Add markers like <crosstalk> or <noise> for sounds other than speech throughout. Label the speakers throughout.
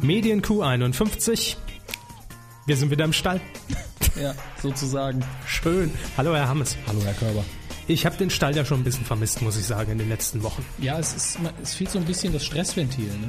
Speaker 1: Medien Q51. Wir sind wieder im Stall.
Speaker 2: Ja, sozusagen.
Speaker 1: Schön. Hallo, Herr Hammes.
Speaker 2: Hallo, Herr Körber.
Speaker 1: Ich habe den Stall ja schon ein bisschen vermisst, muss ich sagen, in den letzten Wochen.
Speaker 2: Ja, es, ist, es fehlt so ein bisschen das Stressventil, ne?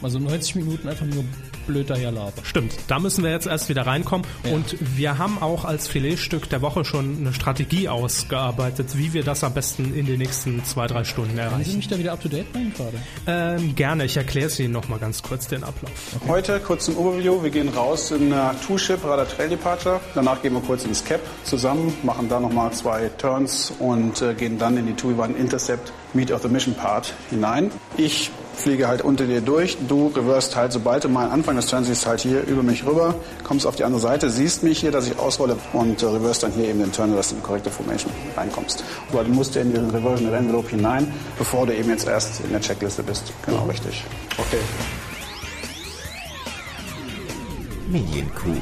Speaker 2: Also 90 Minuten einfach nur blöd daherlabern.
Speaker 1: Stimmt, da müssen wir jetzt erst wieder reinkommen.
Speaker 2: Ja.
Speaker 1: Und wir haben auch als Filetstück der Woche schon eine Strategie ausgearbeitet, wie wir das am besten in den nächsten zwei, drei Stunden
Speaker 2: Haben Sie
Speaker 1: erreichen.
Speaker 2: mich da wieder up to date bringen gerade?
Speaker 1: Ähm, gerne, ich erkläre es Ihnen nochmal ganz kurz den Ablauf.
Speaker 3: Heute kurz zum Overview. Wir gehen raus in eine Two-Ship Radar Trail Departure. Danach gehen wir kurz ins Cap zusammen, machen da nochmal zwei Turns und äh, gehen dann in die 2-1 Intercept Meet of the Mission Part hinein. Ich fliege halt unter dir durch. Du reversest halt, sobald du mal Anfang des Turns siehst, halt hier über mich rüber, kommst auf die andere Seite, siehst mich hier, dass ich ausrolle und äh, reverse dann hier eben den Turn, dass du in korrekte Formation reinkommst. Aber du musst ja in den Reversion Envelope hinein, bevor du eben jetzt erst in der Checkliste bist. Genau, richtig. Okay.
Speaker 4: Medienkuh.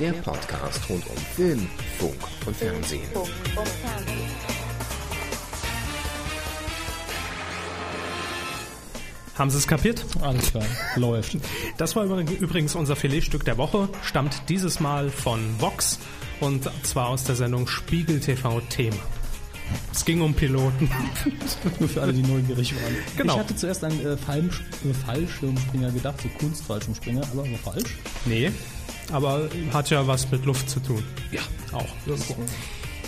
Speaker 4: Der Podcast rund um Film, Funk und Fernsehen.
Speaker 1: Haben Sie es kapiert?
Speaker 2: Alles klar, läuft.
Speaker 1: Das war übrig- übrigens unser Filetstück der Woche, stammt dieses Mal von Vox und zwar aus der Sendung Spiegel TV Thema. Es ging um <laughs> Piloten.
Speaker 2: Nur für alle, die neugierig waren.
Speaker 1: Genau.
Speaker 2: Ich hatte zuerst an äh, Fallm- äh, Fallschirmspringer gedacht, so Kunstfallschirmspringer, aber war falsch.
Speaker 1: Nee, aber hat ja was mit Luft zu tun.
Speaker 2: Ja.
Speaker 1: Auch. irgendwo.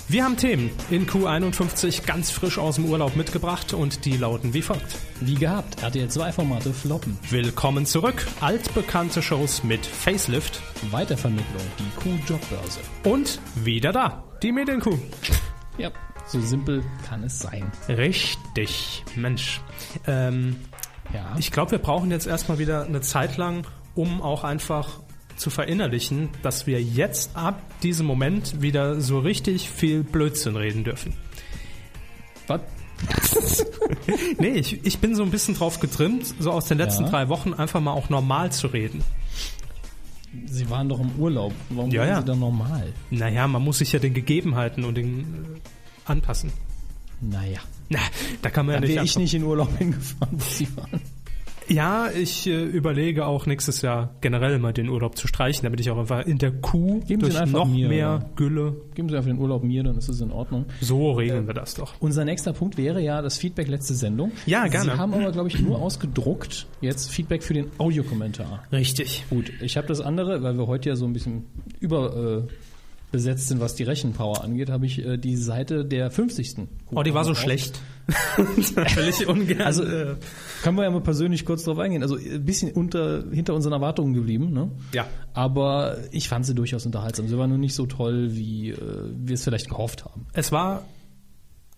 Speaker 1: Wir haben Themen in Q51 ganz frisch aus dem Urlaub mitgebracht und die lauten wie folgt.
Speaker 2: Wie gehabt, RTL 2 Formate floppen.
Speaker 1: Willkommen zurück, altbekannte Shows mit Facelift
Speaker 2: Weitervermittlung, die Q-Jobbörse.
Speaker 1: und wieder da, die Medienkuh.
Speaker 2: Ja, so simpel kann es sein.
Speaker 1: Richtig, Mensch. Ähm,
Speaker 2: Ja.
Speaker 1: Ich glaube, wir brauchen jetzt erstmal wieder eine Zeit lang, um auch einfach zu verinnerlichen, dass wir jetzt ab diesem Moment wieder so richtig viel Blödsinn reden
Speaker 2: <laughs>
Speaker 1: dürfen.
Speaker 2: was?
Speaker 1: Nee, ich, ich bin so ein bisschen drauf getrimmt, so aus den letzten
Speaker 2: Ja.
Speaker 1: drei Wochen einfach mal auch normal zu reden.
Speaker 2: Sie waren doch im Urlaub. Warum
Speaker 1: Ja,
Speaker 2: waren
Speaker 1: ja.
Speaker 2: Sie da normal?
Speaker 1: Naja, man muss sich ja den Gegebenheiten und den äh, anpassen.
Speaker 2: Naja.
Speaker 1: Na, da kann man ja
Speaker 2: Dann
Speaker 1: nicht,
Speaker 2: wäre ich
Speaker 1: anpassen.
Speaker 2: nicht in Urlaub
Speaker 1: <laughs>
Speaker 2: hingefahren, wo Sie waren.
Speaker 1: Ja, ich äh, überlege auch nächstes Jahr generell mal den Urlaub zu streichen, damit ich auch einfach in der Kuh
Speaker 2: Geben Sie ihn
Speaker 1: durch
Speaker 2: einfach
Speaker 1: noch
Speaker 2: mir,
Speaker 1: mehr
Speaker 2: oder?
Speaker 1: Gülle.
Speaker 2: Geben Sie einfach den Urlaub mir, dann ist es in Ordnung.
Speaker 1: So regeln
Speaker 2: Äh,
Speaker 1: wir das doch.
Speaker 2: Unser nächster Punkt wäre ja das Feedback letzte Sendung.
Speaker 1: Ja, gerne.
Speaker 2: Sie haben aber, glaube ich, nur ausgedruckt jetzt Feedback für den Audiokommentar.
Speaker 1: Richtig.
Speaker 2: Gut, ich habe das andere, weil wir heute ja so ein bisschen überbesetzt äh, besetzt sind, was die Rechenpower angeht, habe ich äh, die Seite der 50.
Speaker 1: Oh, die war so schlecht. <laughs> Völlig ungern.
Speaker 2: Also,
Speaker 1: äh,
Speaker 2: Können wir ja mal persönlich kurz drauf eingehen. Also äh, ein bisschen unter, hinter unseren Erwartungen geblieben. Ne?
Speaker 1: ja.
Speaker 2: Aber ich fand sie durchaus unterhaltsam. Sie war nur nicht so toll, wie äh, wir es vielleicht gehofft haben.
Speaker 1: Es war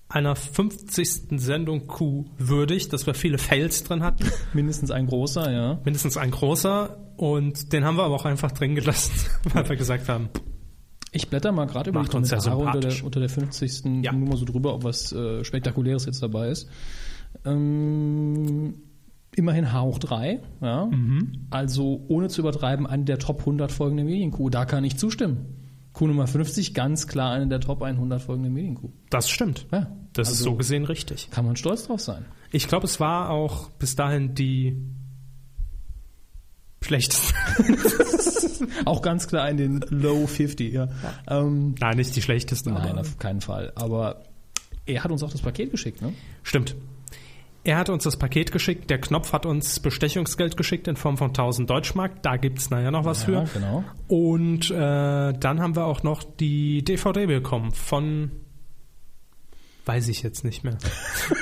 Speaker 1: einer 50. Sendung Q würdig, dass wir viele Fails drin <laughs> hatten.
Speaker 2: Mindestens ein großer, ja.
Speaker 1: Mindestens ein großer. Und den haben wir aber auch einfach drin gelassen, <laughs> weil wir gesagt haben,
Speaker 2: Ich blätter mal gerade über
Speaker 1: Macht uns ja
Speaker 2: unter
Speaker 1: sympathisch.
Speaker 2: der, unter der 50.
Speaker 1: Ja.
Speaker 2: nur mal so drüber, ob was äh, Spektakuläres jetzt dabei ist. Ähm, immerhin Hauch 3, ja.
Speaker 1: Mhm.
Speaker 2: Also ohne zu übertreiben, eine der Top 100 Folgen der Medienkuh. Da kann ich zustimmen. Kuh Nummer 50, ganz klar eine der Top 100 Folgen der Medienkuh.
Speaker 1: das stimmt.
Speaker 2: Ja.
Speaker 1: Das ist so gesehen richtig.
Speaker 2: Kann man stolz drauf sein.
Speaker 1: Ich glaube, es war auch bis dahin die schlechteste.
Speaker 2: Auch ganz klar in den Low 50, ja. Ähm,
Speaker 1: <laughs> Nein, nicht die schlechteste. aber-
Speaker 2: Nein, auf keinen Fall. Aber er hat uns auch das Paket geschickt, ne?
Speaker 1: Stimmt. Er hat uns das Paket geschickt, der Knopf hat uns Bestechungsgeld geschickt in Form von 1000 Deutschmark, da gibt's nachher noch was
Speaker 2: Ja,
Speaker 1: für.
Speaker 2: genau.
Speaker 1: Und äh, dann haben wir auch noch die DVD bekommen von, weiß ich jetzt nicht mehr.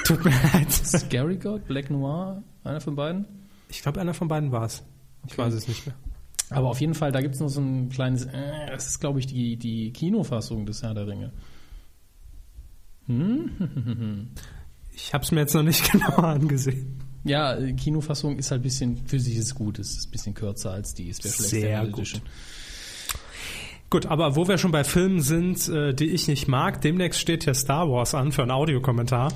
Speaker 1: Tut mir leid.
Speaker 2: Scary God, Black Noir, einer von beiden.
Speaker 1: Ich glaube, einer von beiden war's. Ich weiß es nicht mehr.
Speaker 2: Aber auf jeden Fall, da gibt's noch so ein kleines, äh, das ist, glaube ich, die, die Kinofassung des Herr der Ringe.
Speaker 1: Ich habe es mir jetzt noch nicht <laughs> genau angesehen.
Speaker 2: Ja, äh, Kinofassung ist halt ein bisschen, für sich ist gut, es ist ein bisschen kürzer als die Special
Speaker 1: Sehr
Speaker 2: Extended
Speaker 1: gut.
Speaker 2: Edition.
Speaker 1: Gut, aber wo wir schon bei Filmen sind, äh, die ich nicht mag, demnächst steht hier Star Wars an für einen Audiokommentar.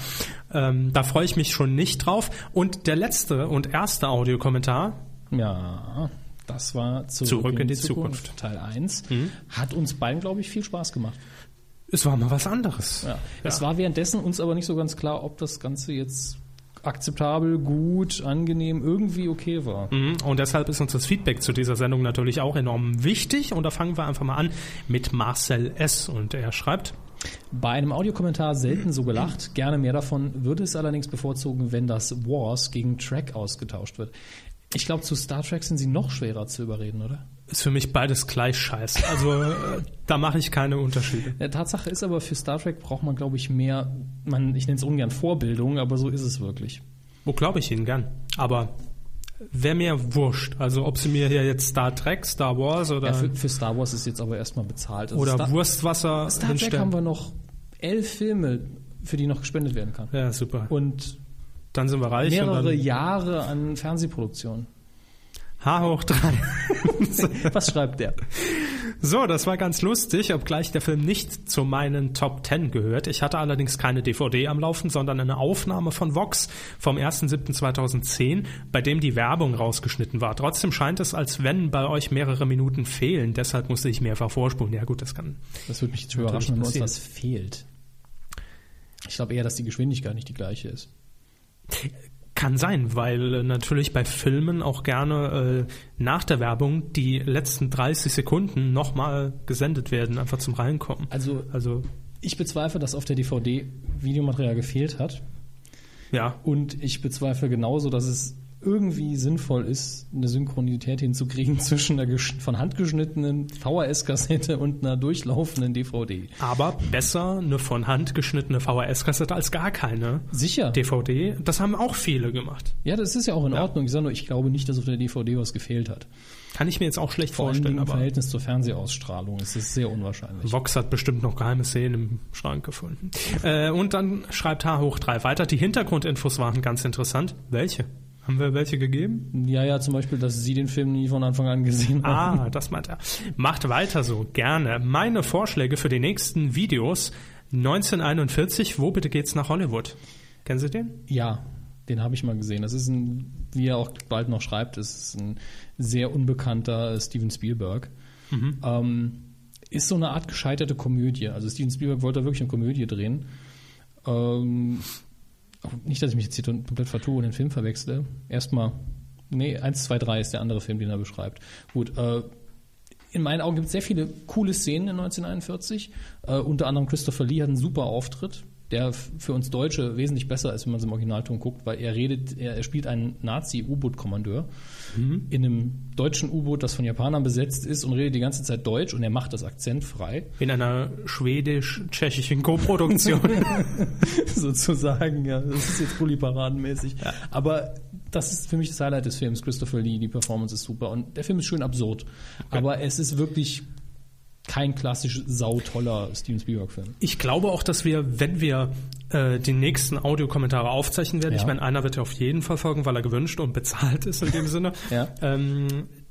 Speaker 1: Ähm, da freue ich mich schon nicht drauf. Und der letzte und erste Audiokommentar,
Speaker 2: Ja, das war Zurück,
Speaker 1: Zurück in die Zukunft. Mhm.
Speaker 2: Teil 1. Hat uns beiden, glaube ich, viel Spaß gemacht.
Speaker 1: es war mal was anderes.
Speaker 2: Ja. Es war währenddessen uns aber nicht so ganz klar, ob das Ganze jetzt akzeptabel, gut, angenehm, irgendwie okay war.
Speaker 1: Mhm, Und deshalb ist uns das Feedback zu dieser Sendung natürlich auch enorm wichtig. Und da fangen wir einfach mal an mit Marcel S. Und er schreibt,
Speaker 2: Bei einem Audiokommentar selten so gelacht, gerne mehr davon, würde es allerdings bevorzugen, wenn das Wars gegen Track ausgetauscht wird. Ich glaube, zu Star Trek sind sie noch schwerer zu überreden, oder?
Speaker 1: ist für mich beides gleich scheiße. Also äh, da mache ich keine Unterschiede.
Speaker 2: Ja, Tatsache ist aber, für Star Trek braucht man, glaube ich, mehr, man, ich nenne es ungern Vorbildung, aber so ist es wirklich.
Speaker 1: Wo glaube ich Ihnen gern? Aber wer mir wurscht. Also ob Sie mir hier jetzt Star Trek, Star Wars oder,
Speaker 2: Ja, für, für Star Wars ist jetzt aber erstmal bezahlt. Also
Speaker 1: oder
Speaker 2: Star,
Speaker 1: Wurstwasser
Speaker 2: Star Trek haben wir noch elf Filme, für die noch gespendet werden kann.
Speaker 1: Ja, super.
Speaker 2: Und
Speaker 1: dann sind wir reich. und
Speaker 2: mehrere
Speaker 1: dann
Speaker 2: Jahre an Fernsehproduktion.
Speaker 1: H hoch drei.
Speaker 2: Was schreibt der?
Speaker 1: So, das war ganz lustig, obgleich der Film nicht zu meinen Top 10 gehört. Ich hatte allerdings keine DVD am Laufen, sondern eine Aufnahme von Vox vom 1.7.2010, bei dem die Werbung rausgeschnitten war. Trotzdem scheint es, als wenn bei euch mehrere Minuten fehlen. Deshalb musste ich mehrfach vorspulen. Ja gut, das kann.
Speaker 2: Das würde mich jetzt überraschen, wenn uns
Speaker 1: passiert.
Speaker 2: das fehlt. Ich glaube eher, dass die Geschwindigkeit nicht die gleiche ist.
Speaker 1: Kann sein, weil äh, natürlich bei Filmen auch gerne äh, nach der Werbung die letzten 30 Sekunden nochmal gesendet werden, einfach zum Reinkommen.
Speaker 2: Also
Speaker 1: Also,
Speaker 2: ich bezweifle, dass auf der DVD Videomaterial gefehlt hat.
Speaker 1: ja.
Speaker 2: Und ich bezweifle genauso, dass es irgendwie sinnvoll ist, eine Synchronität hinzukriegen <laughs> zwischen einer gesch- von Hand geschnittenen VHS-Kassette und einer durchlaufenden DVD.
Speaker 1: Aber besser eine von Hand geschnittene VHS-Kassette als gar keine
Speaker 2: Sicher.
Speaker 1: DVD. Das haben auch viele gemacht.
Speaker 2: Ja, das ist ja auch in Ordnung. Ich sage nur, ich glaube nicht, dass auf der DVD was gefehlt hat.
Speaker 1: Kann ich mir jetzt auch schlecht
Speaker 2: Vor allem
Speaker 1: vorstellen,
Speaker 2: im
Speaker 1: aber
Speaker 2: Verhältnis zur Fernsehausstrahlung ist es sehr unwahrscheinlich.
Speaker 1: Vox hat bestimmt noch geheime Szenen im Schrank gefunden. Äh, und dann schreibt H hoch 3 weiter. Die Hintergrundinfos waren ganz interessant. Welche? Haben wir welche gegeben?
Speaker 2: Ja, ja, zum Beispiel, dass Sie den Film nie von Anfang an gesehen haben.
Speaker 1: Ah, das meint er. Macht weiter so, gerne. Meine Vorschläge für die nächsten Videos 1941, wo bitte geht's nach Hollywood? Kennen Sie den?
Speaker 2: Ja, den habe ich mal gesehen. Das ist ein, wie er auch bald noch schreibt, das ist ein sehr unbekannter Steven Spielberg. Ähm, ist so eine Art gescheiterte Komödie. Also Steven Spielberg wollte da wirklich eine Komödie drehen. Ähm, auch nicht, dass ich mich jetzt hier komplett vertue und den Film verwechsle. Erstmal, nee, 1, 2, 3 ist der andere Film, den er beschreibt. Gut, äh, in meinen Augen gibt es sehr viele coole Szenen in 1941. Äh, unter anderem Christopher Lee hat einen super Auftritt, der f- für uns Deutsche wesentlich besser ist, wenn man es im Originalton guckt, weil er redet, er, er spielt einen Nazi-U-Boot-Kommandeur in einem deutschen U-Boot, das von Japanern besetzt ist und redet die ganze Zeit Deutsch und er macht das akzentfrei.
Speaker 1: In einer <laughs> schwedisch-tschechischen Koproduktion.
Speaker 2: <laughs> sozusagen. Ja, das ist jetzt Bulli-Paradenmäßig. Aber das ist für mich das Highlight des Films. Christopher Lee, die Performance ist super und der Film ist schön absurd. Aber es ist wirklich kein klassisch sautoller Steven Spielberg-Film.
Speaker 1: ich glaube auch, dass wir, wenn wir äh, die nächsten Audiokommentare aufzeichnen werden,
Speaker 2: Ja.
Speaker 1: ich meine, einer wird ja auf jeden Fall folgen, weil er gewünscht und bezahlt ist
Speaker 2: <laughs>
Speaker 1: in dem Sinne,
Speaker 2: Ja.
Speaker 1: ähm,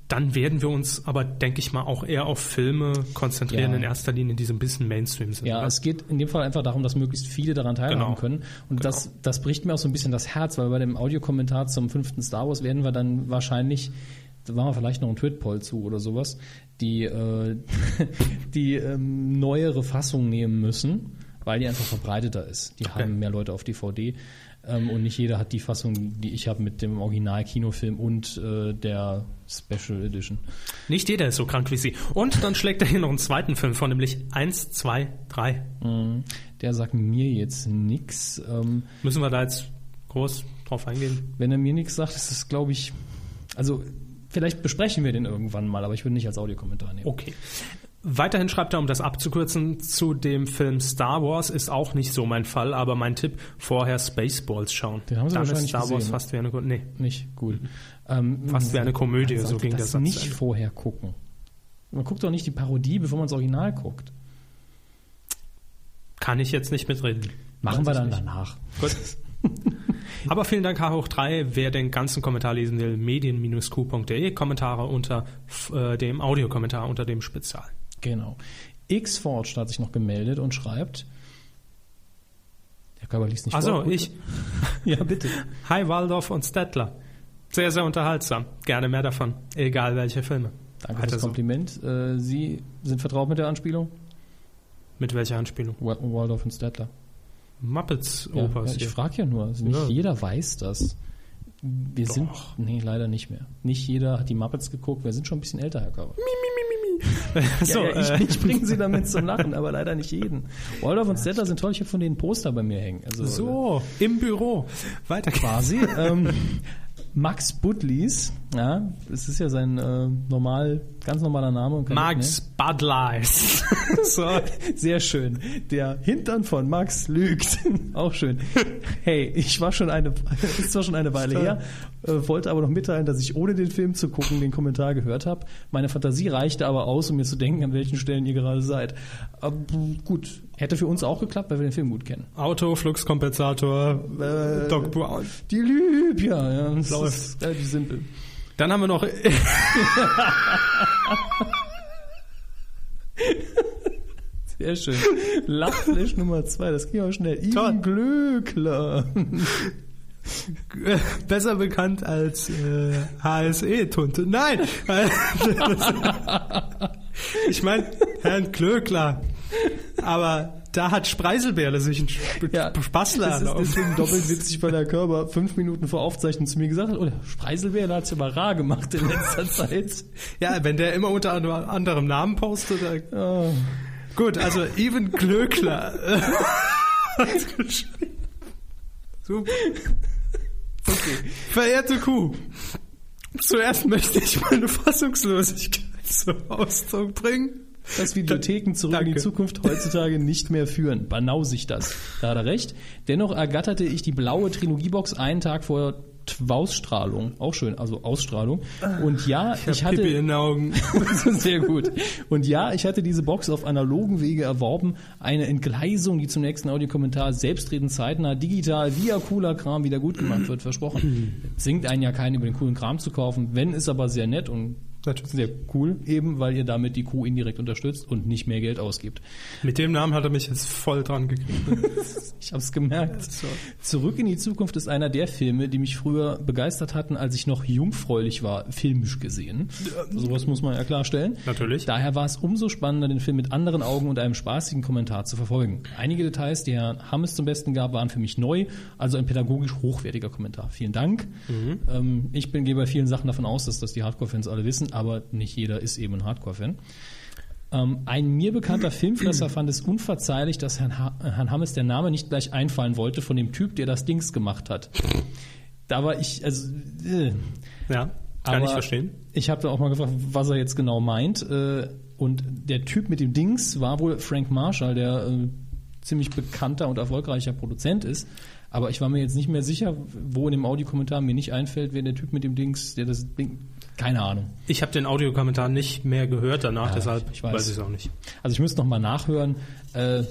Speaker 1: dann werden wir uns aber, denke ich mal, auch eher auf Filme konzentrieren
Speaker 2: Ja.
Speaker 1: in erster Linie, die so ein bisschen Mainstream sind.
Speaker 2: Ja,
Speaker 1: oder?
Speaker 2: es geht in dem Fall einfach darum, dass möglichst viele daran teilhaben
Speaker 1: Genau.
Speaker 2: können. Und das, das bricht mir auch so ein bisschen das Herz, weil bei dem Audiokommentar zum fünften Star Wars werden wir dann wahrscheinlich, da machen wir vielleicht noch einen Twitpoll zu oder sowas, die, äh, <laughs> die ähm, neuere Fassung nehmen müssen, weil die einfach verbreiteter ist. Die haben mehr Leute auf DVD. Ähm, und nicht jeder hat die Fassung, die ich habe mit dem Original-Kinofilm und äh, der Special Edition.
Speaker 1: Nicht jeder ist so krank wie sie. Und dann schlägt er hier noch einen zweiten Film vor, nämlich 1, 2, 3.
Speaker 2: Mhm. Der sagt mir jetzt nix. Ähm,
Speaker 1: Müssen wir da jetzt groß drauf eingehen?
Speaker 2: Wenn er mir nichts sagt, ist es, glaube ich, also vielleicht besprechen wir den irgendwann mal, aber ich würde nicht als Audiokommentar nehmen.
Speaker 1: Okay. Weiterhin schreibt er, um das abzukürzen, zu dem Film Star Wars ist auch nicht so mein Fall, aber mein Tipp, vorher Spaceballs schauen.
Speaker 2: Den haben Sie
Speaker 1: Dann ist
Speaker 2: wahrscheinlich
Speaker 1: Star Wars
Speaker 2: gesehen, ne?
Speaker 1: fast wie eine, Ko- nee,
Speaker 2: Nicht gut. Ähm,
Speaker 1: fast wie Mhm. eine Komödie,
Speaker 2: man
Speaker 1: so
Speaker 2: sollte
Speaker 1: ging der
Speaker 2: das
Speaker 1: Satz.
Speaker 2: nicht vorher gucken. Man guckt doch nicht die Parodie, bevor man das Original guckt.
Speaker 1: Kann ich jetzt nicht mitreden.
Speaker 2: Machen wir
Speaker 1: ich
Speaker 2: dann
Speaker 1: nicht.
Speaker 2: danach.
Speaker 1: Gut.
Speaker 2: <laughs>
Speaker 1: Aber vielen Dank, H hoch 3. Wer den ganzen Kommentar lesen will, medien-q.de. Kommentare unter äh, dem Audiokommentar, unter dem Spezial.
Speaker 2: Genau. Xforged hat sich noch gemeldet und schreibt. Der Körper liest nicht vor.
Speaker 1: Also
Speaker 2: Gut.
Speaker 1: ich.
Speaker 2: <laughs> Ja, bitte.
Speaker 1: Hi Waldorf und Stettler. Sehr, sehr unterhaltsam. Gerne mehr davon. Egal welche Filme.
Speaker 2: Danke für
Speaker 1: Weiter
Speaker 2: das
Speaker 1: so.
Speaker 2: Kompliment. Äh, Sie sind vertraut mit der Anspielung?
Speaker 1: Mit welcher Anspielung?
Speaker 2: Wa- Waldorf und Stettler.
Speaker 1: Muppets-Opas
Speaker 2: ich
Speaker 1: hier.
Speaker 2: frage ja nur. Also nicht
Speaker 1: Ja.
Speaker 2: jeder weiß das. Wir sind. Nee, leider nicht mehr. Nicht jeder hat die Muppets geguckt. Wir sind schon ein bisschen älter, Herr Körber.
Speaker 1: so,
Speaker 2: <laughs> ja, ja,
Speaker 1: äh,
Speaker 2: ich, ich bringe sie damit zum Lachen, aber leider nicht jeden. Waldorf und Stettler sind toll. Ich habe von denen Poster bei mir hängen. Also,
Speaker 1: so, im Büro. Weiter
Speaker 2: quasi.
Speaker 1: <laughs>
Speaker 2: ähm, Max Butlis, ja, es ist ja sein äh, normal, ganz normaler Name. und kein
Speaker 1: Max
Speaker 2: <laughs>
Speaker 1: Budleis. so.
Speaker 2: Nickname. <laughs> Sehr schön. Der Hintern von Max lügt. <laughs> Auch schön. Hey, ich war schon eine, <laughs> ist zwar schon eine Weile her, äh, wollte aber noch mitteilen, dass ich ohne den Film zu gucken den Kommentar gehört habe. Meine Fantasie reichte aber aus, um mir zu denken, an welchen Stellen ihr gerade seid. Aber gut, hätte für uns auch geklappt, weil wir den Film gut kennen.
Speaker 1: Auto, Fluxkompensator, äh, Doc Brown.
Speaker 2: Die Libya, ja, das
Speaker 1: Läuft.
Speaker 2: ist relativ simpel.
Speaker 1: Dann haben wir noch. äh, <laughs>
Speaker 2: Sehr schön. Lachflash Nummer zwei, das ging aber schnell.
Speaker 1: Toll.
Speaker 2: Ivan Glöckler.
Speaker 1: besser bekannt als äh, HSE-Tunte. Nein! <laughs> ich meine, Herrn Klöckler. Aber da hat Spreiselbärle sich einen Sp Spastler
Speaker 2: das ist
Speaker 1: erlaubt.
Speaker 2: deswegen doppelt witzig, weil der Körper fünf Minuten vor Aufzeichnung zu mir gesagt hat, oh, der Spreiselbär hat es ja mal rar gemacht in <laughs> letzter Zeit.
Speaker 1: Ja, wenn der immer unter anderem Namen postet. Dann
Speaker 2: Oh.
Speaker 1: Gut, also Even Klöckler. Hat's geschrieben. Super. Verehrte Kuh, zuerst möchte ich meine Fassungslosigkeit zum Ausdruck bringen.
Speaker 2: Dass Videotheken zurück in die
Speaker 1: Danke.
Speaker 2: Zukunft heutzutage nicht mehr führen. Banau sich das. Da hat er recht. Dennoch ergatterte ich die blaue Trilogiebox einen Tag vor Ausstrahlung. Auch schön, also Ausstrahlung. Und ja, ich,
Speaker 1: Ich
Speaker 2: hatte...
Speaker 1: Pipi in den Augen.
Speaker 2: <laughs> Das ist Sehr gut. Und ja, ich hatte diese Box auf analogen Wege erworben. Eine Entgleisung, die zum nächsten Audiokommentar selbstredend zeitnah digital via cooler Kram wieder gut gemacht wird, <clears throat> versprochen. Singt einen ja keinen über den coolen Kram zu kaufen. Wenn, ist aber sehr nett und
Speaker 1: Natürlich.
Speaker 2: sehr cool, eben weil ihr damit die Kuh indirekt unterstützt und nicht mehr Geld ausgibt.
Speaker 1: Mit dem Namen hat er mich jetzt voll dran gekriegt.
Speaker 2: Ich hab's gemerkt. Zurück in die Zukunft ist einer der Filme, die mich früher begeistert hatten, als ich noch jungfräulich war, filmisch gesehen. Sowas muss man ja klarstellen.
Speaker 1: Natürlich.
Speaker 2: Daher war es umso spannender, den Film mit anderen Augen und einem spaßigen Kommentar zu verfolgen. Einige Details, die Herr Hammes zum Besten gab, waren für mich neu, also ein pädagogisch hochwertiger Kommentar. Vielen Dank. Ähm, ich bin, gehe bei vielen Sachen davon aus, dass das die Hardcore-Fans alle wissen, aber nicht jeder ist eben ein Hardcore-Fan. Ähm, ein mir bekannter Filmfresser fand es unverzeihlich, dass Herrn, ha Herrn Hammes der Name nicht gleich einfallen wollte von dem Typ, der das Dings gemacht hat. Da war ich, also, äh,
Speaker 1: Ja, kann
Speaker 2: aber
Speaker 1: ich verstehen.
Speaker 2: Ich habe da auch mal gefragt, was er jetzt genau meint. äh, Und der Typ mit dem Dings war wohl Frank Marshall, der äh, ziemlich bekannter und erfolgreicher Produzent ist. Aber ich war mir jetzt nicht mehr sicher, wo in dem Audiokommentar mir nicht einfällt, wer der Typ mit dem Dings, der das Ding. Keine Ahnung.
Speaker 1: Ich habe den Audiokommentar nicht mehr gehört danach, deshalb
Speaker 2: ich- ich weiß.
Speaker 1: Ah, ich es auch nicht.
Speaker 2: Also ich müsste noch mal nachhören. Äh,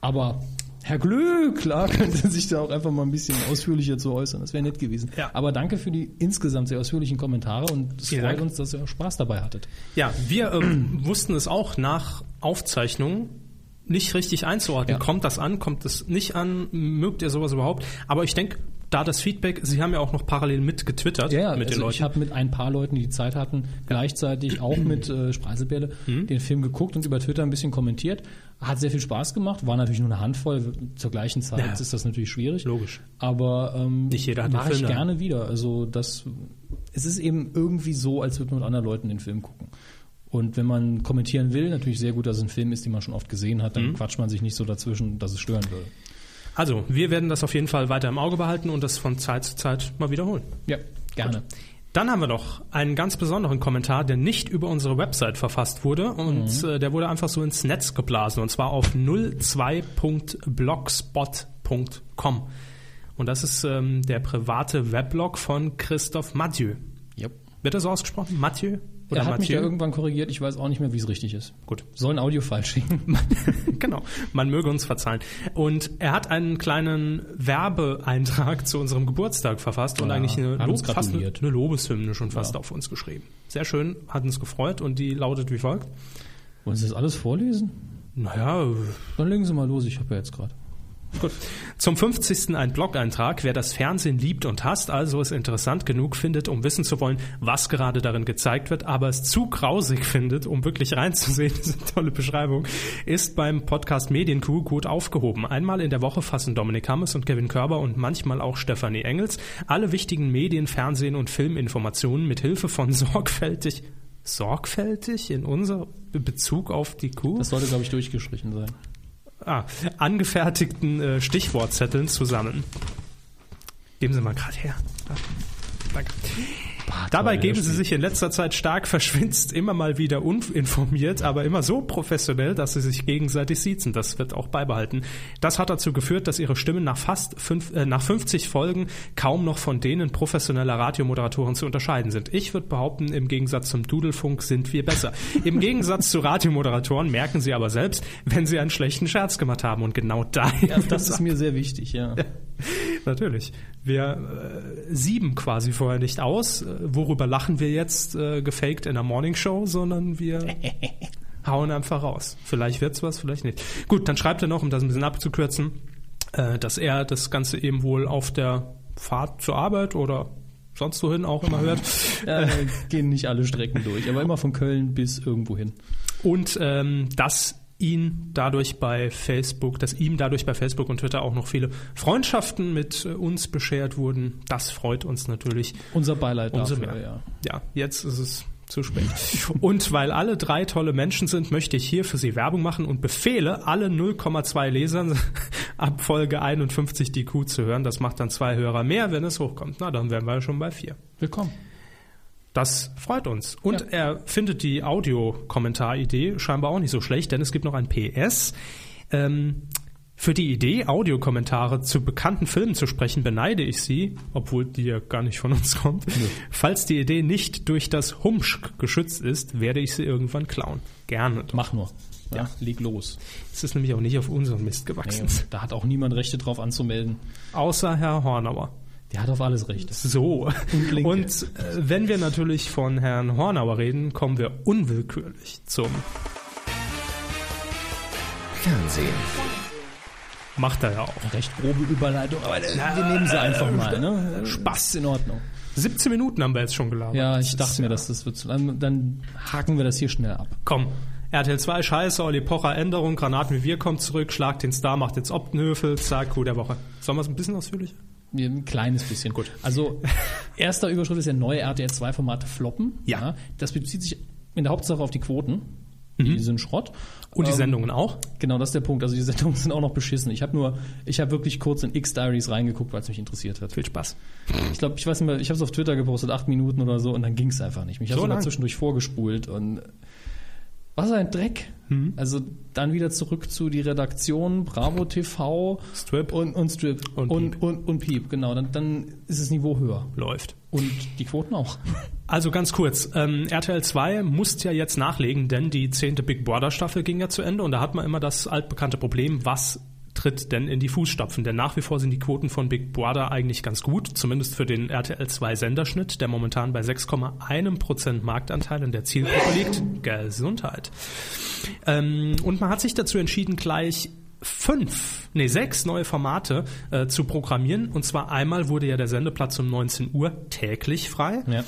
Speaker 2: aber Herr Glöckler <laughs> könnte sich da auch einfach mal ein bisschen ausführlicher zu äußern. Das wäre nett gewesen.
Speaker 1: Ja.
Speaker 2: Aber danke für die insgesamt sehr ausführlichen Kommentare und es
Speaker 1: Vielen
Speaker 2: freut
Speaker 1: Dank.
Speaker 2: uns, dass ihr Spaß dabei hattet.
Speaker 1: Ja, wir ähm, <clears throat> wussten es auch nach Aufzeichnung nicht richtig einzuordnen.
Speaker 2: Ja.
Speaker 1: Kommt das an, kommt das nicht an, mögt ihr sowas überhaupt? Aber ich denke, da das Feedback, Sie haben ja auch noch parallel mitgetwittert
Speaker 2: Ja, ja,
Speaker 1: mit
Speaker 2: also
Speaker 1: den
Speaker 2: ich
Speaker 1: Leuten.
Speaker 2: habe mit ein paar Leuten, die Zeit hatten, gleichzeitig auch mit äh, Spreiselbärle
Speaker 1: Mhm.
Speaker 2: den Film geguckt und über Twitter ein bisschen kommentiert. Hat sehr viel Spaß gemacht, war natürlich nur eine Handvoll. Zur gleichen Zeit
Speaker 1: Ja.
Speaker 2: ist das natürlich schwierig.
Speaker 1: Logisch.
Speaker 2: Aber ähm,
Speaker 1: Nicht jeder hat den
Speaker 2: mache
Speaker 1: Film
Speaker 2: ich
Speaker 1: dann.
Speaker 2: gerne wieder. Also das, es ist eben irgendwie so, als würde man mit anderen Leuten den Film gucken. Und wenn man kommentieren will, natürlich sehr gut, dass es ein Film ist, den man schon oft gesehen hat, dann
Speaker 1: Mhm.
Speaker 2: quatscht man sich nicht so dazwischen, dass es stören würde.
Speaker 1: Also, wir werden das auf jeden Fall weiter im Auge behalten und das von Zeit zu Zeit mal wiederholen.
Speaker 2: Ja, gerne.
Speaker 1: Dann haben wir noch einen ganz besonderen Kommentar, der nicht über unsere Website verfasst wurde
Speaker 2: Mhm.
Speaker 1: und äh, der wurde einfach so ins Netz geblasen und zwar auf 02.blogspot.com. Und das ist ähm, der private Weblog von Christoph Mathieu.
Speaker 2: Yep.
Speaker 1: Wird das so ausgesprochen? Mathieu? Oder
Speaker 2: er hat mich da
Speaker 1: Mathieu?
Speaker 2: irgendwann korrigiert, ich weiß auch nicht mehr, wie es richtig ist.
Speaker 1: Gut.
Speaker 2: Soll ein Audio schicken. <laughs>
Speaker 1: <laughs> genau, man möge uns verzeihen. Und er hat einen kleinen Werbeeintrag zu unserem Geburtstag verfasst und
Speaker 2: Ja,
Speaker 1: eigentlich eine,
Speaker 2: hat uns
Speaker 1: fast eine,
Speaker 2: gratuliert.
Speaker 1: eine Lobeshymne schon fast auf uns geschrieben. Sehr schön, hat uns gefreut und die lautet wie folgt.
Speaker 2: Wollen Sie das alles vorlesen?
Speaker 1: Naja,
Speaker 2: Dann legen Sie mal los, ich habe ja jetzt gerade.
Speaker 1: Gut. Zum 50. ein Blog-Eintrag. Wer das Fernsehen liebt und hasst, also es interessant genug findet, um wissen zu wollen, was gerade darin gezeigt wird, aber es zu grausig findet, um wirklich reinzusehen, <laughs> das ist eine tolle Beschreibung, ist beim Podcast Medienkuh gut aufgehoben. Einmal in der Woche fassen Dominik Hammes und Kevin Körber und manchmal auch Stefanie Engels alle wichtigen Medien, Fernsehen und Filminformationen mit Hilfe von <laughs> sorgfältig sorgfältig in unser Bezug auf die Kuh?
Speaker 2: Das sollte, glaube ich, durchgestrichen sein.
Speaker 1: ah, angefertigten äh, Stichwortzetteln zusammen. Geben Sie mal gerade her. Ah, Danke. Dabei geben sie sich in letzter Zeit stark verschwinzt, immer mal wieder uninformiert, aber immer so professionell, dass sie sich gegenseitig siezen. Das wird auch beibehalten. Das hat dazu geführt, dass ihre Stimmen nach fast fünf, äh, nach 50 Folgen kaum noch von denen professioneller Radiomoderatoren zu unterscheiden sind. Ich würde behaupten, im Gegensatz zum Dudelfunk sind wir besser.
Speaker 2: <laughs>
Speaker 1: Im Gegensatz zu Radiomoderatoren merken sie aber selbst, wenn sie einen schlechten Scherz gemacht haben. Und genau da
Speaker 2: Ja,
Speaker 1: <laughs>
Speaker 2: das ist mir sehr wichtig, ja.
Speaker 1: Natürlich. Wir äh, sieben quasi vorher nicht aus. Äh, worüber lachen wir jetzt äh, gefaked in der Morning Show, sondern wir hauen einfach raus. Vielleicht wird's was, vielleicht nicht. Gut, dann schreibt er noch, um das ein bisschen abzukürzen, äh, dass er das Ganze eben wohl auf der Fahrt zur Arbeit oder sonst wohin auch immer hört.
Speaker 2: ja äh, gehen nicht alle Strecken durch, aber immer von Köln bis irgendwo hin.
Speaker 1: Und ähm, dass ihn dadurch bei Facebook, dass ihm dadurch bei Facebook und Twitter auch noch viele Freundschaften mit äh, uns beschert wurden, das freut uns natürlich.
Speaker 2: Unser Beileid
Speaker 1: Umso
Speaker 2: dafür,
Speaker 1: mehr.
Speaker 2: ja.
Speaker 1: Ja, jetzt ist es zu spät. <laughs> Und weil alle drei tolle Menschen sind, möchte ich hier für sie Werbung machen und befehle alle 0,2 Lesern <laughs> ab Folge 51 die Kuh zu hören. Das macht dann zwei Hörer mehr, wenn es hochkommt. Na, dann wären wir ja schon bei vier.
Speaker 2: Willkommen.
Speaker 1: Das freut uns. Und er findet die Audiokommentaridee scheinbar auch nicht so schlecht, denn es gibt noch ein PS. Ähm, für die Idee, Audiokommentare zu bekannten Filmen zu sprechen, beneide ich sie, obwohl die ja gar nicht von uns kommt. Falls die Idee nicht durch das Humschk geschützt ist, werde ich sie irgendwann klauen. Gerne. doch.
Speaker 2: Mach nur. Ja, leg los.
Speaker 1: Es ist nämlich auch nicht auf unseren Mist gewachsen.
Speaker 2: Nee, da hat auch niemand Rechte drauf anzumelden.
Speaker 1: Außer Herr Hornauer.
Speaker 2: Der hat auf alles Recht.
Speaker 1: So.
Speaker 2: Und
Speaker 1: Und,
Speaker 2: Linke.
Speaker 1: äh, wenn wir natürlich von Herrn Hornauer reden, kommen wir unwillkürlich zum
Speaker 4: Fernsehen.
Speaker 1: Macht er ja auch.
Speaker 2: Recht grobe Überleitung, aber wir nehmen sie einfach mal. Ne? Spaß in Ordnung.
Speaker 1: 17 Minuten haben wir jetzt schon gelabert.
Speaker 2: Ja, ich
Speaker 1: Das ist
Speaker 2: dachte mir, dass das wird zu lang. Dann haken wir das hier schnell ab.
Speaker 1: Komm. RTL 2, scheiße, Olli Pocher, Änderung, Granatenrevier kommt zurück, schlag den Star, macht jetzt Optenhöfel, zack, Kuh der Woche. Sollen wir es ein bisschen ausführlicher?
Speaker 2: Mir Ein kleines bisschen. Gut. Also, erster Überschrift ist ja neue RTL2-Formate floppen.
Speaker 1: Ja.
Speaker 2: Das bezieht sich in der Hauptsache auf die Quoten. Die sind Schrott.
Speaker 1: Mhm. Und die
Speaker 2: Ähm,
Speaker 1: Sendungen auch?
Speaker 2: Genau, das ist der Punkt. Also die Sendungen <laughs> sind auch noch beschissen. Ich habe nur, ich habe wirklich kurz in X-Diaries reingeguckt, weil es mich interessiert hat.
Speaker 1: Viel Spaß.
Speaker 2: Ich glaube, ich weiß nicht mehr, ich habe es auf Twitter gepostet, acht Minuten oder so, und dann ging es einfach nicht. Mich hat
Speaker 1: So
Speaker 2: sogar
Speaker 1: lang?
Speaker 2: zwischendurch vorgespult und was ein Dreck.
Speaker 1: Hm.
Speaker 2: Also dann wieder zurück zu die Redaktion, Bravo TV
Speaker 1: Strip.
Speaker 2: und, und Strip
Speaker 1: Und
Speaker 2: und, und, und Piep, genau. Dann, dann ist das Niveau höher.
Speaker 1: Läuft.
Speaker 2: Und die Quoten auch.
Speaker 1: Also ganz kurz, ähm, RTL 2 muss ja jetzt nachlegen, denn die zehnte Big Brother Staffel ging ja zu Ende und da hat man immer das altbekannte Problem, was tritt denn in die Fußstapfen? Denn nach wie vor sind die Quoten von Big Brother eigentlich ganz gut, zumindest für den RTL 2 Senderschnitt, der momentan bei 6,1% Marktanteil in der Zielgruppe liegt. Gesundheit. Ähm, und man hat sich dazu entschieden, gleich fünf, nee, sechs neue Formate äh, zu programmieren. Und zwar einmal wurde ja der Sendeplatz um 19 Uhr täglich frei.
Speaker 2: Ja.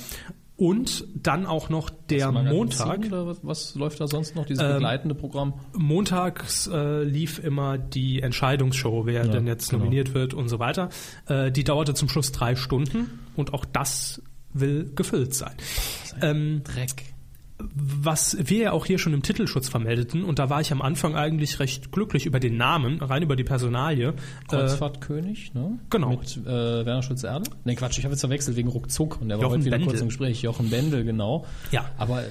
Speaker 1: Und dann auch noch der
Speaker 2: Magazin
Speaker 1: Montag. Ähm,
Speaker 2: Oder was, was läuft da sonst noch, dieses begleitende Programm?
Speaker 1: Montags äh, lief immer die Entscheidungsshow, wer denn jetzt
Speaker 2: genau.
Speaker 1: nominiert wird und so weiter. Äh, die dauerte zum Schluss drei Stunden und auch das will gefüllt sein. Ähm,
Speaker 2: Dreck.
Speaker 1: was wir ja auch hier schon im Titelschutz vermeldeten, und da war ich am Anfang eigentlich recht glücklich über den Namen, rein über die Personalie. Äh,
Speaker 2: Kreuzfahrtkönig, ne?
Speaker 1: genau.
Speaker 2: Mit äh, Werner Schulze-Erde. Nee, Quatsch, ich habe jetzt verwechselt wegen Ruckzuck und der war
Speaker 1: Jochen
Speaker 2: heute wieder
Speaker 1: Bendel.
Speaker 2: kurz im Gespräch. Jochen Bendel, genau.
Speaker 1: Ja.
Speaker 2: Aber äh,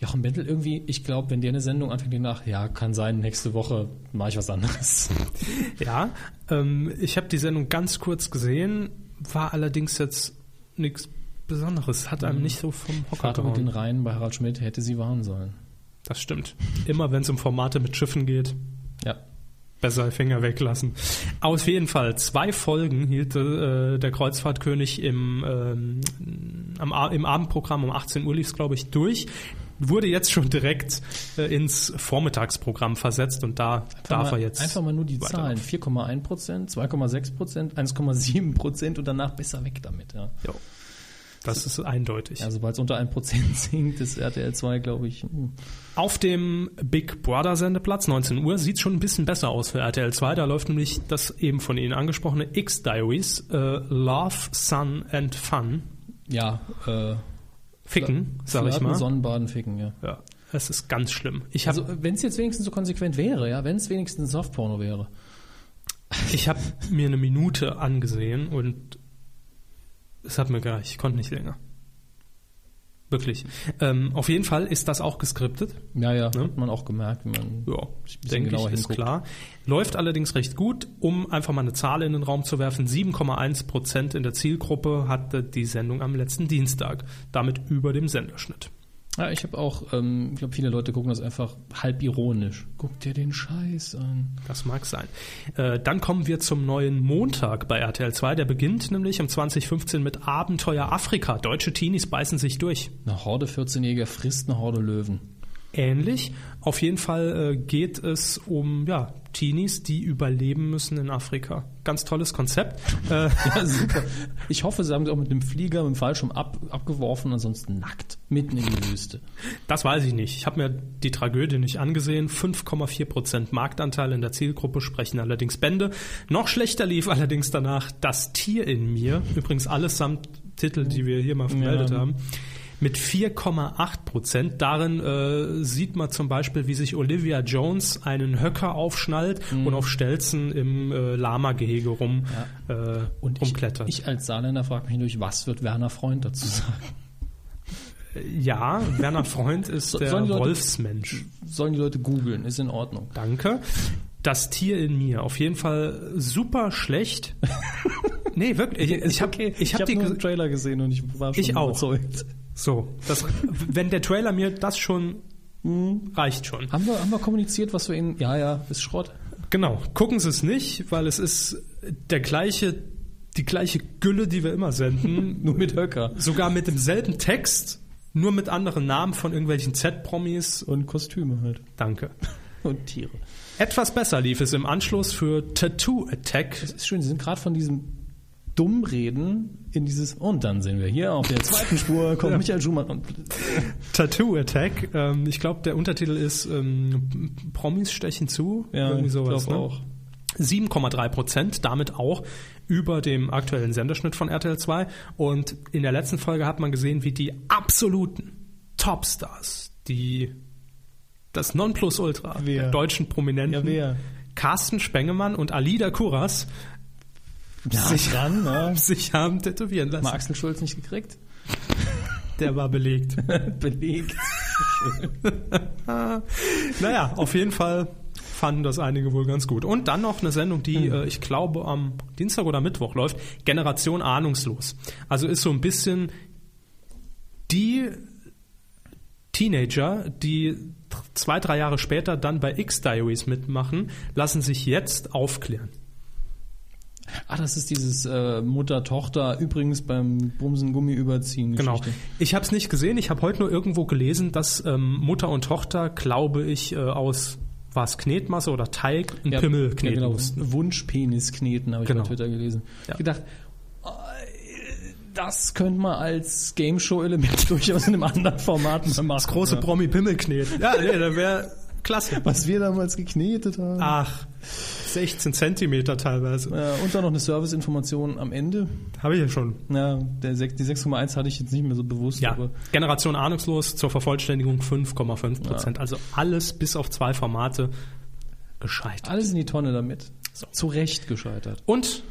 Speaker 2: Jochen Bendel irgendwie, ich glaube, wenn der eine Sendung anfängt, denk nach, ja, kann sein, nächste Woche mache ich was anderes.
Speaker 1: Hm, ja, ähm, ich habe die Sendung ganz kurz gesehen, war allerdings jetzt nichts Besonderes, hat einem nicht so vom Hocker
Speaker 2: Mhm. Vater mit den
Speaker 1: gehauen.
Speaker 2: Reihen bei Harald Schmidt hätte sie warnen sollen.
Speaker 1: Das stimmt. Immer wenn es um Formate mit Schiffen geht,
Speaker 2: Ja.
Speaker 1: besser Finger weglassen. Auf jeden Fall, zwei Folgen hielt äh, der Kreuzfahrtkönig im, ähm, am, A- im Abendprogramm um 18 Uhr lief es, glaube ich, durch. wurde jetzt schon direkt äh, ins Vormittagsprogramm versetzt und da darf
Speaker 2: mal,
Speaker 1: er jetzt.
Speaker 2: Einfach mal nur die
Speaker 1: weiter.
Speaker 2: Zahlen. 4,1 Prozent, 2,6 Prozent, 1,7 Prozent und danach besser weg damit. Ja,
Speaker 1: Jo. Das ist eindeutig.
Speaker 2: ja sobald es unter 1 Prozent <laughs> sinkt, ist RTL 2, glaube ich. hm.
Speaker 1: Auf dem Big Brother Sendeplatz, 19 Uhr, sieht schon ein bisschen besser aus für RTL 2. Da läuft nämlich das eben von Ihnen angesprochene X-Diaries, äh, Love, Sun and Fun.
Speaker 2: Ja, äh,
Speaker 1: Ficken, sag ich
Speaker 2: Flirten,
Speaker 1: mal.
Speaker 2: Sonnenbaden ficken, ja.
Speaker 1: Ja, es ist ganz schlimm. Ich habe
Speaker 2: Also, wenn es jetzt wenigstens so konsequent wäre, ja, wenn es wenigstens Softporno wäre.
Speaker 1: ich hab mir eine Minute angesehen und es hat mir gereicht. Ich konnte nicht länger. Wirklich. Ähm, auf jeden Fall ist das auch geskriptet.
Speaker 2: Ja, ja,
Speaker 1: Ne?
Speaker 2: hat man auch gemerkt. wenn Man,
Speaker 1: Ja,
Speaker 2: Ein bisschen
Speaker 1: denke ich,
Speaker 2: genauer
Speaker 1: ist
Speaker 2: hinguckt.
Speaker 1: klar. Läuft allerdings recht gut. Um einfach mal eine Zahl in den Raum zu werfen, 7,1 Prozent in der Zielgruppe hatte die Sendung am letzten Dienstag. Damit über dem Senderschnitt.
Speaker 2: Ja, ich habe auch, ähm, ich glaube, viele Leute gucken das einfach halb ironisch. Guck dir den Scheiß an.
Speaker 1: Das mag sein. Äh, dann kommen wir zum neuen Montag bei RTL 2. Der beginnt nämlich um 2015 mit Abenteuer Afrika. Deutsche Teenies beißen sich durch.
Speaker 2: Eine Horde 14-Jähriger frisst eine Horde Löwen. <laughs>
Speaker 1: Ähnlich. Auf jeden Fall äh, geht es um ja, Teenies, die überleben müssen in Afrika. Ganz tolles Konzept. Äh, <laughs>
Speaker 2: Ja, super. Ich hoffe, sie haben sie auch mit einem Flieger, mit dem Fallschirm ab, abgeworfen, ansonsten nackt, mitten in die Wüste.
Speaker 1: Das weiß ich nicht. Ich habe mir die Tragödie nicht angesehen. 5,4% Marktanteil in der Zielgruppe sprechen allerdings Bände. Noch schlechter lief allerdings danach Das Tier in mir. Übrigens allesamt Titel, die wir hier mal vermeldet
Speaker 2: Ja.
Speaker 1: haben. Mit 4,8%. Darin äh, sieht man zum Beispiel, wie sich Olivia Jones einen Höcker aufschnallt
Speaker 2: Mhm.
Speaker 1: und auf Stelzen im äh, Lama-Gehege rum, äh,
Speaker 2: Und ich,
Speaker 1: rumklettert.
Speaker 2: ich als Saarländer frage mich natürlich, was wird Werner Freund dazu sagen?
Speaker 1: ja, Werner Freund ist
Speaker 2: So-
Speaker 1: der
Speaker 2: sollen die Leute-
Speaker 1: Wolfsmensch.
Speaker 2: Sollen die Leute googeln, ist in Ordnung.
Speaker 1: Danke. Das Tier in mir, auf jeden Fall super schlecht. nee, wirklich. Ich, ich habe ich hab die.
Speaker 2: nur
Speaker 1: ge-
Speaker 2: einen Trailer gesehen und ich war schon
Speaker 1: Ich auch.
Speaker 2: überzeugt.
Speaker 1: So, das, wenn der Trailer mir das schon reicht schon.
Speaker 2: Haben wir, haben wir kommuniziert, was wir in. Ja, ja, ist Schrott.
Speaker 1: Genau. Gucken Sie es nicht, weil es ist der gleiche, die gleiche Gülle, die wir immer senden.
Speaker 2: <laughs> Nur mit Höcker.
Speaker 1: Sogar mit demselben Text, nur mit anderen Namen von irgendwelchen Z-Promis.
Speaker 2: Und Kostüme halt.
Speaker 1: Danke.
Speaker 2: Und Tiere.
Speaker 1: Etwas besser lief es im Anschluss für Tattoo Attack.
Speaker 2: Das ist schön, sie sind gerade von diesem Dummreden in dieses. Und dann sehen wir hier auf der zweiten
Speaker 1: <laughs>
Speaker 2: Spur kommt Michael Schumacher und.
Speaker 1: Tattoo Attack. Ähm, ich glaube, der Untertitel ist ähm, Promis stechen zu. irgendwie sowas.
Speaker 2: glaub
Speaker 1: Ne?
Speaker 2: auch.
Speaker 1: 7,3 Prozent, damit auch über dem aktuellen Senderschnitt von RTL 2. Und in der letzten Folge hat man gesehen, wie die absoluten Topstars, die das Nonplusultra
Speaker 2: Wer?
Speaker 1: der deutschen Prominenten,
Speaker 2: Ja, wer?
Speaker 1: Carsten Spengemann und Alida Kuras,
Speaker 2: <laughs> sich ran, ne?
Speaker 1: sich haben tätowieren lassen.
Speaker 2: Mal Axel Schulz nicht gekriegt.
Speaker 1: <laughs> Der war belegt.
Speaker 2: Belegt.
Speaker 1: Naja, auf jeden Fall fanden das einige wohl ganz gut. Und dann noch eine Sendung,
Speaker 2: Mhm.
Speaker 1: die äh, ich glaube am Dienstag oder Mittwoch läuft, Generation Ahnungslos. Also ist so ein bisschen die Teenager, die tr- zwei, drei Jahre später dann bei X-Diaries mitmachen, lassen sich jetzt aufklären.
Speaker 2: Ah, das ist dieses äh, Mutter-Tochter übrigens beim Bumsen Gummi überziehen.
Speaker 1: Genau.
Speaker 2: Geschichte.
Speaker 1: Ich habe es nicht gesehen, ich habe heute nur irgendwo gelesen, dass ähm, Mutter und Tochter, glaube ich, äh, aus was Knetmasse oder Teig einen
Speaker 2: Ja,
Speaker 1: Pimmel kneten
Speaker 2: ja, genau.
Speaker 1: mussten.
Speaker 2: Wunschpenis kneten, habe ich
Speaker 1: Genau.
Speaker 2: bei Twitter gelesen.
Speaker 1: Ja.
Speaker 2: Ich gedacht, äh, das könnte man als Game Show Element <laughs> durchaus in einem anderen Format mal machen. ne?
Speaker 1: Das große Promi Pimmelknet. Ja, nee, da wäre klasse.
Speaker 2: was wir damals geknetet haben.
Speaker 1: Ach, 16 Zentimeter teilweise.
Speaker 2: Äh, und dann noch eine Serviceinformation am Ende.
Speaker 1: Habe ich ja schon.
Speaker 2: Ja, der sech- die 6,1 hatte ich jetzt nicht mehr so bewusst.
Speaker 1: Ja,
Speaker 2: aber
Speaker 1: Generation ahnungslos zur Vervollständigung 5,5 Prozent. Also alles bis auf zwei Formate gescheitert.
Speaker 2: alles in die Tonne damit. Zu Recht gescheitert.
Speaker 1: Und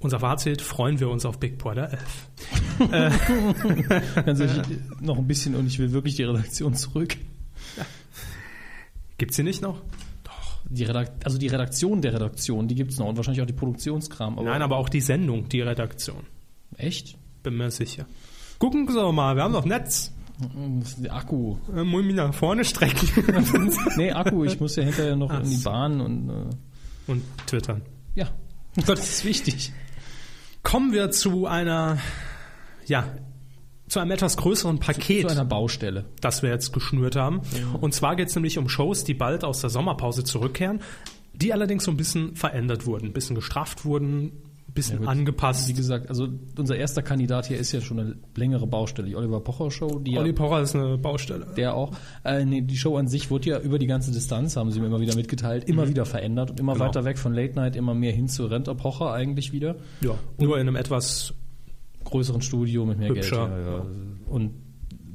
Speaker 1: unser Fazit, freuen wir uns auf Big Brother 11.
Speaker 2: Ganz ehrlich, noch ein bisschen und ich will wirklich die Redaktion zurück.
Speaker 1: Gibt's sie nicht noch?
Speaker 2: Die Redakt also die Redaktion der Redaktion, die gibt's noch und wahrscheinlich auch die Produktionskram. Aber
Speaker 1: Nein, aber auch die Sendung, die Redaktion.
Speaker 2: Echt?
Speaker 1: Bin mir sicher. Gucken Sie doch mal, wir haben doch Netz.
Speaker 2: Der Mm, <laughs> Akku.
Speaker 1: Äh, muss ich mich nach vorne strecken.
Speaker 2: Nee, Akku, ich muss ja hinterher noch in die
Speaker 1: so.
Speaker 2: Bahn und äh,
Speaker 1: Und twittern.
Speaker 2: ja.
Speaker 1: <laughs> Gott, das ist wichtig. Kommen wir zu einer, ja, zu einem etwas größeren Paket,
Speaker 2: Zu einer Baustelle.
Speaker 1: das wir jetzt geschnürt haben. Und zwar geht es nämlich um Shows, die bald aus der Sommerpause zurückkehren, die allerdings so ein bisschen verändert wurden, ein bisschen gestrafft wurden, ein bisschen
Speaker 2: gut.
Speaker 1: angepasst.
Speaker 2: Wie gesagt, also unser erster Kandidat hier ist ja schon eine längere Baustelle. Die Oliver Pocher Show, die
Speaker 1: Olli
Speaker 2: ja,
Speaker 1: Pocher ist eine Baustelle.
Speaker 2: der auch, äh, nee, die Show an sich wurde ja über die ganze Distanz, haben sie mir immer wieder mitgeteilt, immer wieder verändert und immer
Speaker 1: Genau.
Speaker 2: weiter weg von Late Night, immer mehr hin zu Renter Pocher eigentlich wieder.
Speaker 1: Ja, nur in einem etwas
Speaker 2: Größeren Studio mit mehr
Speaker 1: Hübscher,
Speaker 2: Geld. Ja, ja. Und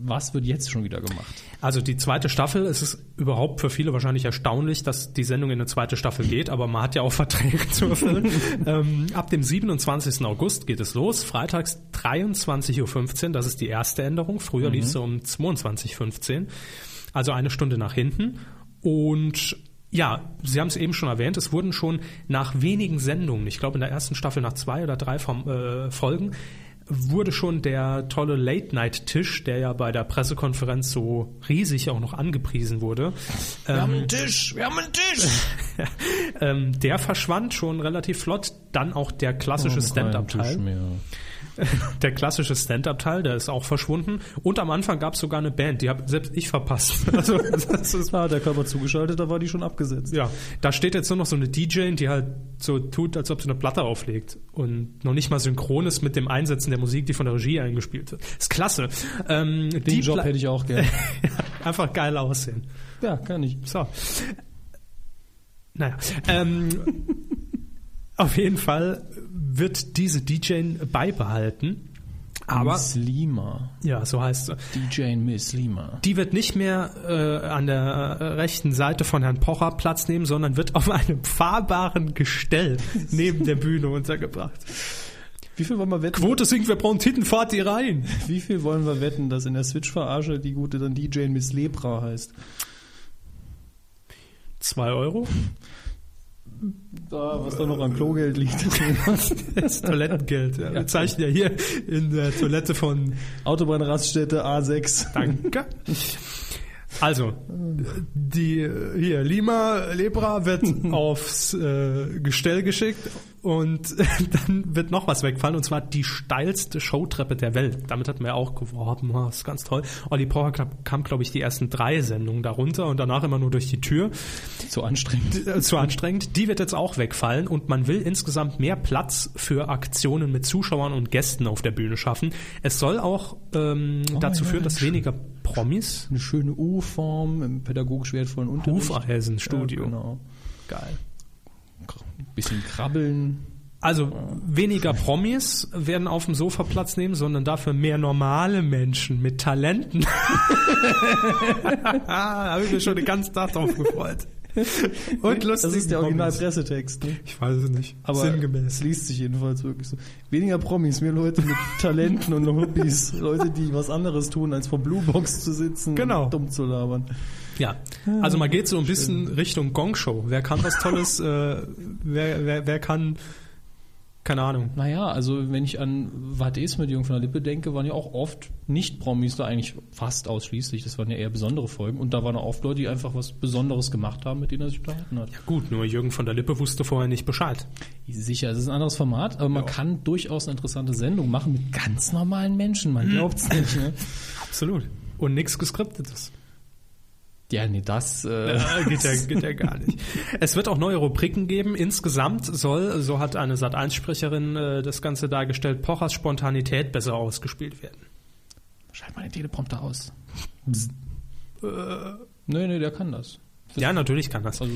Speaker 2: was wird jetzt schon wieder gemacht?
Speaker 1: Also die zweite Staffel, es ist überhaupt für viele wahrscheinlich erstaunlich, dass die Sendung in eine zweite Staffel geht, aber man hat ja auch <laughs> Verträge zu erfüllen. ähm, ab dem 27. August geht es los, freitags 23.15 Uhr, das ist die erste Änderung. Früher lief es um 22.15 Uhr, also eine Stunde nach hinten. Und ja, Sie haben es eben schon erwähnt, es wurden schon nach wenigen Sendungen, ich glaube in der ersten Staffel nach zwei oder drei vom, äh, Folgen, wurde schon der tolle Late-Night-Tisch, der ja bei der Pressekonferenz so riesig auch noch angepriesen wurde, ähm,
Speaker 2: Tisch, wir haben einen Tisch!
Speaker 1: <laughs> ähm, der verschwand schon relativ flott. Dann auch der klassische Stand-Up-Teil. Der klassische Stand-Up-Teil, der ist auch verschwunden. Und am Anfang gab es sogar eine Band, die habe selbst ich verpasst. <laughs> Also, das ist,
Speaker 2: Ah, der Körper zugeschaltet, da war die schon abgesetzt.
Speaker 1: ja, da steht jetzt nur noch so eine DJ, die halt so tut, als ob sie eine Platte auflegt und noch nicht mal synchron ist mit dem Einsetzen der Musik, die von der Regie eingespielt wird. Ist klasse. Ähm,
Speaker 2: Den Job hätte ich auch gerne.
Speaker 1: Einfach geil aussehen.
Speaker 2: <laughs> ja, kann ich.
Speaker 1: So. Naja.
Speaker 2: <laughs>
Speaker 1: Ähm, auf jeden Fall wird diese DJ beibehalten. Aber,
Speaker 2: Miss Lima.
Speaker 1: ja, so heißt sie.
Speaker 2: DJ Miss Lima.
Speaker 1: Die wird nicht mehr äh, an der äh, rechten Seite von Herrn Pocher Platz nehmen, sondern wird auf einem fahrbaren Gestell neben der Bühne untergebracht.
Speaker 2: Wie viel wollen wir wetten?
Speaker 1: Quote singt, wir brauchen Titten, fahrt die rein.
Speaker 2: Wie viel wollen wir wetten, dass in der Switch-Verarsche die gute dann DJ Miss Lepra heißt?
Speaker 1: Zwei Euro?
Speaker 2: Da, was da noch an Klogeld <laughs> liegt.
Speaker 1: Das Toilettengeld. Ja. Wir zeichnen ja hier in der Toilette von
Speaker 2: Autobahnraststätte A6.
Speaker 1: Danke. Also, die hier, Lima Lebra wird aufs äh, Gestell geschickt und <laughs> dann wird noch was wegfallen und zwar die steilste Showtreppe der Welt. Damit hatten wir auch geworben, Ah, ist ganz toll. Olli Pocher kam- kam, glaube ich, die ersten drei Sendungen darunter und danach immer nur durch die Tür
Speaker 2: So anstrengend.
Speaker 1: äh, zu anstrengend. Die wird jetzt auch wegfallen und man will insgesamt mehr Platz für Aktionen mit Zuschauern und Gästen auf der Bühne schaffen. Es soll auch ähm, dazu
Speaker 2: ja,
Speaker 1: führen, dass weniger Promis
Speaker 2: Eine schöne U-Form im pädagogisch wertvollen Unterricht.
Speaker 1: Hufeisenstudio.
Speaker 2: Ja, genau.
Speaker 1: Geil.
Speaker 2: Ein bisschen krabbeln.
Speaker 1: Also weniger Promis werden auf dem Sofa Platz nehmen, sondern dafür mehr normale Menschen mit <laughs> Talenten. da habe ich mich schon den ganzen Tag drauf <laughs> gefreut. Und lustig.
Speaker 2: Das ist der Original-Pressetext. <laughs> Ne?
Speaker 1: Ich weiß es nicht.
Speaker 2: Aber es
Speaker 1: Sinngemäß.
Speaker 2: liest sich jedenfalls wirklich so. Weniger Promis, mehr Leute <laughs> mit Talenten und Hobbys. Leute, die was anderes tun, als vor Blue Box zu sitzen
Speaker 1: Genau.
Speaker 2: und dumm zu labern.
Speaker 1: Ja. Also man geht so ein bisschen Richtung Gong Show. Wer kann was <laughs> Tolles? äh, wer, wer, wer kann? Keine Ahnung.
Speaker 2: Naja, also wenn ich an Vades mit Jung von der Lippe denke, waren ja auch oft Nicht-Promis da eigentlich fast ausschließlich. Das waren ja eher besondere Folgen. Und da waren auch oft Leute, die einfach was Besonderes gemacht haben, mit denen er sich unterhalten hat.
Speaker 1: Gut, nur Jürgen von der Lippe wusste vorher nicht Bescheid.
Speaker 2: Sicher, es ist ein anderes Format, aber man kann durchaus eine interessante Sendung machen mit ganz normalen Menschen. Man glaubt's nicht, <laughs> ne?
Speaker 1: Absolut. Und nichts geskriptetes.
Speaker 2: Ja, nee,
Speaker 1: <laughs>
Speaker 2: das... Äh,
Speaker 1: Ja, geht, ja, geht ja gar nicht. Es wird auch neue Rubriken geben. Insgesamt soll, so hat eine Sat1-Sprecherin äh, das Ganze dargestellt, Pochers Spontanität besser ausgespielt werden.
Speaker 2: Schalt mal den Teleprompter aus. Äh. Nee, nee, der kann das.
Speaker 1: Ja, natürlich kann das.
Speaker 2: Also,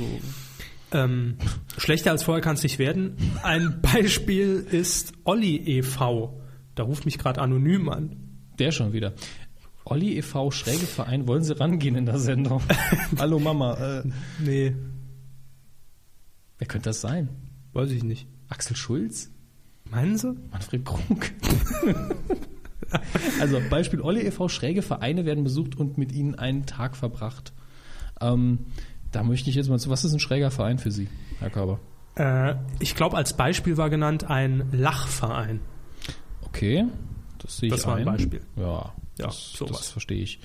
Speaker 1: Ähm, schlechter als vorher kann es nicht werden. Ein Beispiel ist Olli e.V. Da ruft mich gerade anonym an.
Speaker 2: der schon wieder. Olli e.V. Schräge Verein, wollen Sie rangehen in der Sendung? <laughs> Hallo Mama, äh,
Speaker 1: Nee,
Speaker 2: wer könnte das sein?
Speaker 1: weiß ich nicht.
Speaker 2: Axel Schulz?
Speaker 1: Meinen Sie?
Speaker 2: Manfred Krug? <laughs> also Beispiel Olli e.V. Schräge Vereine werden besucht und mit ihnen einen Tag verbracht. Ähm, da möchte ich jetzt mal zu, was ist ein schräger Verein für Sie, Herr Körber?
Speaker 1: Äh, ich glaube, als Beispiel war genannt ein Lachverein.
Speaker 2: Okay, das sehe ich
Speaker 1: Das war ein
Speaker 2: ein
Speaker 1: Beispiel.
Speaker 2: Ja,
Speaker 1: Ja,
Speaker 2: das,
Speaker 1: sowas.
Speaker 2: das verstehe ich.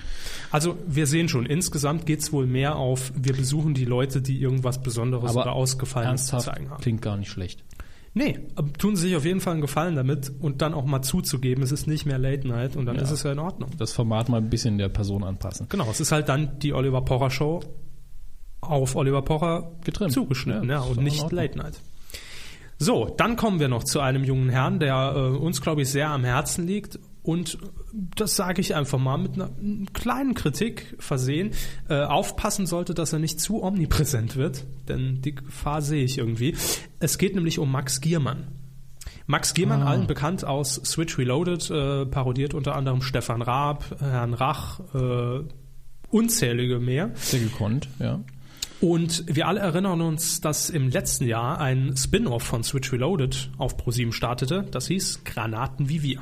Speaker 1: Also wir sehen schon, insgesamt geht's wohl mehr auf, wir besuchen die Leute, die irgendwas Besonderes oder Ausgefallenes zu
Speaker 2: ernsthaft
Speaker 1: zeigen haben.
Speaker 2: klingt gar nicht schlecht.
Speaker 1: Nee, aber tun sie sich auf jeden Fall einen Gefallen damit und dann auch mal zuzugeben, es ist nicht mehr Late Night und dann ist es ja in Ordnung.
Speaker 2: Das Format mal ein bisschen der Person anpassen.
Speaker 1: Genau, es ist halt dann die Oliver Pocher Show auf Oliver Pocher
Speaker 2: Getrimmt.
Speaker 1: zugeschnitten
Speaker 2: Ja,
Speaker 1: ja,
Speaker 2: ist doch
Speaker 1: und
Speaker 2: in
Speaker 1: nicht
Speaker 2: Ordnung.
Speaker 1: Late Night. So, dann kommen wir noch zu einem jungen Herrn, der äh, uns, glaube ich, sehr am Herzen liegt. Und das sage ich einfach mal mit einer kleinen Kritik versehen. Äh, aufpassen sollte, dass er nicht zu omnipräsent wird, denn die Gefahr sehe ich irgendwie. Es geht nämlich um Max Giermann. Max Gehmann, allen bekannt aus Switch Reloaded, äh, parodiert unter anderem Stefan Raab, Herrn Rach, äh, unzählige mehr.
Speaker 2: Sehr gekonnt, ja.
Speaker 1: Und wir alle erinnern uns, dass im letzten Jahr ein Spin-off von Switch Reloaded auf ProSieben startete. Das hieß Granaten wie wir.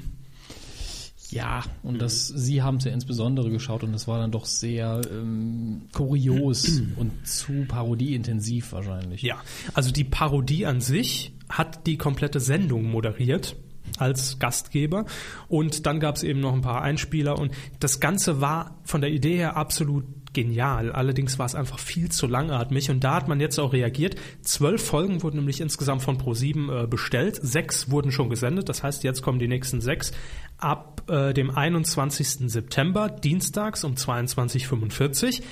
Speaker 2: Ja,
Speaker 1: Mhm.
Speaker 2: und das, sie haben es ja insbesondere geschaut und das war dann doch sehr ähm,
Speaker 1: <clears throat>
Speaker 2: kurios und zu parodieintensiv wahrscheinlich.
Speaker 1: Ja, also die Parodie an sich hat die komplette Sendung moderiert als Gastgeber und dann gab es eben noch ein paar Einspieler und das Ganze war von der Idee her absolut genial. Allerdings war es einfach viel zu langatmig und da hat man jetzt auch reagiert. Zwölf Folgen wurden nämlich insgesamt von Pro7 äh, bestellt, sechs wurden schon gesendet, das heißt jetzt kommen die nächsten sechs ab äh, dem 21. September, dienstags um 22.45 Uhr.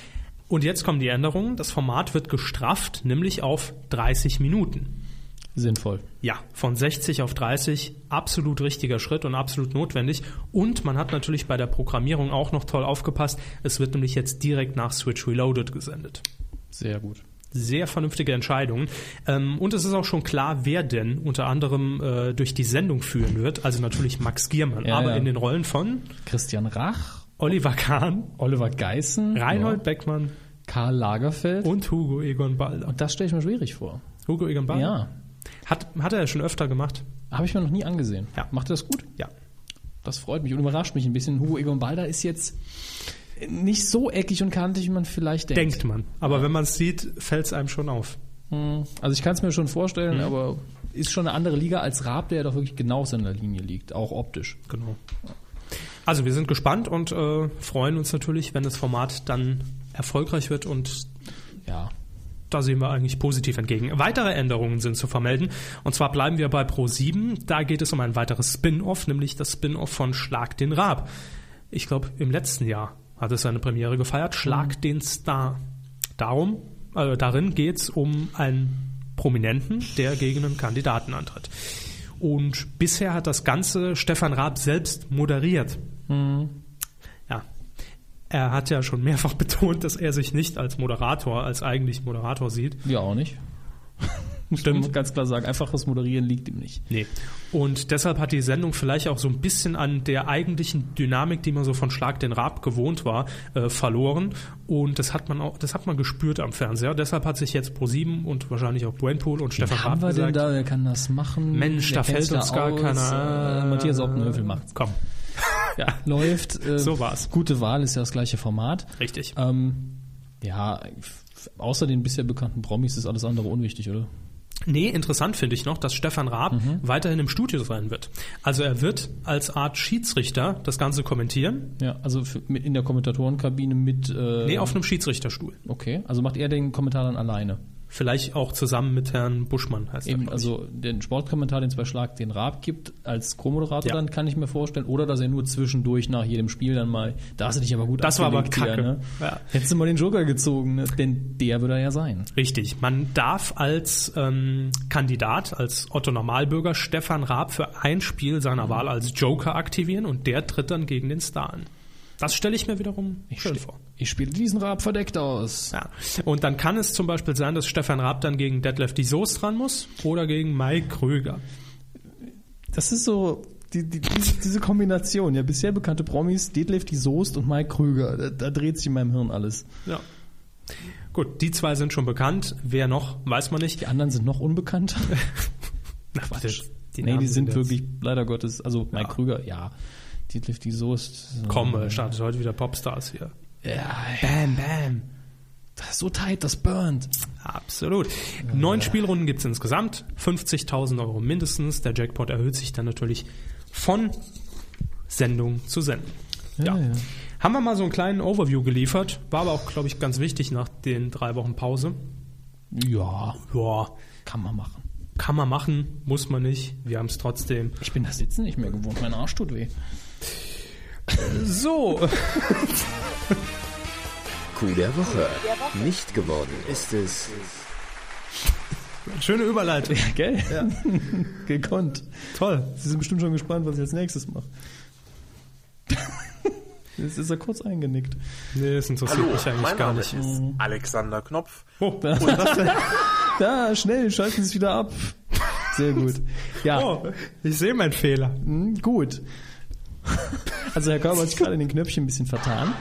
Speaker 1: Und jetzt kommen die Änderungen. Das Format wird gestrafft, nämlich auf 30 Minuten.
Speaker 2: Sinnvoll.
Speaker 1: Ja, von 60 auf 30, absolut richtiger Schritt und absolut notwendig. Und man hat natürlich bei der Programmierung auch noch toll aufgepasst. Es wird nämlich jetzt direkt nach Switch Reloaded gesendet.
Speaker 2: Sehr gut.
Speaker 1: Sehr vernünftige Entscheidung. Ähm, und es ist auch schon klar, wer denn unter anderem äh, durch die Sendung führen wird. Also natürlich Max Giermann,
Speaker 2: Ja,
Speaker 1: aber
Speaker 2: ja.
Speaker 1: in den Rollen von
Speaker 2: Christian Rach,
Speaker 1: Oliver Kahn,
Speaker 2: Oliver Geißen,
Speaker 1: Reinhold
Speaker 2: ja,
Speaker 1: Beckmann
Speaker 2: Karl Lagerfeld.
Speaker 1: und Hugo Egon Balder.
Speaker 2: das stelle ich mir schwierig vor.
Speaker 1: Hugo Egon Balder?
Speaker 2: Ja.
Speaker 1: Hat, hat er ja schon öfter gemacht.
Speaker 2: Habe ich mir noch nie angesehen.
Speaker 1: Ja.
Speaker 2: Macht er das gut?
Speaker 1: Ja.
Speaker 2: Das freut mich und überrascht mich ein bisschen. Hugo Egon Balder ist jetzt nicht so eckig und kantig, wie man vielleicht denkt.
Speaker 1: Denkt man. Aber wenn man es sieht, fällt es einem schon auf.
Speaker 2: Also ich kann es mir schon vorstellen,
Speaker 1: Mhm.
Speaker 2: aber ist schon eine andere Liga als Raab, der ja doch wirklich genau auf seiner Linie liegt, auch optisch.
Speaker 1: Genau. Also wir sind gespannt und äh, freuen uns natürlich, wenn das Format dann erfolgreich wird und
Speaker 2: Ja.
Speaker 1: da sehen wir eigentlich positiv entgegen. Weitere Änderungen sind zu vermelden. Und zwar bleiben wir bei Pro7. Da geht es um ein weiteres Spin-off, nämlich das Spin-off von Schlag den Raab. Ich glaube, im letzten Jahr hat es seine Premiere gefeiert. Schlag den Star. Darum, äh, darin geht es um einen Prominenten, der gegen einen Kandidaten antritt. Und bisher hat das Ganze Stefan Raab selbst moderiert. Ja. Er hat ja schon mehrfach <laughs> betont, dass er sich nicht als Moderator, als eigentlich Moderator sieht.
Speaker 2: Wir auch nicht. <laughs> Muss man ganz klar sagen, einfaches Moderieren liegt ihm nicht.
Speaker 1: Nee. Und deshalb hat die Sendung vielleicht auch so ein bisschen an der eigentlichen Dynamik, die man so von Schlag den Raab gewohnt war, äh, verloren. Und das hat man auch, das hat man gespürt am Fernseher. Deshalb hat sich jetzt ProSieben und wahrscheinlich auch Brainpool und Stefan Raab
Speaker 2: Haben wir denn
Speaker 1: gesagt,
Speaker 2: da, wer kann das machen?
Speaker 1: Mensch,
Speaker 2: Wer
Speaker 1: da
Speaker 2: kennt's
Speaker 1: fällt uns gar
Speaker 2: aus?
Speaker 1: keiner.
Speaker 2: Äh, Matthias Oppenhövel macht's.
Speaker 1: Komm,
Speaker 2: Ja, <laughs> läuft. äh,
Speaker 1: So war's.
Speaker 2: Gute Wahl ist ja das gleiche Format.
Speaker 1: richtig.
Speaker 2: Ähm, ja, f- außer den bisher bekannten Promis ist alles andere unwichtig, oder?
Speaker 1: Nee, interessant finde ich noch, dass Stefan Raab
Speaker 2: Mhm.
Speaker 1: weiterhin im Studio sein wird. Also er wird als Art Schiedsrichter das Ganze kommentieren.
Speaker 2: Ja, also für, mit, in der Kommentatorenkabine mit. Äh,
Speaker 1: Nee, auf einem Schiedsrichterstuhl.
Speaker 2: Okay, also macht er den Kommentar dann alleine.
Speaker 1: Vielleicht auch zusammen mit Herrn Buschmann heißt er.
Speaker 2: Eben,
Speaker 1: glaub ich.
Speaker 2: also den Sportkommentar, den zwei Schlag den Raab gibt, als Co-Moderator
Speaker 1: Ja.
Speaker 2: dann kann ich mir vorstellen. Oder dass er nur zwischendurch nach jedem Spiel dann mal, da hast du dich aber gut
Speaker 1: Das war aber
Speaker 2: abgelenkt
Speaker 1: Kacke.
Speaker 2: ne?
Speaker 1: Ja.
Speaker 2: Hättest du mal den Joker gezogen, ne? denn der würde er ja sein.
Speaker 1: Richtig. Man darf als ähm, Kandidat, als Otto Normalbürger, Stefan Raab für ein Spiel seiner Wahl als Joker aktivieren und der tritt dann gegen den Star an. Das stelle ich mir wiederum schön
Speaker 2: ste-
Speaker 1: vor.
Speaker 2: Ich spiele diesen Raab verdeckt aus.
Speaker 1: Ja. Und dann kann es zum Beispiel sein, dass Stefan Raab dann gegen Detlef die Soest ran muss oder gegen Mike Krüger.
Speaker 2: Das ist so die, die, diese, diese Kombination. Ja, bisher bekannte Promis, Detlef die Soest und Mike Krüger. Da, da dreht sich in meinem Hirn alles.
Speaker 1: Ja. Gut, die zwei sind schon bekannt. Wer noch, weiß man nicht.
Speaker 2: Die anderen sind noch unbekannt.
Speaker 1: Na, Quatsch.
Speaker 2: Die nee,
Speaker 1: Namen
Speaker 2: die sind
Speaker 1: jetzt-
Speaker 2: wirklich, leider Gottes, also Mike Krüger, ja. Detlef die Soest.
Speaker 1: Komm, äh, startet heute wieder Popstars hier.
Speaker 2: Ja,
Speaker 1: Bam, bam.
Speaker 2: Das ist so tight, das burnt.
Speaker 1: Absolut. Neun Spielrunden gibt's insgesamt, 50.000 Euro mindestens. Der Jackpot erhöht sich dann natürlich von Sendung zu Sendung. Ja.
Speaker 2: ja.
Speaker 1: Haben wir mal so einen kleinen Overview geliefert, war aber auch, glaube ich, ganz wichtig nach den drei Wochen Pause.
Speaker 2: Ja,
Speaker 1: Ja,
Speaker 2: kann man machen.
Speaker 1: Kann man machen, muss man nicht. Wir haben es trotzdem.
Speaker 2: Ich bin das Sitzen nicht mehr gewohnt. Mein Arsch tut weh.
Speaker 1: So,
Speaker 2: <laughs>
Speaker 4: Kuh der Woche. Nicht geworden ist es
Speaker 1: schöne Überleitung.
Speaker 2: Gell? Ja. <laughs> Gekonnt.
Speaker 1: <laughs> Toll.
Speaker 2: Sie sind bestimmt schon gespannt, was ich als nächstes mache. <laughs> Jetzt ist er kurz eingenickt.
Speaker 1: Nee, das interessiert mich eigentlich gar nicht.
Speaker 5: ist Alexander Knopf.
Speaker 1: Oh,
Speaker 2: Da, schnell, schalten Sie es wieder ab. Sehr gut. Ja,
Speaker 1: oh, ich sehe meinen Fehler.
Speaker 2: hm, gut. <laughs> Also Herr Körber hat sich gerade in den Knöpfchen ein bisschen vertan.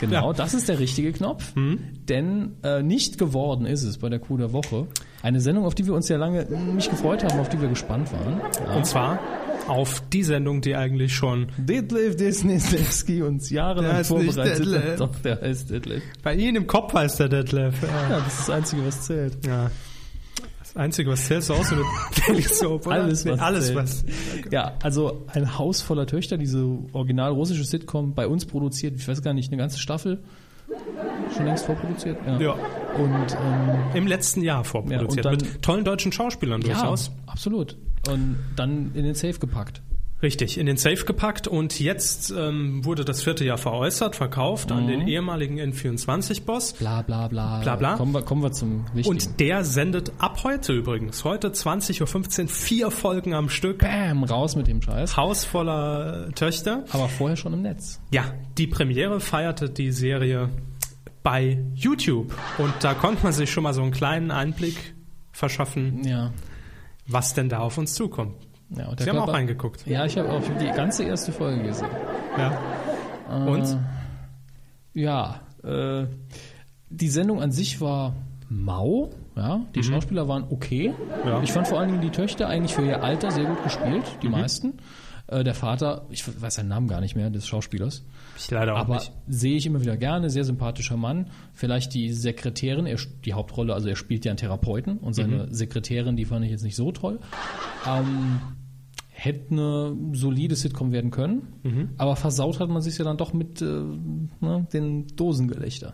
Speaker 2: Genau,
Speaker 1: Ja. Hm.
Speaker 2: das ist der richtige Knopf. Denn äh, nicht geworden ist es bei der Kuh der Woche. Eine Sendung, auf die wir uns ja lange hm, nicht gefreut haben, auf die wir gespannt waren. Ja.
Speaker 1: Und zwar auf die Sendung, die eigentlich schon
Speaker 2: Detlef Disney uns jahrelang
Speaker 1: Der heißt nicht
Speaker 2: vorbereitet
Speaker 1: Detlef.
Speaker 2: hat. Doch, der heißt Detlef.
Speaker 1: bei Ihnen im Kopf heißt der Detlef.
Speaker 2: Ja, das ist das Einzige, was zählt.
Speaker 1: Ja. Das Einzige, was zählt, ist auch so
Speaker 2: <laughs>
Speaker 1: eine Daily Soap, oder?
Speaker 2: Alles, was
Speaker 1: Nee, Alles,
Speaker 2: zählt.
Speaker 1: was.
Speaker 2: Ja, also ein Haus voller Töchter, diese original russische Sitcom, bei uns produziert, ich weiß gar nicht, eine ganze Staffel. Schon längst vorproduziert?
Speaker 1: Ja.
Speaker 2: Und, ähm,
Speaker 1: Im letzten Jahr vorproduziert.
Speaker 2: Ja, und dann-
Speaker 1: mit tollen deutschen Schauspielern
Speaker 2: ja,
Speaker 1: durchaus.
Speaker 2: absolut. Und dann in den Safe gepackt.
Speaker 1: Richtig, in den Safe gepackt und jetzt ähm, wurde das vierte Jahr veräußert, verkauft
Speaker 2: Mhm.
Speaker 1: an den ehemaligen N24-Boss.
Speaker 2: Bla, bla, bla.
Speaker 1: Bla, bla.
Speaker 2: Kommen wir, kommen wir zum Wichtigen.
Speaker 1: Und der sendet ab heute übrigens, heute 20.15 Uhr, vier Folgen am Stück.
Speaker 2: bam, raus mit dem Scheiß.
Speaker 1: Haus voller äh, Töchter.
Speaker 2: Aber vorher schon im Netz.
Speaker 1: Ja, die Premiere feierte die Serie bei YouTube. Und da konnte man sich schon mal so einen kleinen Einblick verschaffen,
Speaker 2: Ja.
Speaker 1: was denn da auf uns zukommt.
Speaker 2: ja und der
Speaker 1: Sie haben
Speaker 2: Körper-
Speaker 1: auch reingeguckt.
Speaker 2: Ja, ich habe auch die ganze erste Folge gesehen.
Speaker 1: Ja. Und?
Speaker 2: Ja, äh, die Sendung an sich war mau. Ja, die Schauspieler waren okay.
Speaker 1: Mhm. Ja. Mhm.
Speaker 2: Ich fand vor allen Dingen die Töchter eigentlich für ihr Alter sehr gut gespielt, die meisten. Äh, der Vater, ich weiß seinen Namen gar nicht mehr, des Schauspielers.
Speaker 1: Ich leider auch
Speaker 2: Aber
Speaker 1: nicht.
Speaker 2: sehe ich immer wieder gerne, sehr sympathischer Mann. Vielleicht die Sekretärin, er, sp- die Hauptrolle, also er spielt ja einen Therapeuten und seine
Speaker 1: Mhm.
Speaker 2: Sekretärin, die fand ich jetzt nicht so toll. Ähm, hätte eine solide Sitcom werden können,
Speaker 1: Mhm.
Speaker 2: aber versaut hat man sich ja dann doch mit äh, ne, den Dosengelächter.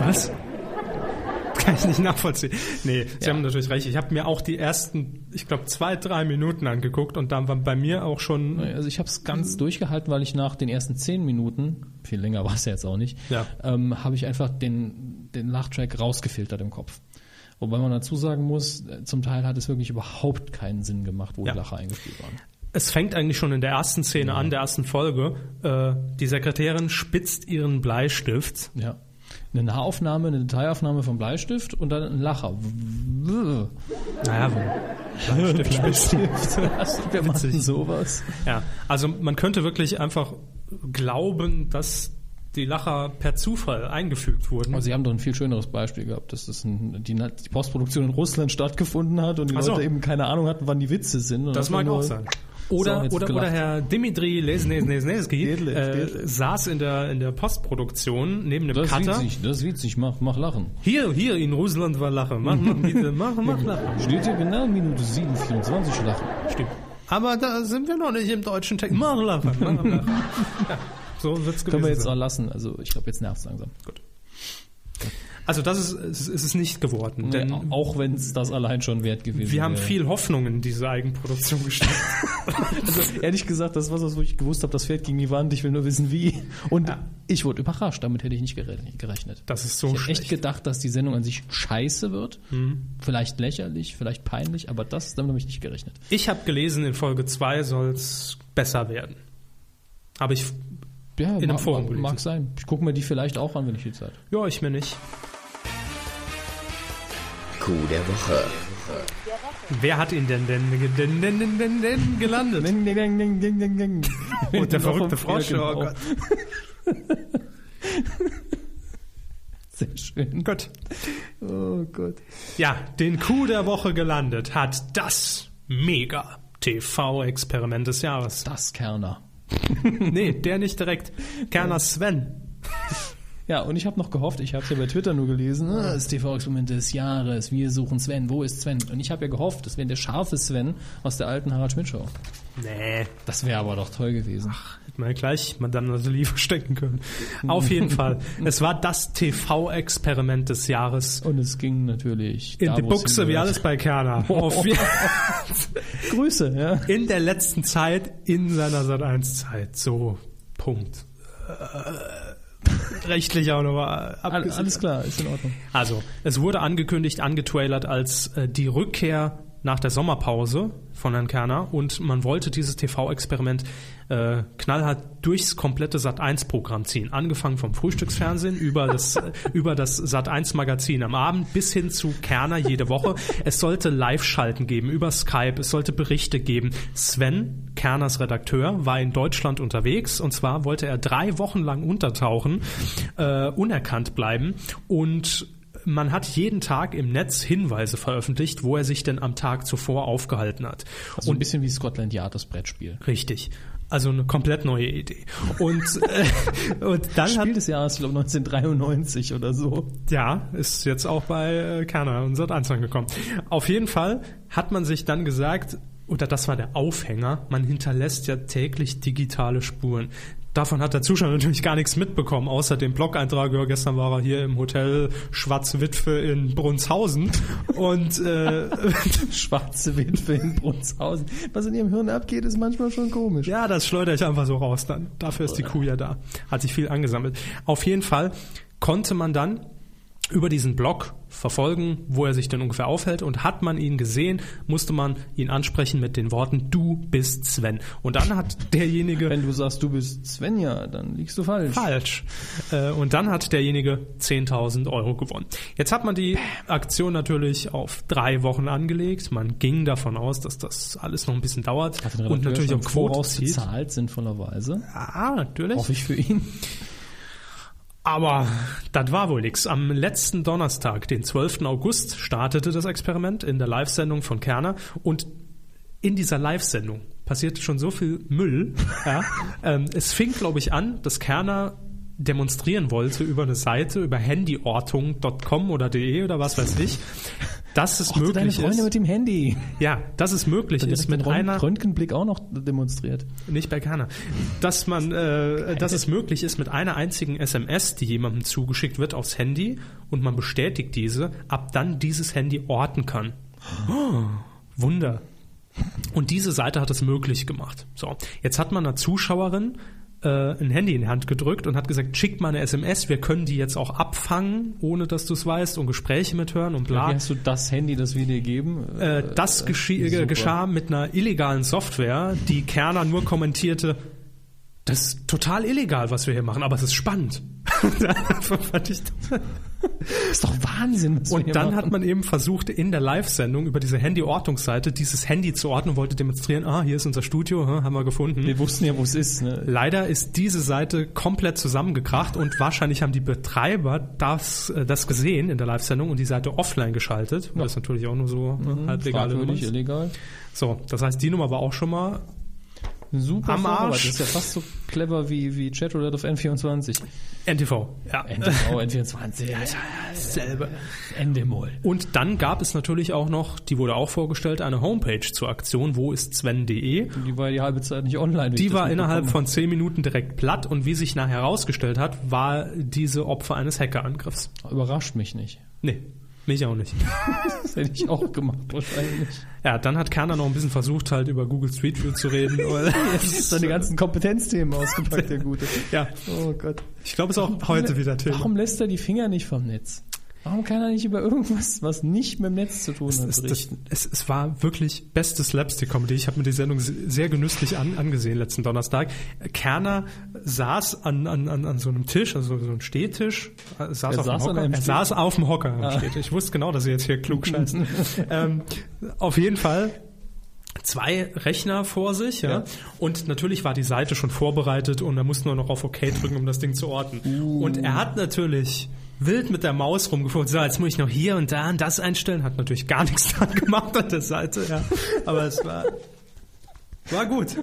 Speaker 1: Was? <laughs> Kann ich nicht nachvollziehen. Nee, Sie haben natürlich recht. Ich habe mir auch die ersten, ich glaube, zwei, drei Minuten angeguckt und dann war bei mir auch schon
Speaker 2: Also ich habe es ganz durchgehalten, weil ich nach den ersten zehn Minuten, viel länger <laughs> war es ja jetzt auch nicht,
Speaker 1: Ja.
Speaker 2: ähm, habe ich einfach den, den Lachtrack rausgefiltert im Kopf. Wobei man dazu sagen muss, äh, zum Teil hat es wirklich überhaupt keinen Sinn gemacht, wo
Speaker 1: Ja.
Speaker 2: die Lacher eingespielt waren.
Speaker 1: Es fängt eigentlich schon in der ersten Szene an, der ersten Folge. Äh, die Sekretärin spitzt ihren Bleistift.
Speaker 2: Ja. Eine Nahaufnahme, eine Detailaufnahme vom Bleistift und dann ein Lacher.
Speaker 1: Naja, Bleistift spitzt. <laughs>
Speaker 2: Wir machen sowas.
Speaker 1: Ja, also man könnte wirklich einfach glauben, dass die Lacher per Zufall eingefügt wurden.
Speaker 2: Aber sie haben doch ein viel schöneres Beispiel gehabt, dass das ein, die, Na- die Postproduktion in Russland stattgefunden hat und die
Speaker 1: Ach so.
Speaker 2: Leute eben keine Ahnung hatten, wann die Witze sind. Und
Speaker 1: das
Speaker 2: einfach
Speaker 1: mag
Speaker 2: nur-
Speaker 1: auch sein.
Speaker 2: So,
Speaker 1: Oder,
Speaker 2: jetzt
Speaker 1: oder,
Speaker 2: gelacht.
Speaker 1: oder Herr Dimitri Lesnesnesneski
Speaker 2: Detlef,
Speaker 1: äh,
Speaker 2: Detlef.
Speaker 1: saß in der, in der Postproduktion neben dem
Speaker 2: Das ist
Speaker 1: Cutter.
Speaker 2: witzig, das ist witzig, mach, mach lachen.
Speaker 1: Hier, hier in Russland war Lache. Mach, <laughs> mach, bitte, mach, mach Lache.
Speaker 2: Steht ja genau Minute 7, 24 lachen.
Speaker 1: Stimmt. Aber da sind wir noch nicht im deutschen Text. Mach Lache, mach <laughs> Lache. ja, so wird's gewesen
Speaker 2: Können wir jetzt auch
Speaker 1: sein.
Speaker 2: lassen, also ich glaube, jetzt nervt es langsam.
Speaker 1: Also das ist, es ist es nicht geworden. Denn
Speaker 2: Denn Ähm, auch wenn es das allein schon wert gewesen
Speaker 1: Äh, wir haben
Speaker 2: wäre.
Speaker 1: viel Hoffnung in diese <laughs> Eigenproduktion gesteckt.
Speaker 2: Also, ehrlich gesagt, das war das, wo ich gewusst habe, das fährt gegen die Wand, ich will nur wissen, wie. Und ich wurde überrascht, damit hätte ich nicht gere- gerechnet.
Speaker 1: Das ist so
Speaker 2: ich hätte echt
Speaker 1: schlecht. Mhm.
Speaker 2: gedacht, dass die Sendung an sich scheiße wird. Vielleicht lächerlich, vielleicht peinlich, aber das, damit habe ich nicht gerechnet.
Speaker 1: Ich habe gelesen, in Folge 2 soll's besser werden. Aber ich,
Speaker 2: Ja,
Speaker 1: In einem
Speaker 2: ma-
Speaker 1: Forum
Speaker 2: ma-
Speaker 1: gelesen.
Speaker 2: mag sein. Ich gucke mir die vielleicht auch an, wenn ich die Zeit habe.
Speaker 1: ja, ich mir nicht.
Speaker 4: Kuh der Woche.
Speaker 1: Wer hat ihn denn denn, denn, denn, denn, denn, denn gelandet?
Speaker 2: <laughs> Und
Speaker 1: der verrückte Frosch, oh
Speaker 2: genau.
Speaker 1: Gott.
Speaker 2: Sehr schön.
Speaker 1: Gott.
Speaker 2: Oh Gott.
Speaker 1: Ja, den Coup der Woche gelandet hat das mega TV-Experiment des
Speaker 2: <laughs>
Speaker 1: Jahres.
Speaker 2: Das Kerner.
Speaker 1: Nee, der nicht direkt. Kerner Sven.
Speaker 2: Ja, und ich habe noch gehofft, ich habe es ja bei Twitter nur gelesen, ah, das TV-Experiment des Jahres, wir suchen Sven, wo ist Sven? Und ich habe ja gehofft, das wäre der scharfe Sven aus der alten Harald Schmidt-Show.
Speaker 1: Nee,
Speaker 2: Das wäre aber doch toll gewesen.
Speaker 1: hätte man ja gleich Madame Nathalie verstecken können. Auf jeden Fall. Es war das TV-Experiment des Jahres.
Speaker 2: Und es ging natürlich
Speaker 1: In
Speaker 2: da,
Speaker 1: die
Speaker 2: wo es
Speaker 1: Buchse, wie
Speaker 2: hingehört. <laughs>
Speaker 1: alles bei Kerner. Auf,
Speaker 2: Grüße, ja.
Speaker 1: in der letzten Zeit, in seiner Sat 1 Zeit. So, Punkt. Äh, rechtlich auch nochmal
Speaker 2: Alles,
Speaker 1: abgesehen.
Speaker 2: alles klar, ist in Ordnung.
Speaker 1: Also, es wurde angekündigt, angetrailert als äh, die Rückkehr nach der Sommerpause von Herrn Kerner und man wollte dieses TV-Experiment äh, knallhart durchs komplette Sat1-Programm ziehen. Angefangen vom Frühstücksfernsehen über
Speaker 2: <laughs>
Speaker 1: das, äh, über das Sat1-Magazin am Abend bis hin zu Kerner jede Woche. Es sollte Live-Schalten geben über Skype, es sollte Berichte geben. Sven, Kerners Redakteur, war in Deutschland unterwegs und zwar wollte er drei Wochen lang untertauchen, äh, unerkannt bleiben und man hat jeden Tag im Netz Hinweise veröffentlicht, wo er sich denn am Tag zuvor aufgehalten hat.
Speaker 2: So ein bisschen wie Scotland Yard, das Brettspiel.
Speaker 1: Richtig. Also eine komplett neue Idee. Und, äh, <laughs> und dann hat
Speaker 2: Spiel des Jahres, glaube 1993 oder so. <laughs>
Speaker 1: Ja, ist jetzt auch bei äh, Kerner und Sat 1 angekommen. Auf jeden Fall hat man sich dann gesagt, oder das war der Aufhänger, man hinterlässt ja täglich digitale Spuren. Davon hat der Zuschauer natürlich gar nichts mitbekommen, außer dem Blog-Eintrag. Ja, Gestern war er hier im Hotel Schwarzwitwe in Brunshausen und äh,
Speaker 2: Schwarze Witwe in Brunshausen. Was in ihrem Hirn abgeht, ist manchmal schon komisch.
Speaker 1: Ja, das schleudere ich einfach so raus dann. Dafür ist die Kuh ja da. Hat sich viel angesammelt. Auf jeden Fall konnte man dann über diesen Blog verfolgen, wo er sich denn ungefähr aufhält. Und hat man ihn gesehen, musste man ihn ansprechen mit den Worten, du bist Sven. Und dann hat derjenige
Speaker 2: <laughs> Wenn du sagst, du bist Svenja, dann liegst du falsch.
Speaker 1: falsch. Äh, Und dann hat derjenige 10.000 Euro gewonnen. Jetzt hat man die Aktion natürlich auf drei Wochen angelegt. Man ging davon aus, dass das alles noch ein bisschen dauert.
Speaker 2: Hat den
Speaker 1: Und
Speaker 2: Redakteur
Speaker 1: natürlich
Speaker 2: schon
Speaker 1: auf Quote
Speaker 2: voraus
Speaker 1: zieht.
Speaker 2: bezahlt, sinnvollerweise.
Speaker 1: Ah, natürlich.
Speaker 2: Hoffe ich für ihn.
Speaker 1: Aber das war wohl nix. Am letzten Donnerstag, den 12. August, startete das Experiment in der Live-Sendung von Kerner und in dieser Live-Sendung passierte schon so viel Müll. <laughs> Ja. ähm, es fing, glaube ich, an, dass Kerner demonstrieren wollte über eine Seite, über handyortung.com oder de oder was weiß ich, dass es
Speaker 2: Orte deine
Speaker 1: möglich
Speaker 2: Freunde
Speaker 1: ist.
Speaker 2: mit dem <laughs> Handy.
Speaker 1: Ja, dass es möglich ist, mit
Speaker 2: Rönt-
Speaker 1: einer
Speaker 2: Röntgenblick auch noch demonstriert.
Speaker 1: nicht bei Kana. Dass man, äh, dass es möglich ist, mit einer einzigen SMS, die jemandem zugeschickt wird, aufs Handy und man bestätigt diese, ab dann dieses Handy orten kann. Oh, Wunder. Und diese Seite hat es möglich gemacht. So, jetzt hat man einer Zuschauerin äh, ein Handy in die Hand gedrückt und hat gesagt, schickt mal eine SMS, wir können die jetzt auch abfangen, ohne dass du es weißt und Gespräche mithören und bla.
Speaker 2: Wie hast du das Handy, das wir dir geben?
Speaker 1: Äh, das geschie- äh,
Speaker 2: super.
Speaker 1: geschah mit einer illegalen Software, die Kerner nur kommentierte, das ist total illegal, was wir hier machen, aber es ist <laughs> spannend. Fand ich-
Speaker 2: ist doch Wahnsinn. Was
Speaker 1: und dann hat man eben versucht, in der Live-Sendung über diese Handy-Ortungsseite dieses Handy zu orten und wollte demonstrieren, ah, hier ist unser Studio, hm, haben wir gefunden.
Speaker 2: wir wussten ja, wo es ist. Ne?
Speaker 1: Leider ist diese Seite komplett zusammengekracht und wahrscheinlich haben die Betreiber das, äh, das gesehen in der Live-Sendung und die Seite offline geschaltet. Und das ist natürlich auch nur so ne, halblegale Nummer
Speaker 2: Fragwürdig,
Speaker 1: ist.
Speaker 2: illegal.
Speaker 1: So, das heißt, die Nummer war auch schon mal
Speaker 2: Super
Speaker 1: Am
Speaker 2: vorbereitet.
Speaker 1: Arsch.
Speaker 2: Das ist ja fast so clever wie, wie Chatroulette auf N24.
Speaker 1: NTV. Ja.
Speaker 2: NTV, N24. Ja,
Speaker 1: Dasselbe.
Speaker 2: Endemol.
Speaker 1: Und dann gab es natürlich auch noch, die wurde auch vorgestellt, eine Homepage zur Aktion, wo ist Sven.de.
Speaker 2: Die war die halbe Zeit nicht online. wie ich
Speaker 1: Die
Speaker 2: das
Speaker 1: war innerhalb von
Speaker 2: mitbekommen
Speaker 1: zehn Minuten direkt platt und wie sich nachher herausgestellt hat, war diese Opfer eines Hackerangriffs.
Speaker 2: habe. Überrascht mich nicht.
Speaker 1: Nee, mich auch nicht.
Speaker 2: Das hätte ich auch gemacht wahrscheinlich.
Speaker 1: Ja, dann hat Kerner noch ein bisschen versucht, halt über Google Street View zu
Speaker 2: <laughs>
Speaker 1: reden. weil-
Speaker 2: Seine ganzen Kompetenzthemen ausgepackt, der Gute.
Speaker 1: ja,
Speaker 2: Oh Gott.
Speaker 1: ich glaube, es ist auch heute wieder Thema.
Speaker 2: Warum lässt er die Finger nicht vom Netz? Warum kann er nicht über irgendwas, was nicht mit dem Netz zu tun hat,
Speaker 1: Es, das,
Speaker 2: berichten?
Speaker 1: es, es war wirklich beste Slapstick-Comedy. Ich habe mir die Sendung se- sehr genüsslich an, angesehen letzten Donnerstag. Kerner saß an, an, an, an so einem Tisch, also so einem Stehtisch. äh, Saß
Speaker 2: Er
Speaker 1: auf
Speaker 2: saß
Speaker 1: dem
Speaker 2: an
Speaker 1: Hocker.
Speaker 2: einem Ah.
Speaker 1: Er
Speaker 2: Stehtisch.
Speaker 1: saß auf dem Hocker am Stehtisch. Ich wusste genau, dass sie jetzt hier klug
Speaker 2: <laughs>
Speaker 1: scheißen. ähm, auf jeden Fall zwei Rechner vor sich, ja?
Speaker 2: Ja.
Speaker 1: Und natürlich war die Seite schon vorbereitet und da mussten wir noch auf OK drücken, um das Ding zu orten.
Speaker 2: Uh.
Speaker 1: Und er hat natürlich wild mit der Maus rumgefunden. So, jetzt muss ich noch hier und da und <laughs> das einstellen. Hat natürlich gar nichts dran gemacht an der Seite, ja. Aber es war War gut.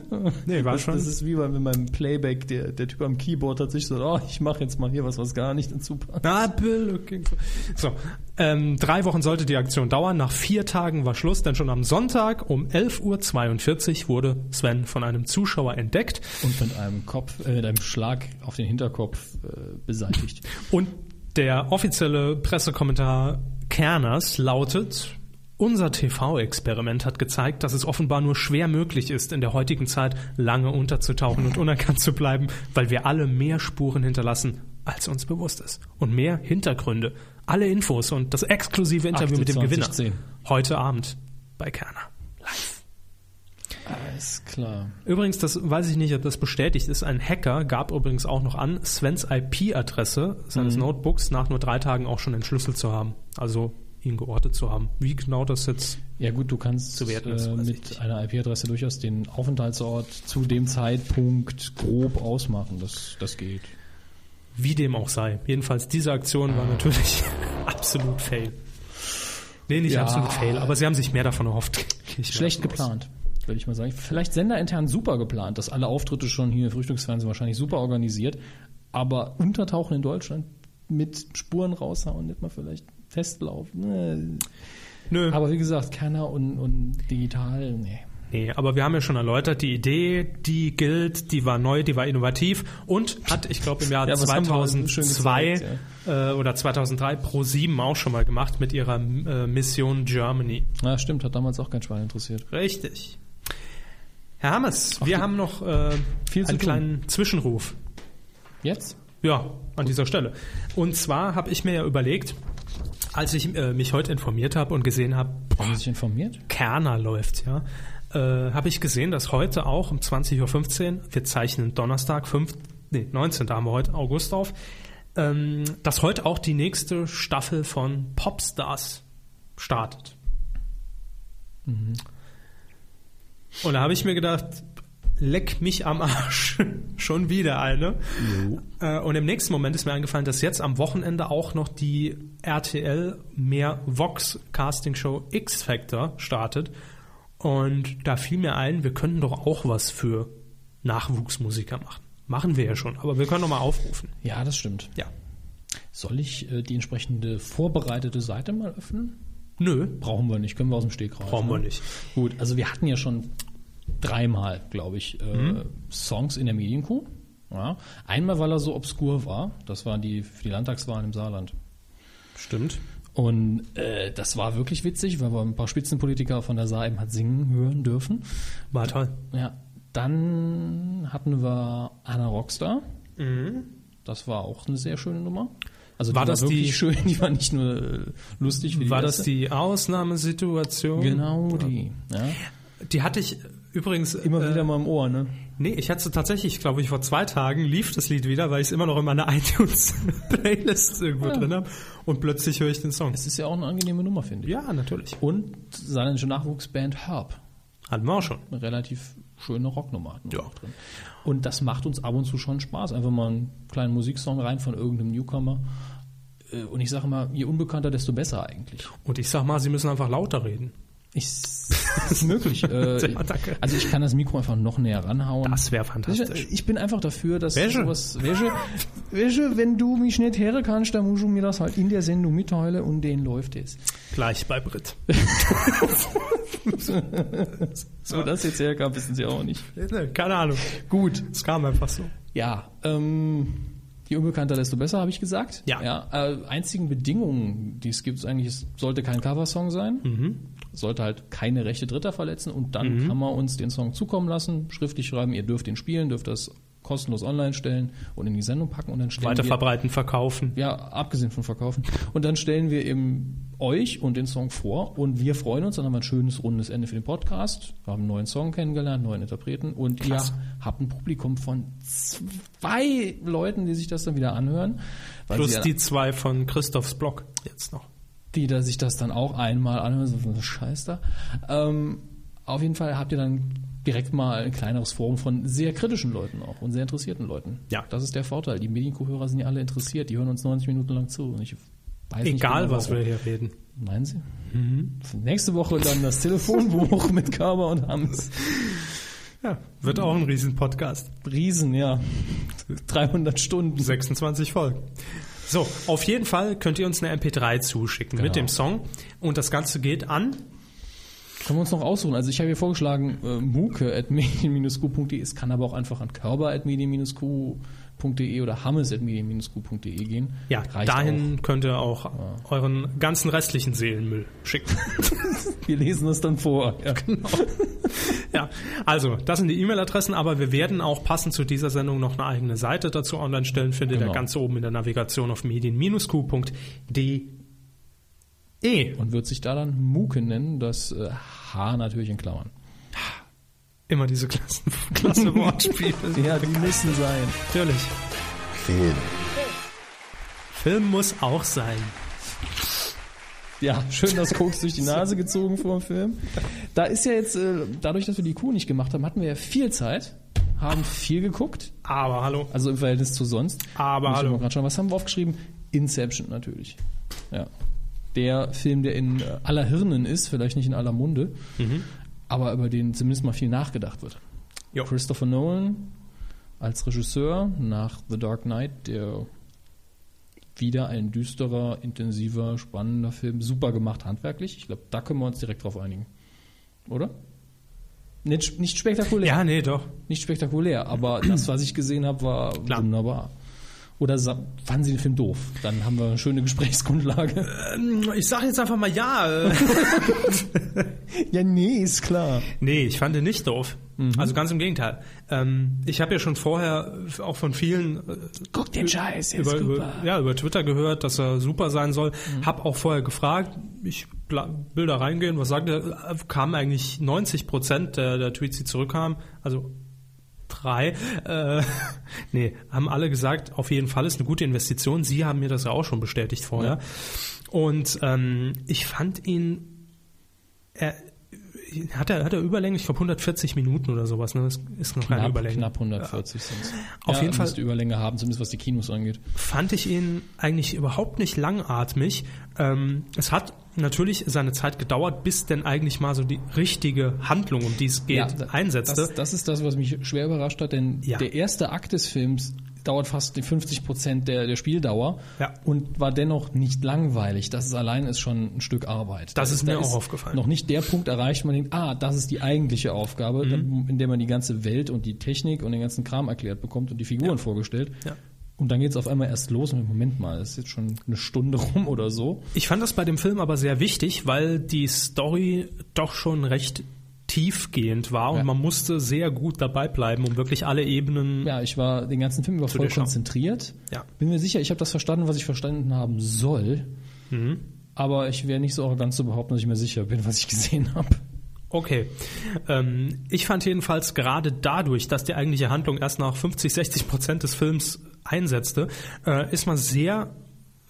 Speaker 1: Nee, war schon.
Speaker 2: Das ist wie bei mit meinem Playback, der, der Typ am Keyboard hat sich so, oh, ich mache jetzt mal hier was, was gar nicht dazu passt.
Speaker 1: Not looking for- So, ähm, drei Wochen sollte die Aktion dauern. Nach vier Tagen war Schluss, denn schon am Sonntag um 11.42 Uhr wurde Sven von einem Zuschauer entdeckt
Speaker 2: Und mit einem Kopf, äh, mit einem Schlag auf den Hinterkopf äh, beseitigt.
Speaker 1: und der offizielle Pressekommentar Kerners lautet, unser TV-Experiment hat gezeigt, dass es offenbar nur schwer möglich ist, in der heutigen Zeit lange unterzutauchen und unerkannt zu bleiben, weil wir alle mehr Spuren hinterlassen, als uns bewusst ist. Und mehr Hintergründe, alle Infos und das exklusive Interview mit dem
Speaker 2: 28.10.
Speaker 1: Gewinner. Heute Abend bei Kerner.
Speaker 2: Alles klar.
Speaker 1: Übrigens, das weiß ich nicht, ob das bestätigt ist. Ein Hacker gab übrigens auch noch an, Svens IP-Adresse
Speaker 2: Mhm.
Speaker 1: seines Notebooks nach nur drei Tagen auch schon entschlüsselt zu haben. Also ihn geortet zu haben. Wie genau das jetzt?
Speaker 2: Ja gut, du kannst
Speaker 1: Zu werten, das
Speaker 2: äh,
Speaker 1: weiß ich
Speaker 2: mit
Speaker 1: nicht.
Speaker 2: einer IP-Adresse durchaus den Aufenthaltsort zu dem Zeitpunkt grob ausmachen. Das, das geht.
Speaker 1: Wie dem auch sei. Jedenfalls, diese Aktion
Speaker 2: Ah.
Speaker 1: war natürlich <laughs> absolut fail. Nee, nicht
Speaker 2: Ja.
Speaker 1: absolut fail, aber sie haben sich mehr davon erhofft. Ich
Speaker 2: Schlecht
Speaker 1: merk's aus.
Speaker 2: geplant, würde ich mal sagen. Vielleicht senderintern super geplant, dass alle Auftritte schon hier im Frühstücksfernsehen wahrscheinlich super organisiert, aber untertauchen in Deutschland mit Spuren raushauen, nicht mal vielleicht festlaufen.
Speaker 1: Nö.
Speaker 2: Äh, Aber wie gesagt, Kerner und, und digital, nee.
Speaker 1: Nee, aber wir haben ja schon erläutert, die Idee, die gilt, die war neu, die war innovativ und hat, ich glaube, im Jahr
Speaker 2: Ja, was haben wir uns schön
Speaker 1: 2002
Speaker 2: gezeigt,
Speaker 1: äh, oder 2003 Pro 7 auch schon mal gemacht mit ihrer äh, Mission Germany.
Speaker 2: Na stimmt, hat damals auch kein Schwein interessiert.
Speaker 1: Richtig. Herr Hammes, wir haben noch äh,
Speaker 2: Viel zu
Speaker 1: einen
Speaker 2: tun.
Speaker 1: kleinen Zwischenruf.
Speaker 2: Jetzt?
Speaker 1: Ja, an dieser Stelle. Und zwar habe ich mir ja überlegt, als ich äh, mich heute informiert habe und gesehen habe,
Speaker 2: Haben Sie sich informiert?
Speaker 1: Kerner läuft, ja, äh, habe ich gesehen, dass heute auch um 20.15 Uhr, wir zeichnen Donnerstag, 5, nee, 19. haben wir heute August auf, ähm, dass heute auch die nächste Staffel von Popstars startet. Und da habe ich mir gedacht, leck mich am Arsch, <laughs> schon wieder eine. Äh, und im nächsten Moment ist mir eingefallen, dass jetzt am Wochenende auch noch die RTL mehr Vox Casting Show X Factor startet. Und da fiel mir ein, wir könnten doch auch was für Nachwuchsmusiker machen. Machen wir ja schon, aber wir können noch mal aufrufen.
Speaker 2: Ja, das stimmt.
Speaker 1: Ja.
Speaker 2: Soll ich äh, die entsprechende vorbereitete Seite mal öffnen?
Speaker 1: Nö,
Speaker 2: Brauchen wir nicht, können wir aus dem Stegreif.
Speaker 1: brauchen wir
Speaker 2: ne?
Speaker 1: nicht.
Speaker 2: Gut, also wir hatten ja schon dreimal, glaube ich, äh,
Speaker 1: Mhm.
Speaker 2: Songs in der Medienkuh. Ja. Einmal, weil er so obskur war. Das waren die für die Landtagswahlen im Saarland.
Speaker 1: Stimmt.
Speaker 2: Und äh, das war wirklich witzig, weil wir ein paar Spitzenpolitiker von der Saar eben hat singen hören dürfen.
Speaker 1: War toll.
Speaker 2: Ja, dann hatten wir Anna Rockstar. Mhm. Das war auch eine sehr schöne Nummer. Also die
Speaker 1: War das
Speaker 2: wirklich
Speaker 1: die-
Speaker 2: schön, die war nicht nur äh, lustig wie die
Speaker 1: War das
Speaker 2: erste.
Speaker 1: die Ausnahmesituation?
Speaker 2: Genau die. Ja.
Speaker 1: Die hatte ich übrigens
Speaker 2: Immer wieder mal im Ohr, ne?
Speaker 1: Nee, ich hatte tatsächlich, glaube ich, vor zwei Tagen lief das Lied wieder, weil ich es immer noch in meiner <laughs> iTunes-Playlist irgendwo drin habe. Und plötzlich höre ich den Song.
Speaker 2: Das ist ja auch eine angenehme Nummer, finde ich.
Speaker 1: Ja, natürlich.
Speaker 2: Und seine Nachwuchsband Herb.
Speaker 1: Hatten wir auch schon.
Speaker 2: Eine relativ schöne Rocknummer hatten wir
Speaker 1: Ja.
Speaker 2: auch drin. Und das macht uns ab und zu schon Spaß. Einfach mal einen kleinen Musiksong rein von irgendeinem Newcomer. Äh, Und ich sage mal, je unbekannter, desto besser eigentlich.
Speaker 1: Und ich sag mal, sie müssen einfach lauter reden.
Speaker 2: Ich, ist möglich. <laughs>
Speaker 1: <laughs>
Speaker 2: Äh,
Speaker 1: Ja, danke.
Speaker 2: Also ich kann das Mikro einfach noch näher ranhauen.
Speaker 1: Das wäre fantastisch.
Speaker 2: Ich, ich bin einfach dafür, dass
Speaker 1: Wäsche.
Speaker 2: sowas... Wäsche, Wäsche, wenn du mich nicht hören kannst, dann musst du mir das halt in der Sendung mitteilen und den läuft es.
Speaker 1: Gleich bei Brit.
Speaker 2: So, das jetzt herkam, wissen sie auch nicht.
Speaker 1: <laughs> Keine Ahnung. Gut. Es kam einfach so.
Speaker 2: Ja, ähm, je unbekannter, desto besser, habe ich gesagt.
Speaker 1: Ja.
Speaker 2: äh, einzigen Bedingungen, die es gibt, ist eigentlich, es sollte kein Coversong sein,
Speaker 1: Mhm.
Speaker 2: sollte halt keine Rechte Dritter verletzen und dann kann man uns den Song zukommen lassen, schriftlich schreiben, ihr dürft ihn spielen, dürft das kostenlos online stellen und in die Sendung packen und dann stellen
Speaker 1: Weiter
Speaker 2: wir,
Speaker 1: verbreiten, verkaufen.
Speaker 2: ja, abgesehen von Verkaufen. Und dann stellen wir eben euch und den Song vor und wir freuen uns, dann haben wir ein schönes rundes Ende für den Podcast. Wir haben einen neuen Song kennengelernt, neuen Interpreten und
Speaker 1: Krass.
Speaker 2: ihr habt ein Publikum von zwei Leuten, die sich das dann wieder anhören, weil
Speaker 1: Plus
Speaker 2: sie,
Speaker 1: die zwei von Christophs Blog. Jetzt noch.
Speaker 2: die da sich das dann auch einmal anhören, so was Scheiß da. Ähm, auf jeden Fall habt ihr dann direkt mal ein kleineres Forum von sehr kritischen Leuten auch und sehr interessierten Leuten.
Speaker 1: Ja.
Speaker 2: Das ist der Vorteil. Die Medienkuhörer sind ja alle interessiert, die hören uns 90 Minuten lang zu und ich weiß nicht
Speaker 1: Egal,
Speaker 2: genau,
Speaker 1: was
Speaker 2: warum.
Speaker 1: wir Mhm. hier reden.
Speaker 2: Meinen Sie? <laughs> Nächste Woche dann das Telefonbuch mit Körber und Hams.
Speaker 1: Ja, wird auch ein Riesen-Podcast.
Speaker 2: Riesen, ja. 300 Stunden.
Speaker 1: 26 Folgen. So, auf jeden Fall könnt ihr uns eine MP3 zuschicken mit
Speaker 2: Genau.
Speaker 1: dem Song. Und das Ganze geht an.
Speaker 2: Können wir uns noch aussuchen? Also ich habe hier vorgeschlagen, äh, muke at medien-q.de. Es kann aber auch einfach an körper at medien-q.de oder hammes at medien-q.de gehen.
Speaker 1: Ja,
Speaker 2: Reicht
Speaker 1: dahin könnt ihr auch euren ganzen restlichen Seelenmüll schicken. <laughs>
Speaker 2: Auch. Wir lesen es dann vor. <laughs> Ja.
Speaker 1: ja, also das sind die E-Mail-Adressen, aber wir werden auch passend zu dieser Sendung noch eine eigene Seite dazu online stellen. Findet ihr
Speaker 2: Genau.
Speaker 1: ganz oben in der Navigation auf medien-q.de. e.
Speaker 2: Und wird sich da dann Muke nennen, das äh, H natürlich in Klammern.
Speaker 1: Immer diese Klassen,
Speaker 2: <laughs>
Speaker 1: klasse <laughs> Wortspiele.
Speaker 2: Ja, die müssen sein.
Speaker 1: Natürlich.
Speaker 4: Film.
Speaker 1: Film muss auch sein.
Speaker 2: Ja, schön das Koks durch die Nase gezogen vor dem Film. Da ist ja jetzt, äh, dadurch, dass wir die Kuh nicht gemacht haben, hatten wir ja viel Zeit, haben viel geguckt,
Speaker 1: Aber hallo.
Speaker 2: also im Verhältnis zu sonst.
Speaker 1: Aber
Speaker 2: Muss ich
Speaker 1: hallo.
Speaker 2: mal grad schauen, was haben wir aufgeschrieben? Inception natürlich. Ja. Der Film, der in äh, aller Hirnen ist, vielleicht nicht in aller Munde,
Speaker 1: Mhm.
Speaker 2: aber über den zumindest mal viel nachgedacht wird.
Speaker 1: Jo.
Speaker 2: Christopher Nolan als Regisseur nach The Dark Knight, der wieder ein düsterer, intensiver, spannender Film, super gemacht handwerklich. Ich glaube, da können wir uns direkt drauf einigen. Oder? Nicht, nicht spektakulär.
Speaker 1: Ja, nee, doch.
Speaker 2: Nicht spektakulär, aber das, was ich gesehen habe, war
Speaker 1: Klar.
Speaker 2: wunderbar. Oder sa- fanden Sie den Film doof? Dann haben wir eine schöne Gesprächsgrundlage.
Speaker 1: Ich sage jetzt einfach mal ja. äh.
Speaker 2: <laughs> ja, nee, ist klar.
Speaker 1: <laughs> nee, ich fand ihn nicht doof. Also ganz im Gegenteil. Ähm, ich habe ja schon vorher äh, auch von vielen äh,
Speaker 2: Guck den Scheiß, er ist
Speaker 1: über, über,
Speaker 2: super. Mhm.
Speaker 1: ja, über Twitter gehört, dass er super sein soll. Hab auch vorher gefragt, ich bla- will da reingehen, was sagt er? Äh, Kamen eigentlich 90 Prozent der, der Tweets, die zurückkamen, also drei, äh, <laughs> nee, haben alle gesagt, auf jeden Fall ist eine gute Investition. Sie haben mir das ja auch schon bestätigt vorher. Und ähm, ich fand ihn, er hat er, hat er Überlänge, ich glaube 140 Minuten oder sowas, ne? Das ist noch keine
Speaker 2: Knapp,
Speaker 1: Überlänge.
Speaker 2: knapp 140 sind's. sind
Speaker 1: Auf jeden Fall-
Speaker 2: Müsste Überlänge haben, zumindest was die Kinos angeht.
Speaker 1: fand ich ihn eigentlich überhaupt nicht langatmig. Ähm, es hat natürlich seine Zeit gedauert, bis denn eigentlich mal so die richtige Handlung, um die es geht,
Speaker 2: da-
Speaker 1: einsetzte.
Speaker 2: Das, das ist das, was mich schwer überrascht hat, denn
Speaker 1: Ja.
Speaker 2: der erste Akt des Films dauert fast die 50 Prozent der, der Spieldauer
Speaker 1: Ja.
Speaker 2: und war dennoch nicht langweilig. Das ist allein ist schon ein Stück Arbeit.
Speaker 1: Das
Speaker 2: Da-
Speaker 1: ist
Speaker 2: da
Speaker 1: mir auch aufgefallen.
Speaker 2: Noch nicht der Punkt erreicht, wo man denkt, ah, das ist die eigentliche Aufgabe,
Speaker 1: Mhm.
Speaker 2: in der man die ganze Welt und die Technik und den ganzen Kram erklärt bekommt und die Figuren vorgestellt.
Speaker 1: Ja.
Speaker 2: Und dann geht es auf einmal erst los und Moment mal, es ist jetzt schon eine Stunde <laughs> rum oder so.
Speaker 1: ich fand das bei dem Film aber sehr wichtig, weil die Story doch schon recht tiefgehend war und
Speaker 2: Ja.
Speaker 1: man musste sehr gut dabei bleiben, um wirklich alle Ebenen.
Speaker 2: Ja, ich war den ganzen Film über voll
Speaker 1: dir schauen.
Speaker 2: konzentriert.
Speaker 1: Ja.
Speaker 2: Bin mir sicher, ich habe das verstanden, was ich verstanden haben soll.
Speaker 1: Mhm.
Speaker 2: Aber ich wäre nicht so arrogant zu behaupten, dass ich mir sicher bin, was ich gesehen habe.
Speaker 1: Okay. Ähm, ich fand jedenfalls gerade dadurch, dass die eigentliche Handlung erst nach 50, 60 Prozent des Films einsetzte, äh, ist man sehr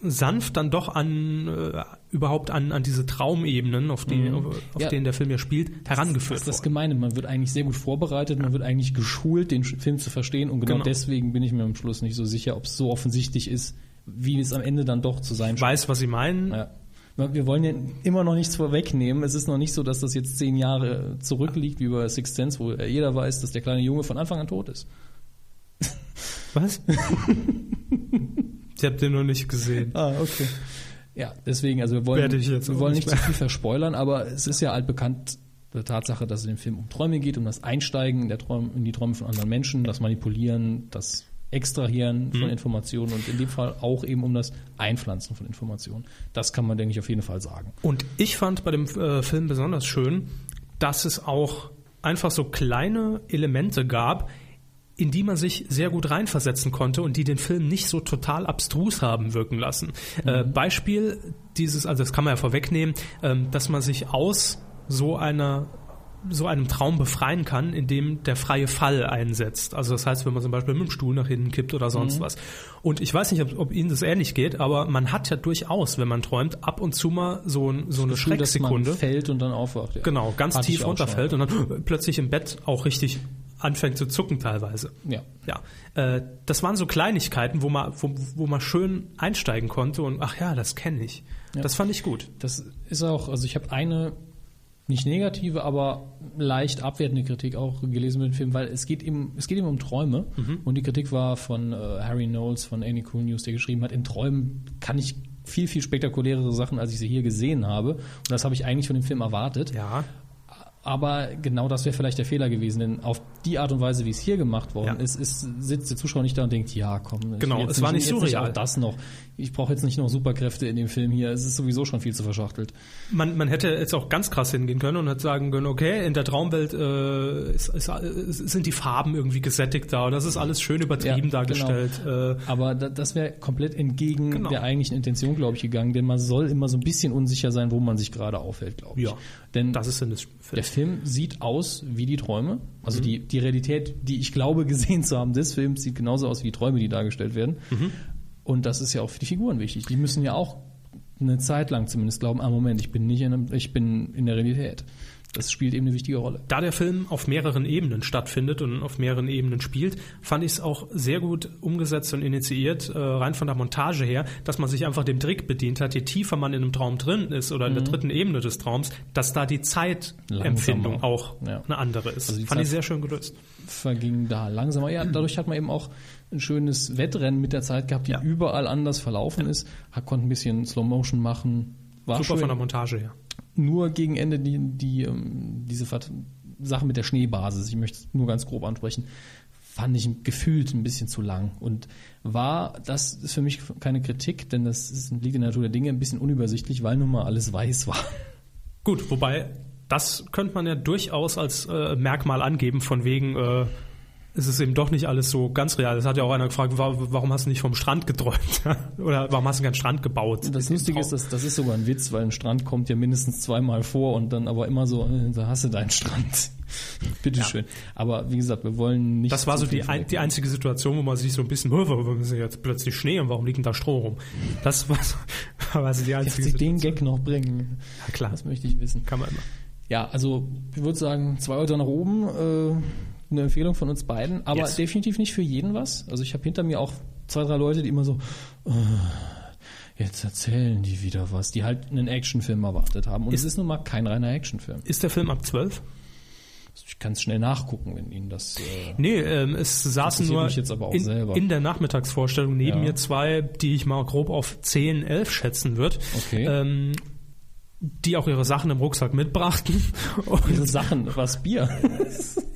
Speaker 1: sanft dann doch an äh, überhaupt an, an diese Traumebenen, auf, die, auf
Speaker 2: Mhm. Ja.
Speaker 1: denen der Film ja spielt, herangeführt
Speaker 2: Das ist das
Speaker 1: worden.
Speaker 2: Gemeine. Man wird eigentlich sehr gut vorbereitet, man wird eigentlich geschult, den Sch- Film zu verstehen. Und genau,
Speaker 1: Genau.
Speaker 2: deswegen bin ich mir am Schluss nicht so sicher, ob es so offensichtlich ist, wie es am Ende dann doch zu sein
Speaker 1: Ich weiß, was Sie meinen.
Speaker 2: Ja. Wir wollen ja immer noch nichts vorwegnehmen. Es ist noch nicht so, dass das jetzt zehn Jahre zurückliegt, wie bei Sixth Sense, wo jeder weiß, dass der kleine Junge von Anfang an tot ist.
Speaker 1: Was? <laughs> ich habe den noch nicht gesehen.
Speaker 2: Ah, okay. Ja, deswegen, also wir wollen,
Speaker 1: Werde ich jetzt
Speaker 2: wir
Speaker 1: auch
Speaker 2: wollen
Speaker 1: nicht
Speaker 2: nicht zu viel verspoilern, aber es ist ja altbekannt der Tatsache, dass es in dem Film um Träume geht, um das Einsteigen in, der Träum, in die Träume von anderen Menschen, das Manipulieren, das Extrahieren
Speaker 1: Mhm.
Speaker 2: von Informationen und in dem Fall auch eben um das Einpflanzen von Informationen. Das kann man, denke ich, auf jeden Fall sagen.
Speaker 1: Und ich fand bei dem äh, Film besonders schön, dass es auch einfach so kleine Elemente gab, in die man sich sehr gut reinversetzen konnte und die den Film nicht so total abstrus haben wirken lassen. Äh, Beispiel dieses, also das kann man ja vorwegnehmen, ähm, dass man sich aus so einer so einem Traum befreien kann, indem der freie Fall einsetzt. Also das heißt, wenn man zum Beispiel mit dem Stuhl nach hinten kippt oder
Speaker 2: Mhm.
Speaker 1: sonst was. Und ich weiß nicht, ob, ob Ihnen das ähnlich geht, aber man hat ja durchaus, wenn man träumt, ab und zu mal so, ein, so eine
Speaker 2: Gefühl, dass man
Speaker 1: Schrecksekunde.
Speaker 2: fällt und dann aufwacht. Ja.
Speaker 1: Genau, ganz
Speaker 2: Hatte ich
Speaker 1: tief
Speaker 2: auch
Speaker 1: runterfällt und dann <gasps> plötzlich im Bett auch richtig anfängt zu zucken teilweise.
Speaker 2: schon. Ja.
Speaker 1: Ja, äh, das waren so Kleinigkeiten, wo man, wo, wo man schön einsteigen konnte und ach ja, das kenne ich. Das fand ich gut.
Speaker 2: Das ist auch, also ich habe eine nicht negative, aber leicht abwertende Kritik auch gelesen mit dem Film, weil es geht eben, es geht eben um Träume.
Speaker 1: Mhm.
Speaker 2: Und die Kritik war von äh, Harry Knowles von Any Cool News, der geschrieben hat, in Träumen kann ich viel, viel spektakulärere Sachen, als ich sie hier gesehen habe. Und das habe ich eigentlich von dem Film erwartet.
Speaker 1: Ja.
Speaker 2: Aber genau das wäre vielleicht der Fehler gewesen, denn auf die Art und Weise, wie es hier gemacht worden
Speaker 1: Ja.
Speaker 2: ist, ist, sitzt der Zuschauer nicht da und denkt, ja, komm. ich will
Speaker 1: Genau,
Speaker 2: jetzt
Speaker 1: es war nicht
Speaker 2: jetzt
Speaker 1: surreal.
Speaker 2: auch das noch. Ich brauche jetzt nicht noch Superkräfte in dem Film hier. Es ist sowieso schon viel zu verschachtelt.
Speaker 1: Man, man hätte jetzt auch ganz krass hingehen können und hätte sagen können, okay, in der Traumwelt äh, ist, ist, sind die Farben irgendwie gesättigt da und das ist alles schön übertrieben
Speaker 2: Ja, genau.
Speaker 1: dargestellt. Äh,
Speaker 2: Aber da, das wäre komplett entgegen
Speaker 1: Genau.
Speaker 2: der eigentlichen Intention, glaube ich, gegangen, denn man soll immer so ein bisschen unsicher sein, wo man sich gerade aufhält, glaube ich.
Speaker 1: Ja.
Speaker 2: Denn
Speaker 1: das ist halt Sinn des
Speaker 2: der
Speaker 1: Films.
Speaker 2: Film sieht aus wie die Träume.
Speaker 1: Mhm.
Speaker 2: Also die, die Realität, die ich glaube <laughs> gesehen zu haben des Films, sieht genauso aus wie die Träume, die dargestellt werden.
Speaker 1: Mhm.
Speaker 2: Und das ist ja auch für die Figuren wichtig. Die müssen ja auch eine Zeit lang zumindest glauben, ah Moment, ich bin nicht in einem, ich bin in der Realität. Das spielt eben eine wichtige Rolle.
Speaker 1: Da der Film auf mehreren Ebenen stattfindet und auf mehreren Ebenen spielt, fand ich es auch sehr gut umgesetzt und initiiert, äh, rein von der Montage her, dass man sich einfach dem Trick bedient hat, je tiefer man in einem Traum drin ist oder in
Speaker 2: Mhm.
Speaker 1: der dritten Ebene des Traums, dass da die Zeitempfindung
Speaker 2: Langsamer.
Speaker 1: auch
Speaker 2: Ja.
Speaker 1: eine andere ist.
Speaker 2: Also die
Speaker 1: fand
Speaker 2: Zeit-
Speaker 1: ich sehr schön gelöst.
Speaker 2: verging da langsamer. Ja, dadurch hat man eben auch ein schönes Wettrennen mit der Zeit gehabt, die
Speaker 1: Ja.
Speaker 2: überall anders verlaufen ist. Hat, konnte ein bisschen Slow Motion machen. War
Speaker 1: Super von
Speaker 2: schön.
Speaker 1: der Montage her.
Speaker 2: Nur gegen Ende die, die, ähm, diese Vert Sache mit der Schneebasis, ich möchte es nur ganz grob ansprechen, fand ich gefühlt ein bisschen zu lang. Und war, das ist für mich keine Kritik, denn das ist, liegt in der Natur der Dinge, ein bisschen unübersichtlich, weil nun mal alles weiß war.
Speaker 1: Gut, wobei das könnte man ja durchaus als äh, Merkmal angeben, von wegen, äh, es ist eben doch nicht alles so ganz real. Es hat ja auch einer gefragt, wa warum hast du nicht vom Strand geträumt? <laughs> Oder warum hast du keinen Strand gebaut?
Speaker 2: Das Lustige ist, dass, das ist sogar ein Witz, weil ein Strand kommt ja mindestens zweimal vor und dann aber immer so, äh, da hast du deinen Strand. <laughs> Bitteschön. Aber wie gesagt, wir wollen nicht.
Speaker 1: Das war
Speaker 2: zu
Speaker 1: so
Speaker 2: viel
Speaker 1: die, ein, die
Speaker 2: vorwegnehmen.
Speaker 1: einzige Situation, wo man sich so ein bisschen, "Hö, warum ist denn jetzt plötzlich Schnee und warum liegt denn da Stroh rum? Das war so, <laughs> war so die
Speaker 2: Dass
Speaker 1: einzige
Speaker 2: sie den
Speaker 1: Situation.
Speaker 2: Gag noch bringen.
Speaker 1: Ja, klar,
Speaker 2: Das möchte ich wissen.
Speaker 1: kann man immer.
Speaker 2: Ja, also ich würde sagen, zwei Euter nach oben, äh, eine Empfehlung von uns beiden, aber
Speaker 1: Yes.
Speaker 2: definitiv nicht für jeden was. Also ich habe hinter mir auch zwei, drei Leute, die immer so, äh, jetzt erzählen die wieder was, die halt einen Actionfilm erwartet haben. Und es ist nun mal kein reiner Actionfilm.
Speaker 1: Ist der Film ab 12?
Speaker 2: Ich kann es schnell nachgucken, wenn Ihnen das. Äh,
Speaker 1: Nee, ähm, es saßen
Speaker 2: interessiert
Speaker 1: nur
Speaker 2: mich jetzt aber auch
Speaker 1: in,
Speaker 2: selber.
Speaker 1: in der Nachmittagsvorstellung neben
Speaker 2: Ja.
Speaker 1: mir zwei, die ich mal grob auf 10, 11 schätzen würde,
Speaker 2: Okay.
Speaker 1: ähm, die auch ihre Sachen im Rucksack mitbrachten. <laughs> Und,
Speaker 2: Ihre Sachen, was Bier.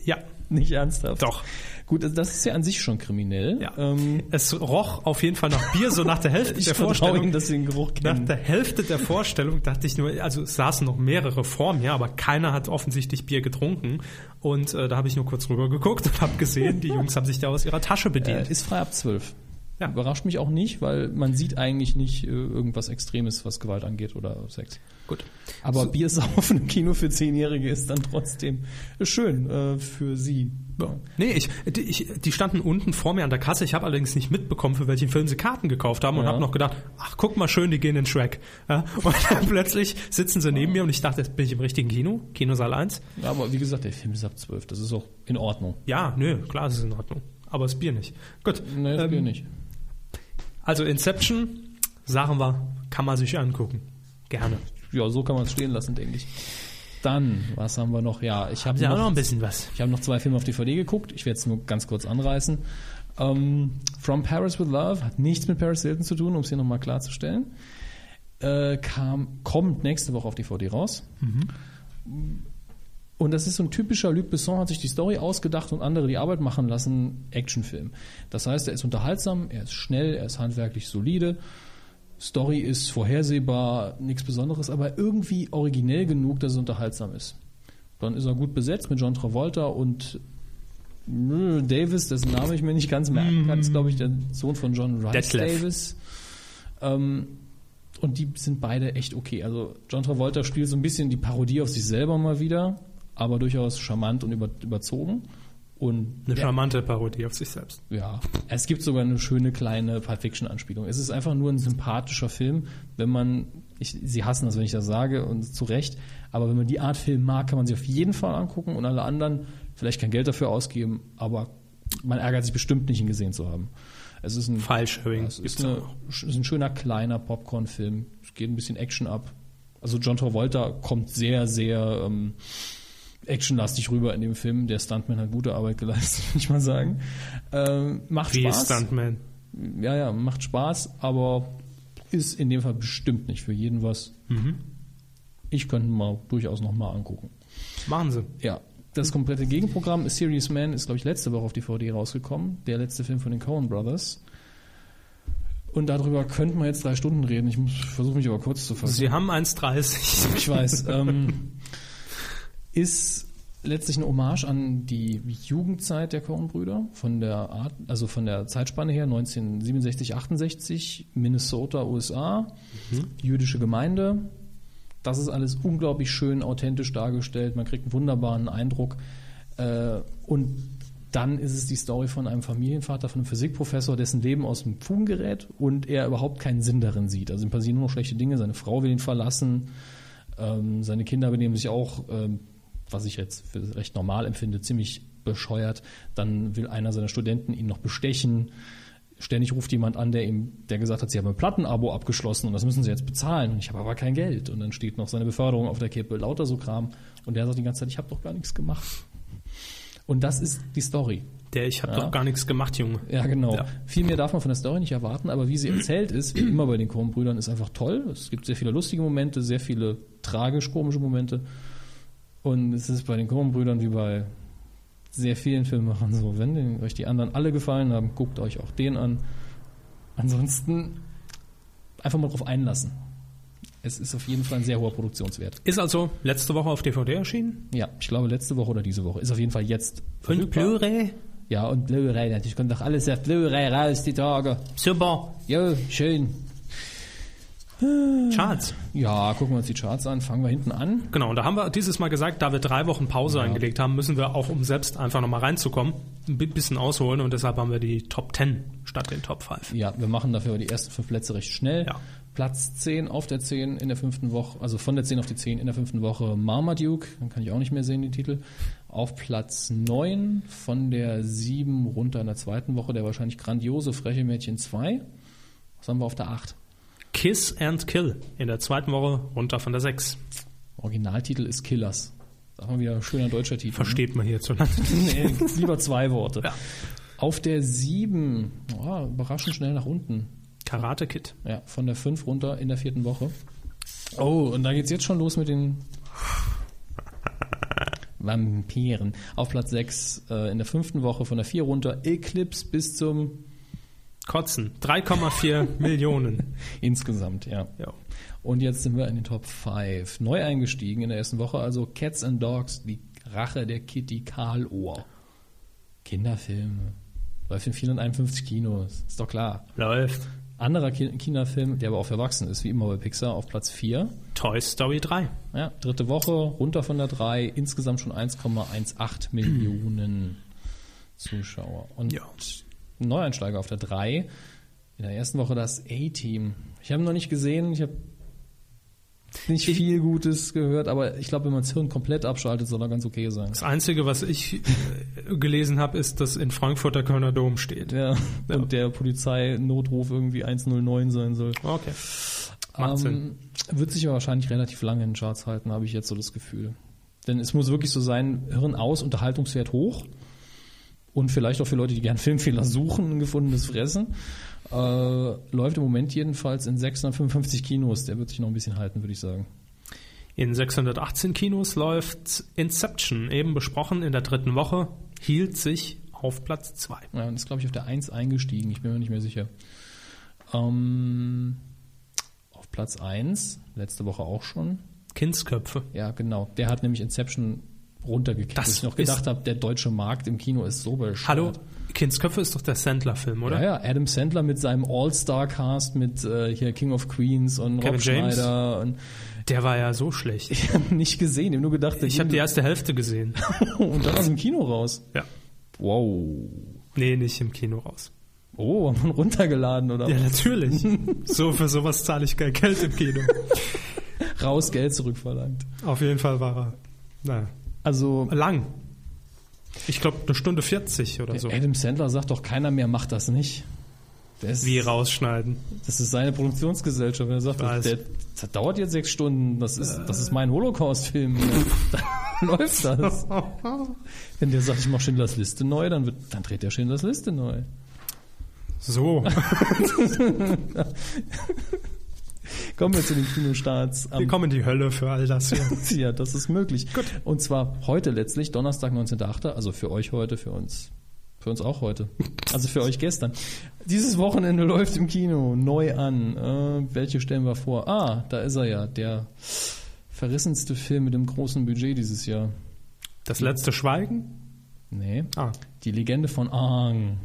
Speaker 1: ja,
Speaker 2: Nicht ernsthaft.
Speaker 1: Doch.
Speaker 2: Gut, also das ist ja an sich schon kriminell.
Speaker 1: ja.
Speaker 2: Ähm,
Speaker 1: es roch auf jeden Fall nach Bier, so nach der Hälfte
Speaker 2: <laughs> ich
Speaker 1: der
Speaker 2: vertraue
Speaker 1: Vorstellung.
Speaker 2: Ihnen, dass Sie den Geruch
Speaker 1: nach
Speaker 2: kennen.
Speaker 1: der Hälfte der Vorstellung dachte ich nur, also es saßen noch mehrere vor mir, aber keiner hat offensichtlich Bier getrunken. Und äh, da habe ich nur kurz rüber geguckt und habe gesehen, die Jungs haben sich da aus ihrer Tasche bedient.
Speaker 2: Äh, ist frei ab 12.
Speaker 1: Ja.
Speaker 2: Überrascht mich auch nicht, weil man sieht eigentlich nicht äh, irgendwas Extremes, was Gewalt angeht oder Sex.
Speaker 1: Gut.
Speaker 2: Aber Bier <laughs> saufen im Kino für Zehnjährige ist dann trotzdem schön äh, für Sie. Ja.
Speaker 1: Nee, ich, die, ich, die standen unten vor mir an der Kasse. Ich habe allerdings nicht mitbekommen, für welchen Film sie Karten gekauft haben und
Speaker 2: Ja.
Speaker 1: habe noch gedacht, ach, guck mal schön, die gehen in Shrek. Ja? Und
Speaker 2: <laughs>
Speaker 1: dann plötzlich sitzen sie neben mir und ich dachte, jetzt bin ich im richtigen Kino, Kinosaal 1.
Speaker 2: Aber wie gesagt, der Film ist ab 12. Das ist auch in Ordnung.
Speaker 1: Ja, nö, klar, es ist in Ordnung. Aber das Bier nicht. Gut.
Speaker 2: Nee, das
Speaker 1: Ähm,
Speaker 2: Bier nicht.
Speaker 1: Also Inception, sagen wir, kann man sich angucken. Gerne.
Speaker 2: Ja, so kann man es stehen lassen, denke ich. Dann, was haben wir noch? Ja, ich habe
Speaker 1: Ja,
Speaker 2: noch,
Speaker 1: bisschen was.
Speaker 2: ich hab noch zwei Filme auf DVD geguckt. Ich werde es nur ganz kurz anreißen. Ähm, From Paris with Love hat nichts mit Paris Hilton zu tun, um es hier nochmal klarzustellen. Äh, kam, kommt nächste Woche auf DVD raus. Und das ist so ein typischer Luc Besson hat sich die Story ausgedacht und andere die Arbeit machen lassen, Actionfilm. Das heißt, er ist unterhaltsam, er ist schnell, er ist handwerklich solide. Story ist vorhersehbar, nichts Besonderes, aber irgendwie originell genug, dass es unterhaltsam ist. Dann ist er gut besetzt mit John Travolta und äh, Davis, dessen Name ich mir nicht ganz merken kann, ist glaube ich der Sohn von John Rice
Speaker 1: Detlef.
Speaker 2: Davis. Ähm, und die sind beide echt okay. Also John Travolta spielt so ein bisschen die Parodie auf sich selber mal wieder, aber durchaus charmant und über, überzogen. Und
Speaker 1: Eine
Speaker 2: der-
Speaker 1: charmante Parodie auf sich selbst.
Speaker 2: ja, es gibt sogar eine schöne kleine Pulp Fiction Anspielung. Es ist einfach nur ein sympathischer Film, wenn man, ich, sie hassen das, wenn ich das sage und zu Recht, aber wenn man die Art Film mag, kann man sie auf jeden Fall angucken und alle anderen vielleicht kein Geld dafür ausgeben, aber man ärgert sich bestimmt nicht, ihn gesehen zu haben. Es ist ein,
Speaker 1: File-Sharing
Speaker 2: ja, es ist,
Speaker 1: gibt's
Speaker 2: eine, es ist ein schöner kleiner Popcorn-Film. Es geht ein bisschen Action ab Also John Travolta kommt sehr, sehr ähm, actionlastig rüber in dem Film. Der Stuntman hat gute Arbeit geleistet, <laughs> würde ich mal sagen. Ähm, macht
Speaker 1: Wie
Speaker 2: Spaß.
Speaker 1: Stuntman.
Speaker 2: Ja, ja, macht Spaß, aber ist in dem Fall bestimmt nicht für jeden was. Ich könnte ihn mal durchaus nochmal angucken.
Speaker 1: Machen sie.
Speaker 2: Ja. Das komplette Gegenprogramm ist Serious Man, ist, glaube ich, letzte Woche auf DVD rausgekommen. Der letzte Film von den Coen Brothers. Und darüber könnten wir jetzt drei Stunden reden. Ich muss- versuche mich aber kurz zu fassen.
Speaker 1: Sie haben 1,30.
Speaker 2: Ich weiß. Ähm, ist letztlich eine Hommage an die Jugendzeit der Coen-Brüder, von der Art, also von der Zeitspanne her, 1967, 68, Minnesota, USA, jüdische Gemeinde. Das ist alles unglaublich schön authentisch dargestellt. Man kriegt einen wunderbaren Eindruck. Äh, und dann ist es die Story von einem Familienvater, von einem Physikprofessor, dessen Leben aus dem Fugen gerät und er überhaupt keinen Sinn darin sieht. Also ihm passieren nur noch schlechte Dinge. Seine Frau will ihn verlassen. Ähm, seine Kinder benehmen sich auch, ähm, was ich jetzt für recht normal empfinde, ziemlich bescheuert. Dann will einer seiner Studenten ihn noch bestechen. Ständig ruft jemand an, der ihm, der gesagt hat, sie haben ein Plattenabo abgeschlossen und das müssen sie jetzt bezahlen. Und ich habe aber kein Geld. Und dann steht noch seine Beförderung auf der Kippe, lauter so Kram. Und der sagt die ganze Zeit, ich habe doch gar nichts gemacht. Und das ist die Story.
Speaker 1: Der, ich habe doch gar nichts gemacht, Junge.
Speaker 2: Ja, genau.
Speaker 1: Ja.
Speaker 2: Viel mehr darf man von der Story nicht erwarten, aber wie sie erzählt ist, wie immer bei den Coen-Brüdern, ist einfach toll. Es gibt sehr viele lustige Momente, sehr viele tragisch-komische Momente. Und es ist bei den Coen-Brüdern wie bei sehr vielen Filmemachern so. Wenn den, euch die anderen alle gefallen haben, guckt euch auch den an. Ansonsten einfach mal drauf einlassen. Es ist auf jeden Fall ein sehr hoher Produktionswert.
Speaker 1: Ist also letzte Woche auf DVD erschienen.
Speaker 2: Ja, ich glaube letzte Woche oder diese Woche. Ist auf jeden Fall jetzt
Speaker 1: Und
Speaker 2: verfügbar.
Speaker 1: Blu-ray.
Speaker 2: Ja, und Blu-ray natürlich. Kommt doch alles auf Blu-ray raus, die Tage.
Speaker 1: Super.
Speaker 2: Jo, schön.
Speaker 1: Mm. Charts.
Speaker 2: Ja, gucken wir uns die Charts an. Fangen wir hinten an.
Speaker 1: Genau, und da haben wir dieses Mal gesagt, da wir drei Wochen Pause eingelegt haben, müssen wir auch, um selbst einfach nochmal reinzukommen, ein bi- bisschen ausholen und deshalb haben wir die Top 10 statt den Top 5.
Speaker 2: Ja, wir machen dafür die ersten fünf Plätze recht schnell.
Speaker 1: Ja.
Speaker 2: Platz 10 auf der 10 in der fünften Woche, also von der 10 auf die 10 in der fünften Woche Marmaduke. Dann kann ich auch nicht mehr sehen, den Titel. Auf Platz 9 von der 7 runter in der zweiten Woche der wahrscheinlich grandiose Freche Mädchen 2. Was haben wir auf der 8?
Speaker 1: Kiss and Kill in der zweiten Woche runter von der 6.
Speaker 2: Originaltitel ist Killers. Sag mal wieder ein schöner deutscher Titel. ne?
Speaker 1: Versteht man hierzulande. <laughs>
Speaker 2: nee, lieber zwei Worte.
Speaker 1: Ja.
Speaker 2: Auf der 7, oh, überraschend schnell nach unten.
Speaker 1: Karate Kid.
Speaker 2: Ja, von der 5 runter in der vierten Woche. Oh, und da geht's jetzt schon los mit den Vampiren. Auf Platz 6 äh, in der fünften Woche von der 4 runter. Eclipse bis zum
Speaker 1: Kotzen. <laughs> 3,4 Millionen.
Speaker 2: insgesamt, ja.
Speaker 1: Ja.
Speaker 2: Und jetzt sind wir in den Top 5. Neu eingestiegen in der ersten Woche, also Cats and Dogs, die Rache der Kitty Karlohr. Kinderfilme. Läuft in 451 Kinos, ist doch klar.
Speaker 1: Läuft.
Speaker 2: Anderer Ki- Kinderfilm, der aber auch für Erwachsene ist, wie immer bei Pixar, auf Platz 4.
Speaker 1: Toy Story 3.
Speaker 2: Ja, dritte Woche, runter von der 3, insgesamt schon 1,18 Millionen Zuschauer. Und
Speaker 1: Ja.
Speaker 2: ein Neueinsteiger auf der 3, in der ersten Woche das A-Team. Ich habe ihn noch nicht gesehen, ich habe nicht viel Gutes gehört, aber ich glaube, wenn man das Hirn komplett abschaltet, soll er ganz okay sein.
Speaker 1: Das Einzige, was ich äh, gelesen habe, ist, dass in Frankfurt der Kölner Dom steht.
Speaker 2: Ja, und der Polizeinotruf irgendwie 109 sein soll.
Speaker 1: Okay. Macht Sinn.
Speaker 2: Ähm, wird sich aber wahrscheinlich relativ lange in den Charts halten, habe ich jetzt so das Gefühl. Denn es muss wirklich so sein, Hirn aus, Unterhaltungswert hoch. Und vielleicht auch für Leute, die gern <laughs> Filmfehler suchen, ein gefundenes Fressen. Äh, läuft im Moment jedenfalls in 655 Kinos. Der wird sich noch ein bisschen halten, würde ich sagen.
Speaker 1: In 618 Kinos läuft Inception, eben besprochen in der dritten Woche, hielt sich auf Platz 2.
Speaker 2: Ja, und ist, glaube ich, auf der 1 eingestiegen. Ich bin mir nicht mehr sicher. Ähm, auf Platz 1, letzte Woche auch schon.
Speaker 1: Kindsköpfe.
Speaker 2: Ja, genau. Der hat nämlich Inception runtergekickt.
Speaker 1: Das
Speaker 2: dass ich noch
Speaker 1: ist-
Speaker 2: gedacht habe, der deutsche Markt im Kino ist so bescheuert.
Speaker 1: Hallo, Kindsköpfe ist doch der Sandler-Film, oder?
Speaker 2: Ja, ja, Adam Sandler mit seinem All-Star-Cast mit äh, hier King of Queens und
Speaker 1: Kevin
Speaker 2: Rob
Speaker 1: James.
Speaker 2: Schneider. Und <laughs>
Speaker 1: Der war ja so schlecht. Ich,
Speaker 2: ich habe nicht gesehen, ich habe nur gedacht, der
Speaker 1: habe die
Speaker 2: ging-
Speaker 1: erste Hälfte gesehen.
Speaker 2: <laughs> und dann aus dem Kino raus.
Speaker 1: <laughs> ja.
Speaker 2: Wow.
Speaker 1: Nee, nicht im Kino raus.
Speaker 2: Oh, haben wir ihn runtergeladen oder
Speaker 1: Ja, natürlich. <laughs> so für sowas zahle ich kein Geld im Kino.
Speaker 2: raus Geld zurückverlangt.
Speaker 1: Auf jeden Fall war er naja,
Speaker 2: Also
Speaker 1: lang. Ich glaube, eine Stunde 40 oder so.
Speaker 2: Adam Sandler sagt doch, keiner mehr macht das nicht. Das,
Speaker 1: Wie rausschneiden. <laughs>
Speaker 2: das ist seine Produktionsgesellschaft. Wenn er sagt,
Speaker 1: weiß.
Speaker 2: das, der, das dauert jetzt sechs Stunden, das ist, das ist
Speaker 1: <laughs>
Speaker 2: mein Holocaust-Film. Dann läuft das. Wenn der sagt, ich mache Schindlers Liste neu, dann, wird, dann dreht der Schindlers Liste neu.
Speaker 1: So.
Speaker 2: Kommen wir zu den Kinostarts am
Speaker 1: Wir kommen in die Hölle für all das hier.
Speaker 2: Ja, das ist möglich. Gut. Und zwar heute letztlich, Donnerstag, 19.8., also für euch heute, für uns. Für uns auch heute. Also für euch gestern. Dieses Wochenende läuft im Kino neu an. Äh, welche stellen wir vor? Ah, da ist er ja, der verrissenste Film mit dem großen Budget dieses Jahr.
Speaker 1: <laughs> Das letzte Schweigen?
Speaker 2: Nee.
Speaker 1: Ah.
Speaker 2: Die Legende von Aang.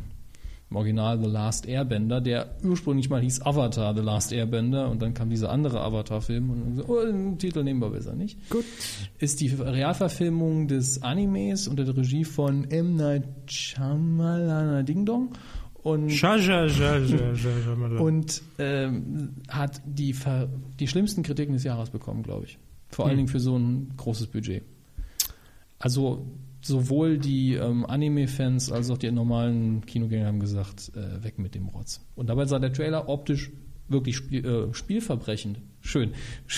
Speaker 2: Im Original The Last Airbender, der ursprünglich mal hieß Avatar The Last Airbender und dann kam dieser andere Avatar-Film und dann so, oh, den Titel nehmen wir besser nicht. Gut. Ist die Realverfilmung des Animes unter der Regie von M. Night Shyamalana Ding Dong und
Speaker 1: Scha, scha, scha, scha, scha, scha, mal da.
Speaker 2: und ähm, hat die, ver die schlimmsten Kritiken des Jahres bekommen, glaube ich. Vor allen Dingen für so ein großes Budget. Also sowohl die ähm, Anime-Fans als auch die normalen Kinogänger haben gesagt, äh, weg mit dem Rotz. Und dabei sah der Trailer optisch wirklich spiel äh, spielverbrechend, schön, <laughs>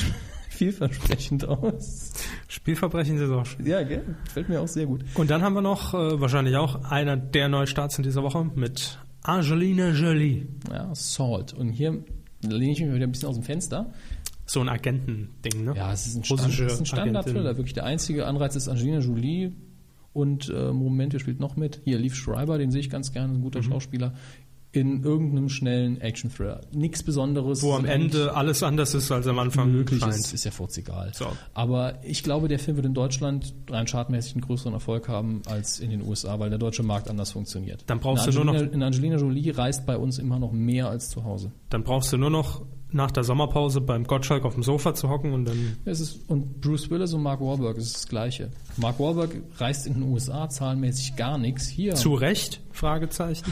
Speaker 2: vielversprechend aus.
Speaker 1: Spielverbrechen ist auch schön.
Speaker 2: Ja, gell? Fällt mir auch sehr gut.
Speaker 1: Und dann haben wir noch äh, wahrscheinlich auch einer der Neustarts in dieser Woche mit Angelina Jolie.
Speaker 2: Ja, Salt. Und hier lehne ich mich wieder ein bisschen aus dem Fenster.
Speaker 1: So ein Agentending, ne?
Speaker 2: Ja, es ist ein, Stand,
Speaker 1: Russische
Speaker 2: es ist ein Standard-Thriller.
Speaker 1: Agentin.
Speaker 2: Wirklich der einzige Anreiz ist Angelina Jolie und äh, Moment, wer spielt noch mit? Hier, Leaf Schreiber, den sehe ich ganz gerne, ein
Speaker 1: Mhm.
Speaker 2: guter Schauspieler. In irgendeinem schnellen Action-Thriller. Nichts Besonderes.
Speaker 1: Wo am
Speaker 2: sondern
Speaker 1: Ende alles anders ist als am Anfang
Speaker 2: möglich
Speaker 1: scheint.
Speaker 2: ist, ist ja furzegal.
Speaker 1: So.
Speaker 2: Aber ich glaube, der Film wird in Deutschland rein chartmäßig einen größeren Erfolg haben als in den USA, weil der deutsche Markt anders funktioniert.
Speaker 1: Dann brauchst
Speaker 2: Eine
Speaker 1: du nur
Speaker 2: Angelina, In Angelina Jolie reist bei uns immer noch mehr als zu Hause.
Speaker 1: Dann brauchst du nur noch nach der Sommerpause beim Gottschalk auf dem Sofa zu hocken und dann
Speaker 2: Es ist, und Bruce Willis und Mark Wahlberg es ist das Gleiche. Mark Wahlberg reist in den USA zahlenmäßig gar nichts. Hier,
Speaker 1: zu Recht? Fragezeichen.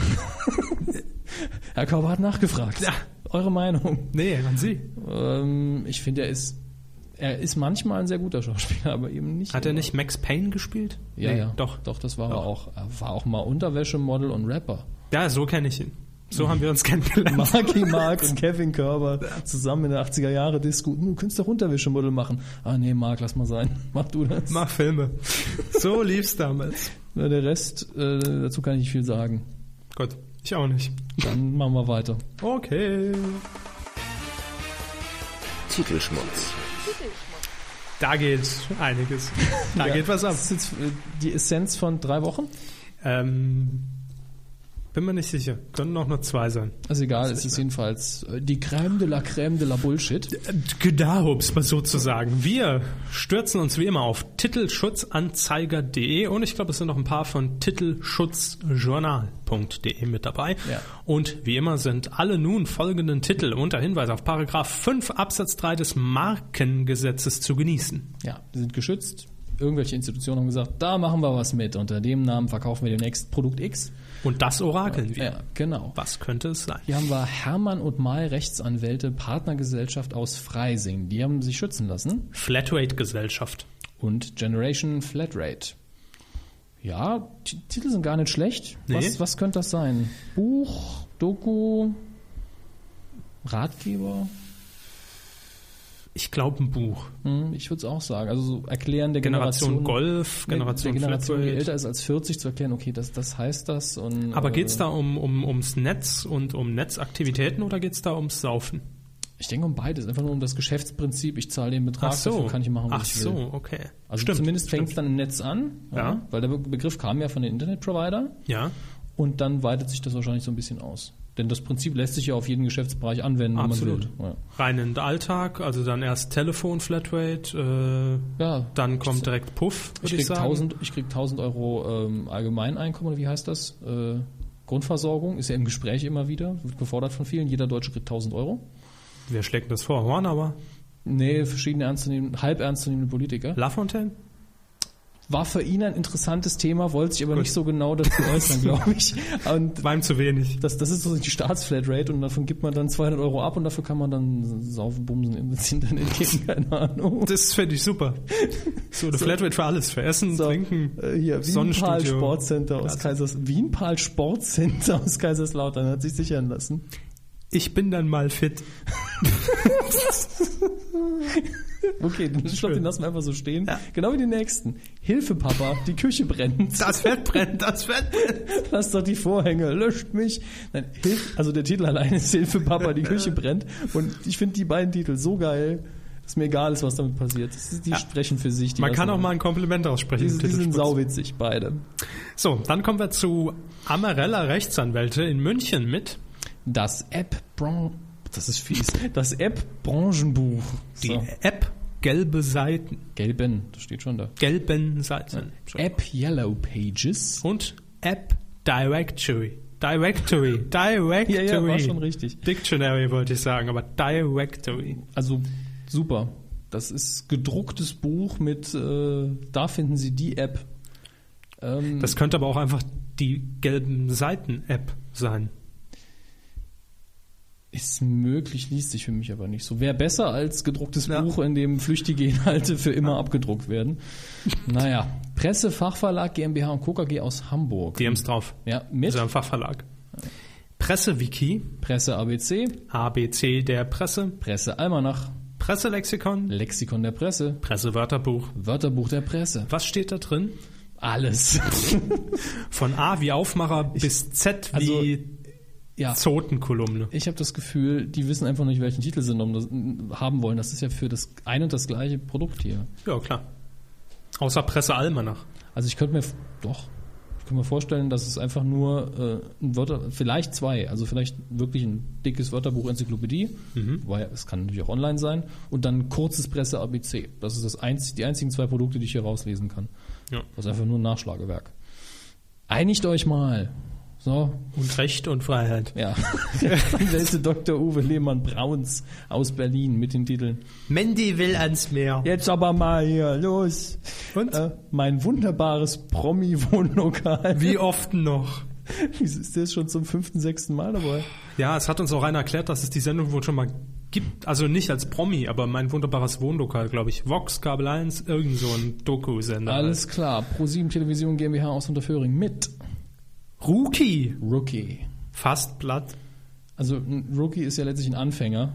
Speaker 2: Herr Körber hat nachgefragt.
Speaker 1: Ja.
Speaker 2: Eure Meinung?
Speaker 1: Nee, an sie.
Speaker 2: Ähm, ich finde, er ist, er ist manchmal ein sehr guter Schauspieler, aber eben nicht.
Speaker 1: Hat er
Speaker 2: immer.
Speaker 1: nicht Max Payne gespielt?
Speaker 2: Ja,
Speaker 1: nee,
Speaker 2: ja.
Speaker 1: Doch.
Speaker 2: Doch, das war er auch. Er war auch mal Unterwäschemodel und Rapper. <laughs>
Speaker 1: Ja, so kenne ich ihn. So haben wir uns <laughs> kennengelernt.
Speaker 2: Marky Mark und Kevin Körber zusammen in der 80er-Jahre-Disco. Du könntest doch Unterwäschemodel machen. Ah, nee, Mark, lass mal sein. <laughs> Mach du das.
Speaker 1: Mach Filme. <laughs> So lief's damals.
Speaker 2: Na, Der Rest, äh, dazu kann ich nicht viel sagen.
Speaker 1: Gut, ich auch nicht.
Speaker 2: Dann machen wir weiter.
Speaker 1: Okay.
Speaker 4: Titelschmutz.
Speaker 1: Da geht einiges. <laughs> Da geht was ab.
Speaker 2: Das ist jetzt äh, die Essenz von drei Wochen.
Speaker 1: Ähm, bin mir nicht sicher. Können auch nur zwei sein.
Speaker 2: Also egal, es ist jedenfalls äh, die Crème de la Crème de la Bullshit.
Speaker 1: Gedarhubs sozusagen. Wir stürzen uns wie immer auf titelschutzanzeiger.de und ich glaube, es sind noch ein paar von titelschutzjournal.de mit dabei.
Speaker 2: Ja.
Speaker 1: Und wie immer sind alle nun folgenden Titel unter Hinweis auf Paragraph 5 Absatz 3 des Markengesetzes zu genießen.
Speaker 2: Ja, die sind geschützt. Irgendwelche Institutionen haben gesagt, da machen wir was mit. Unter dem Namen verkaufen wir demnächst Produkt X.
Speaker 1: Und das orakeln wir.
Speaker 2: Ja, genau.
Speaker 1: Was könnte es sein?
Speaker 2: Hier haben wir Hermann und May Rechtsanwälte, Partnergesellschaft aus Freising. Die haben sich schützen lassen.
Speaker 1: Flatrate-Gesellschaft.
Speaker 2: Und Generation Flatrate. Ja, die Titel sind gar nicht schlecht.
Speaker 1: Nee.
Speaker 2: Was, was könnte das sein? Buch, Doku, Ratgeber?
Speaker 1: Ich glaube ein Buch.
Speaker 2: Hm, Ich würde es auch sagen. Also so erklären der
Speaker 1: Generation,
Speaker 2: Generation,
Speaker 1: Golf,
Speaker 2: der-
Speaker 1: Generation,
Speaker 2: der Generation, die
Speaker 1: Flatrate.
Speaker 2: älter ist als 40, zu erklären, okay, das, das heißt das. Und,
Speaker 1: Aber
Speaker 2: äh,
Speaker 1: geht's da um, um, ums Netz und um Netzaktivitäten oder geht's da ums Saufen?
Speaker 2: Ich denke um beides, einfach nur um das Geschäftsprinzip. Ich zahle den Betrag, dafür kann ich machen, was
Speaker 1: Ach
Speaker 2: ich will.
Speaker 1: so, okay.
Speaker 2: Also zumindest fängt es dann im Netz an,
Speaker 1: Ja.
Speaker 2: weil der Be- Begriff kam ja von den Internetprovidern
Speaker 1: Ja,
Speaker 2: und dann weitet sich das wahrscheinlich so ein bisschen aus. Denn das Prinzip lässt sich ja auf jeden Geschäftsbereich anwenden, wenn man
Speaker 1: Absolut.
Speaker 2: will. Ja.
Speaker 1: rein in den Alltag, also dann erst Telefon, Flatrate, äh,
Speaker 2: Ja.
Speaker 1: dann kommt direkt Puff,
Speaker 2: Ich
Speaker 1: würde ich,
Speaker 2: krieg,
Speaker 1: sagen.
Speaker 2: 1000, ich krieg 1000 Euro ähm, Allgemeineinkommen, oder wie heißt das? Äh, Grundversorgung ist ja im Gespräch immer wieder, wird gefordert von vielen. Jeder Deutsche kriegt 1000 Euro.
Speaker 1: Wer schlägt das vor? Horn, aber
Speaker 2: Nee, verschiedene ernstzunehmende, halb ernstzunehmende Politiker.
Speaker 1: Lafontaine?
Speaker 2: War für ihn ein interessantes Thema, wollte sich aber nicht so genau dazu äußern, <laughs> glaube ich. Und
Speaker 1: War ihm zu wenig.
Speaker 2: das, das ist so die Staatsflatrate und davon gibt man dann 200 Euro ab und dafür kann man dann saufen, bumsen im Internet gehen, <laughs> keine Ahnung.
Speaker 1: Das finde ich
Speaker 2: <laughs>
Speaker 1: super. So, eine Flatrate für alles. Für Essen, Trinken,
Speaker 2: äh, hier, Wienpal
Speaker 1: Sonnenstudio.
Speaker 2: Sportcenter aus Kaisers, Wienpal Sportcenter aus Kaiserslautern hat sich sichern lassen.
Speaker 1: Ich bin dann mal fit.
Speaker 2: Okay, dann schön. den lassen wir einfach so stehen. Genau wie den nächsten. Hilfe, Papa, die Küche brennt. <laughs>
Speaker 1: Das Fett brennt, das Fett brennt.
Speaker 2: Lass doch die Vorhänge, löscht mich. Nein, Hilf, also der Titel alleine ist Hilfe, Papa, die Küche brennt. Und ich finde die beiden Titel so geil, dass mir egal ist, was damit passiert. Das ist, die sprechen für sich. Die
Speaker 1: Man kann
Speaker 2: lassen
Speaker 1: auch
Speaker 2: wir.
Speaker 1: mal ein Kompliment aussprechen.
Speaker 2: Die,
Speaker 1: im
Speaker 2: die sind
Speaker 1: Titelspitz.
Speaker 2: sauwitzig, beide.
Speaker 1: So, dann kommen wir zu Amarella Rechtsanwälte in München mit.
Speaker 2: Das App Bron das ist
Speaker 1: <laughs>
Speaker 2: fies. Das App Branchenbuch.
Speaker 1: Die App gelbe Seiten.
Speaker 2: Gelben, das steht schon da.
Speaker 1: Gelben Seiten.
Speaker 2: App Yellow Pages.
Speaker 1: Und App Directory. Directory. Directory.
Speaker 2: Ja, ja, war schon richtig.
Speaker 1: Dictionary wollte ich sagen, aber Directory.
Speaker 2: Also super. Das ist gedrucktes Buch mit, äh, da finden Sie die App. Ähm,
Speaker 1: Das könnte aber auch einfach die gelben Seiten-App sein.
Speaker 2: ist möglich, liest sich für mich aber nicht so. Wäre besser als gedrucktes Buch, in dem flüchtige Inhalte für immer abgedruckt werden. Naja, Presse, Fachverlag, GmbH und KKG aus Hamburg.
Speaker 1: Die haben es drauf.
Speaker 2: Ja, mit
Speaker 1: Ist ja ein Fachverlag. Pressewiki,
Speaker 2: Presse ABC,
Speaker 1: ABC der Presse,
Speaker 2: Presse Almanach,
Speaker 1: Presselexikon,
Speaker 2: Lexikon der Presse,
Speaker 1: Pressewörterbuch.
Speaker 2: Wörterbuch der Presse.
Speaker 1: Was steht da drin?
Speaker 2: Alles. <laughs>
Speaker 1: Von A wie Aufmacher bis Z wie
Speaker 2: ja.
Speaker 1: Zotenkolumne.
Speaker 2: Ich habe das Gefühl, die wissen einfach nicht, welchen Titel sie noch das- haben wollen. Das ist ja für das ein und das gleiche Produkt hier.
Speaker 1: Ja, klar. Außer Presse Almanach.
Speaker 2: Also ich könnte mir f- doch, ich könnte mir vorstellen, dass es einfach nur äh, ein Wörter, vielleicht zwei, also vielleicht wirklich ein dickes Wörterbuch Enzyklopädie, weil es kann natürlich auch online sein und dann ein kurzes Presse ABC. Das ist das einzig, die einzigen zwei Produkte, die ich hier rauslesen kann.
Speaker 1: Ja.
Speaker 2: Das ist einfach nur ein Nachschlagewerk. Einigt euch mal. So,
Speaker 1: Und Recht und Freiheit.
Speaker 2: ja. <laughs> Anwälte Dr. Uwe Lehmann-Brauns aus Berlin mit den Titeln
Speaker 1: Mandy will ans Meer.
Speaker 2: Jetzt aber mal hier, los.
Speaker 1: Und?
Speaker 2: Äh, mein wunderbares Promi-Wohnlokal. <laughs>
Speaker 1: Wie oft noch?
Speaker 2: Wieso ist das schon zum fünften, sechsten Mal dabei?
Speaker 1: Ja, es hat uns auch einer erklärt, dass es die Sendung wohl schon mal gibt. Also nicht als Promi, aber mein wunderbares Wohnlokal, glaube ich. Vox, Kabel 1, irgend so ein Doku-Sender.
Speaker 2: Alles klar, Pro7 Television GmbH aus Unterföhring mit
Speaker 1: Rookie.
Speaker 2: Rookie.
Speaker 1: Fast platt.
Speaker 2: Also ein Rookie ist ja letztlich ein Anfänger.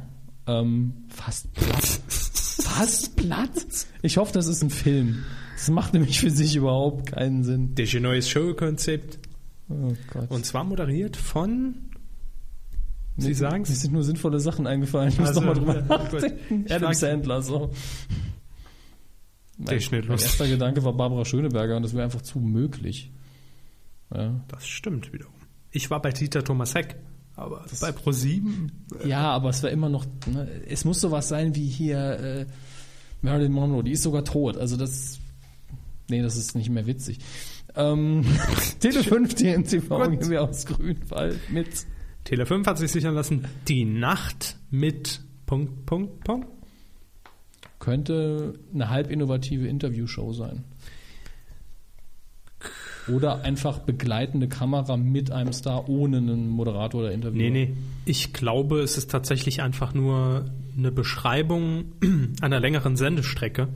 Speaker 2: Ähm, fast <laughs> platt. fast platt? Ich hoffe, das ist ein Film. Das macht nämlich für sich überhaupt keinen Sinn.
Speaker 1: Das ist ein neues Showkonzept.
Speaker 2: Oh Gott.
Speaker 1: Und zwar moderiert von. Sie
Speaker 2: Mir-
Speaker 1: sagen's?
Speaker 2: Mir sind nur sinnvolle Sachen eingefallen. Ich muss
Speaker 1: Also,
Speaker 2: nochmal drüber
Speaker 1: gut.
Speaker 2: nachdenken.
Speaker 1: Ich
Speaker 2: Adam
Speaker 1: mag-
Speaker 2: Sandler, so.
Speaker 1: Der ist nicht
Speaker 2: Mein
Speaker 1: lustig.
Speaker 2: erster Gedanke war Barbara Schöneberger und das wäre einfach zu möglich. Ja,
Speaker 1: Das stimmt wiederum. Ich war bei Dieter Thomas Heck, aber bei Pro7.
Speaker 2: ja aber es war immer noch, ne, es muss sowas sein wie hier äh, Marilyn Monroe, die ist sogar tot. Also das, nee, das ist nicht mehr witzig. Ähm, <laughs> Tele 5 TMTV gehen wir aus Grünwald mit.
Speaker 1: Tele5 hat sich sichern lassen, die Nacht mit Punkt, Punkt, Punkt.
Speaker 2: Könnte eine halb innovative Interviewshow sein. Oder einfach begleitende Kamera mit einem Star ohne einen Moderator oder Interviewer.
Speaker 1: Nee, nee. Ich glaube, es ist tatsächlich einfach nur eine Beschreibung <clears throat> einer längeren Sendestrecke.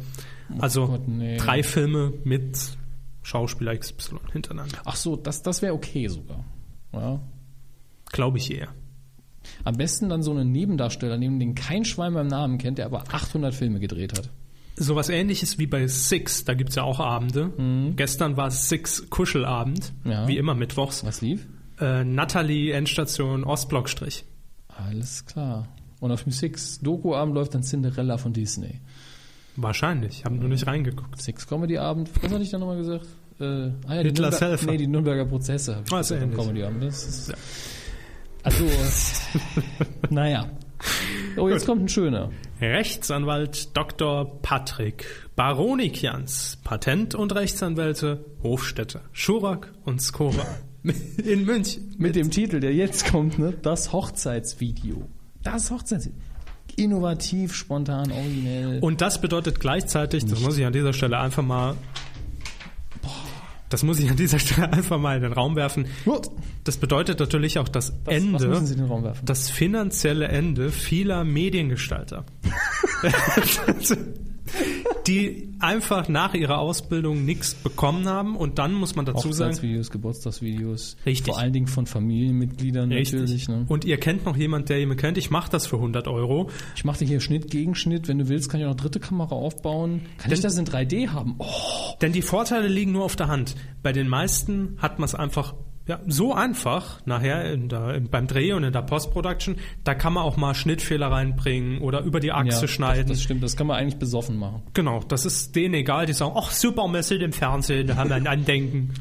Speaker 1: Also
Speaker 2: Oh Gott, nee.
Speaker 1: drei Filme mit Schauspieler XY hintereinander.
Speaker 2: Ach so, das, das wäre okay sogar. Ja.
Speaker 1: Glaube ich eher.
Speaker 2: Am besten dann so einen Nebendarsteller nehmen, den kein Schwein beim Namen kennt, der aber 800 Filme gedreht hat.
Speaker 1: Sowas ähnliches wie bei Six, da gibt es ja auch Abende. Gestern war Six Kuschelabend,
Speaker 2: Mhm. Ja.
Speaker 1: wie immer mittwochs.
Speaker 2: Was lief?
Speaker 1: Äh, Natalie Endstation Ostblockstrich.
Speaker 2: Alles klar. Und auf dem Six Doku-Abend läuft dann Cinderella von Disney.
Speaker 1: Wahrscheinlich, haben nur nicht reingeguckt.
Speaker 2: Six Comedy-Abend, was hatte ich da nochmal gesagt? Äh, ah ja, die
Speaker 1: Hitlers
Speaker 2: Nürnber-
Speaker 1: Helfer.
Speaker 2: Nee, die Nürnberger Prozesse habe ich
Speaker 1: Ah, ist
Speaker 2: gesagt, am
Speaker 1: ähnlich.
Speaker 2: Comedy-Abend. Das ist, Also, <laughs> naja. Oh, jetzt kommt ein schöner.
Speaker 1: Rechtsanwalt Dr. Patrick Baronikians, Patent- und Rechtsanwälte Hofstädte, Schurak und
Speaker 2: <laughs>
Speaker 1: Skora in München.
Speaker 2: Mit dem Titel, der jetzt kommt, ne? Das Hochzeitsvideo. Das Hochzeitsvideo. Innovativ, spontan, originell.
Speaker 1: Und das bedeutet gleichzeitig, das muss ich an dieser Stelle einfach mal Das muss ich an dieser Stelle <laughs> einfach mal in den Raum werfen.
Speaker 2: Gut.
Speaker 1: Das bedeutet natürlich auch das,
Speaker 2: Was- was
Speaker 1: Ende,
Speaker 2: müssen Sie in den Raum werfen?
Speaker 1: das finanzielle Ende vieler Mediengestalter. <laughs> die einfach nach ihrer Ausbildung nichts bekommen haben und dann muss man dazu sagen,
Speaker 2: Hochzeitsvideos, Geburtstagsvideos.
Speaker 1: Richtig.
Speaker 2: Vor allen Dingen von Familienmitgliedern natürlich. Ne?
Speaker 1: Und ihr kennt noch jemand, der jemand kennt, ich mache das für 100 Euro.
Speaker 2: Ich mache dir hier Schnitt gegen Schnitt. Wenn du willst, kann ich auch noch dritte Kamera aufbauen. Kann ich das in 3D haben? Oh,
Speaker 1: Denn die Vorteile liegen nur auf der Hand. Bei den meisten hat man es einfach ja, so einfach nachher in der, in, beim Dreh und in der Post-Production, da kann man auch mal Schnittfehler reinbringen oder über die Achse schneiden.
Speaker 2: Das, das stimmt. Das kann man eigentlich besoffen machen.
Speaker 1: genau, das ist denen egal, die sagen, ach super, wir sind im Fernsehen, da haben wir ein Andenken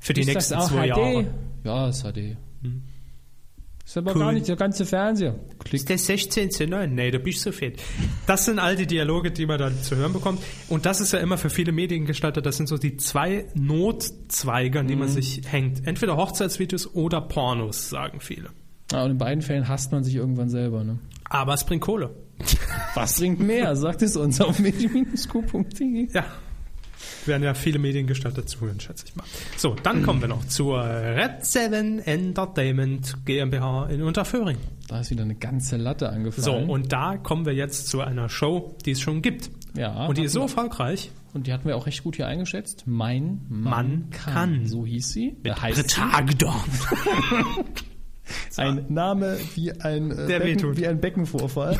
Speaker 1: für die
Speaker 2: Ist
Speaker 1: nächsten
Speaker 2: das auch
Speaker 1: zwei
Speaker 2: HD?
Speaker 1: Jahre. Hm.
Speaker 2: Ja, ist HD. Ist aber
Speaker 1: Cool.
Speaker 2: gar nicht der ganze Fernseher. Klick.
Speaker 1: Ist das 16 zu 9? Nee, du bist so fett. Das sind all die Dialoge, die man da zu hören bekommt. Und das ist ja immer für viele Mediengestalter, das sind so die zwei Notzweige, an die man sich hängt. Entweder Hochzeitsvideos oder Pornos, sagen viele.
Speaker 2: Ah, und in beiden Fällen hasst man sich irgendwann selber. Ne?
Speaker 1: Aber es bringt Kohle.
Speaker 2: Was trinkt mehr? Sagt es uns auf medien-q.de.
Speaker 1: Ja. Werden ja viele Mediengestalter zuhören, schätze ich mal. So, dann kommen wir noch zur Red 7 Entertainment GmbH in Unterföhring.
Speaker 2: Da ist wieder eine ganze Latte angefallen.
Speaker 1: So, und da kommen wir jetzt zu einer Show, die es schon gibt.
Speaker 2: Ja,
Speaker 1: Und die
Speaker 2: hatten
Speaker 1: ist so
Speaker 2: wir-
Speaker 1: erfolgreich.
Speaker 2: Und die hatten wir auch recht gut hier eingeschätzt. Mein Mann,
Speaker 1: Mann
Speaker 2: kann.
Speaker 1: kann.
Speaker 2: So hieß sie. Äh,
Speaker 1: Retagdorn.
Speaker 2: sie. Ein Name wie ein, äh,
Speaker 1: Der
Speaker 2: Becken,
Speaker 1: wehtut.
Speaker 2: wie
Speaker 1: <laughs>
Speaker 2: ein Beckenvorfall.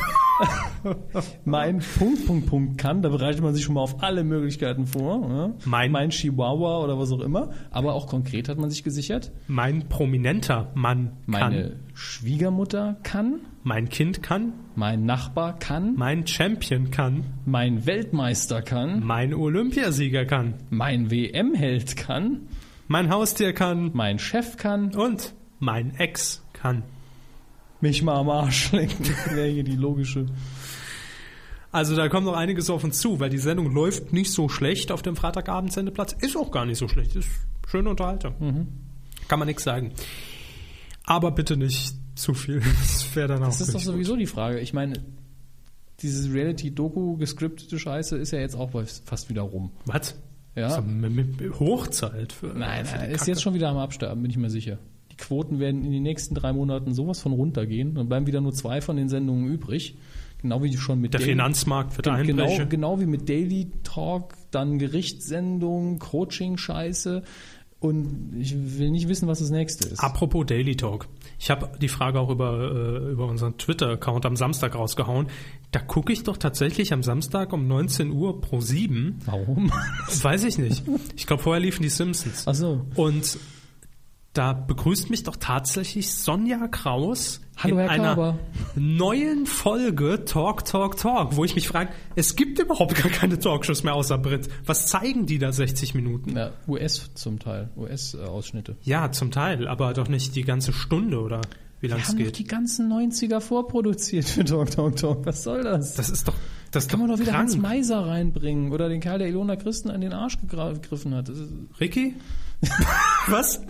Speaker 2: mein Punkt, Punkt, Punkt kann. Da bereitet man sich schon mal auf alle Möglichkeiten vor. Ne?
Speaker 1: Mein-
Speaker 2: mein Chihuahua oder was auch immer. Aber auch konkret hat man sich gesichert.
Speaker 1: Mein prominenter Mann
Speaker 2: Meine
Speaker 1: kann.
Speaker 2: Schwiegermutter kann.
Speaker 1: Mein Kind kann.
Speaker 2: Mein Nachbar kann.
Speaker 1: Mein Champion kann.
Speaker 2: Mein Weltmeister kann.
Speaker 1: Mein Olympiasieger kann.
Speaker 2: Mein WM-Held kann.
Speaker 1: Mein Haustier kann.
Speaker 2: Mein Chef kann.
Speaker 1: Und mein Ex kann.
Speaker 2: Mich mal am Arsch lecken. <laughs> Wäre hier die logische.
Speaker 1: Also da kommt noch einiges auf uns zu, weil die Sendung läuft nicht so schlecht auf dem Freitagabendsendeplatz. Ist auch gar nicht so schlecht. Ist schöne Unterhaltung.
Speaker 2: Mhm.
Speaker 1: Kann man nichts sagen. Aber bitte nicht zu viel. <laughs> Das wäre dann auch
Speaker 2: Das ist doch
Speaker 1: nicht
Speaker 2: sowieso die Frage. Ich meine, dieses Reality-Doku gescriptete Scheiße ist ja jetzt auch fast wieder rum.
Speaker 1: gut. Was?
Speaker 2: Ja.
Speaker 1: So, mit, mit Hochzeit für, für die
Speaker 2: ist
Speaker 1: Kacke.
Speaker 2: jetzt schon wieder am Absterben, bin ich mir sicher. Die Quoten werden in den nächsten drei Monaten sowas von runtergehen. Dann bleiben wieder nur zwei von den Sendungen übrig. Genau wie schon mit
Speaker 1: Der
Speaker 2: Daily-
Speaker 1: Finanzmarkt wird
Speaker 2: genau,
Speaker 1: Einbrüche.
Speaker 2: genau wie mit Daily Talk, dann Gerichtssendungen, Coaching-Scheiße. Und ich will nicht wissen, was das nächste ist.
Speaker 1: Apropos Daily Talk. Ich habe die Frage auch über, äh, über unseren Twitter-Account am Samstag rausgehauen. Da gucke ich doch tatsächlich am Samstag um 19 Uhr pro 7.
Speaker 2: Warum?
Speaker 1: Weiß ich nicht. Ich glaube, vorher liefen die Simpsons.
Speaker 2: Ach so.
Speaker 1: Und da begrüßt mich doch tatsächlich Sonja Kraus
Speaker 2: Hallo,
Speaker 1: in
Speaker 2: Herr
Speaker 1: einer
Speaker 2: Körber.
Speaker 1: neuen Folge Talk, Talk, Talk, wo ich mich frage, es gibt überhaupt gar keine Talkshows mehr außer Brit. Was zeigen die da 60 Minuten?
Speaker 2: Na, US zum Teil, äh, US-Ausschnitte.
Speaker 1: Ja, zum Teil, aber doch nicht die ganze Stunde oder wie lange
Speaker 2: Wir
Speaker 1: es
Speaker 2: haben doch die
Speaker 1: geht.
Speaker 2: ganzen 90er vorproduziert für Talk Talk Talk. Was soll das?
Speaker 1: Das ist doch, das
Speaker 2: kann man doch wieder
Speaker 1: krank.
Speaker 2: Hans Meiser reinbringen oder den Kerl, der Ilona Christen an den Arsch gegra- gegriffen hat. Das ist- <laughs>
Speaker 1: Ricky? <laughs> Was?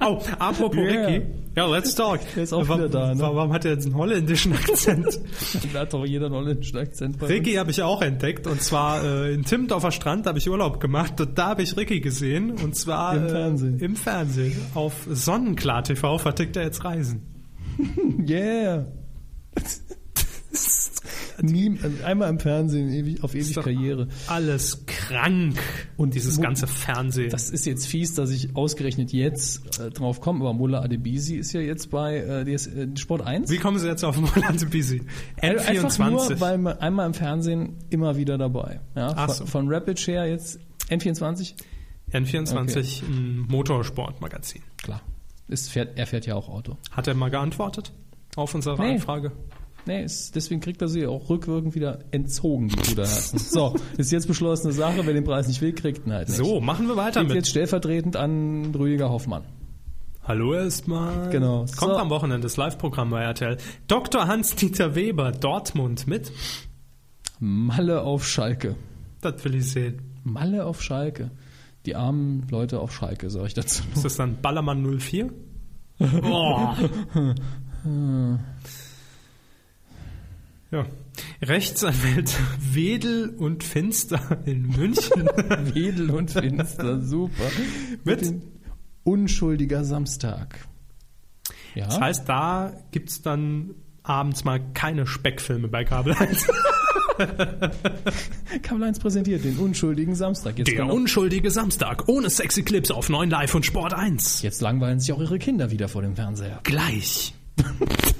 Speaker 1: Oh, apropos
Speaker 2: Yeah.
Speaker 1: Ricky. Ja, let's talk.
Speaker 2: Der ist auch
Speaker 1: warum,
Speaker 2: wieder da, ne?
Speaker 1: Warum hat er jetzt einen holländischen <laughs> Akzent?
Speaker 2: Da hat doch jeder einen holländischen Akzent bei
Speaker 1: Ricky habe ich auch entdeckt und zwar äh, in Timmendorfer Strand habe ich Urlaub gemacht und da habe ich Ricky gesehen und zwar
Speaker 2: Im Fernsehen.
Speaker 1: Äh, im Fernsehen auf Sonnenklar TV vertickt er jetzt Reisen.
Speaker 2: uns. Yeah!
Speaker 1: <laughs>
Speaker 2: Nie, einmal im Fernsehen ewig, auf ewig
Speaker 1: doch-
Speaker 2: Karriere.
Speaker 1: Alles krank und dieses
Speaker 2: Wo-
Speaker 1: ganze Fernsehen.
Speaker 2: Das ist jetzt fies, dass ich ausgerechnet jetzt äh, drauf komme, aber Mullah Adebisi ist ja jetzt bei äh, DS, äh, Sport 1.
Speaker 1: Wie kommen Sie jetzt auf Molante Busy?
Speaker 2: Einfach nur,
Speaker 1: N24.
Speaker 2: weil man einmal im Fernsehen immer wieder dabei. Ja,
Speaker 1: Ach
Speaker 2: von,
Speaker 1: so.
Speaker 2: von Rapid Share jetzt N24.
Speaker 1: N24 ein Motorsportmagazin.
Speaker 2: Klar. Ist, fährt, er fährt ja auch Auto.
Speaker 1: Hat er mal geantwortet auf unsere
Speaker 2: Nee.
Speaker 1: Anfrage?
Speaker 2: Nee, ist, deswegen kriegt er sie auch rückwirkend wieder entzogen, die
Speaker 1: <laughs>
Speaker 2: Bruderherzen. so, ist jetzt beschlossene Sache. Wer den Preis nicht will, kriegt ihn halt nicht.
Speaker 1: So, machen wir weiter
Speaker 2: Geht
Speaker 1: mit.
Speaker 2: jetzt stellvertretend an Rüdiger Hoffmann.
Speaker 1: Hallo erstmal.
Speaker 2: Genau.
Speaker 1: Kommt
Speaker 2: So.
Speaker 1: am Wochenende das Live-Programm bei RTL. Dr. Hans-Dieter Weber, Dortmund mit.
Speaker 2: Malle auf Schalke.
Speaker 1: Das will ich sehen.
Speaker 2: Malle auf Schalke. Die armen Leute auf Schalke, sage ich dazu.
Speaker 1: Ist das dann Ballermann
Speaker 2: <laughs>
Speaker 1: 04? Oh. ja. Rechtsanwälte Wedel und Finster in München
Speaker 2: Wedel und Finster, super.
Speaker 1: mit.
Speaker 2: Unschuldiger Samstag. Ja.
Speaker 1: Das heißt, da gibt's dann abends mal keine Speckfilme bei Kabel 1.
Speaker 2: Kabel 1 präsentiert den unschuldigen Samstag. Jetzt,
Speaker 1: Der
Speaker 2: können auch-
Speaker 1: unschuldige Samstag ohne sexy Clips auf 9 Live und Sport 1.
Speaker 2: jetzt langweilen sich auch ihre Kinder wieder vor dem Fernseher. <laughs>
Speaker 1: Gleich.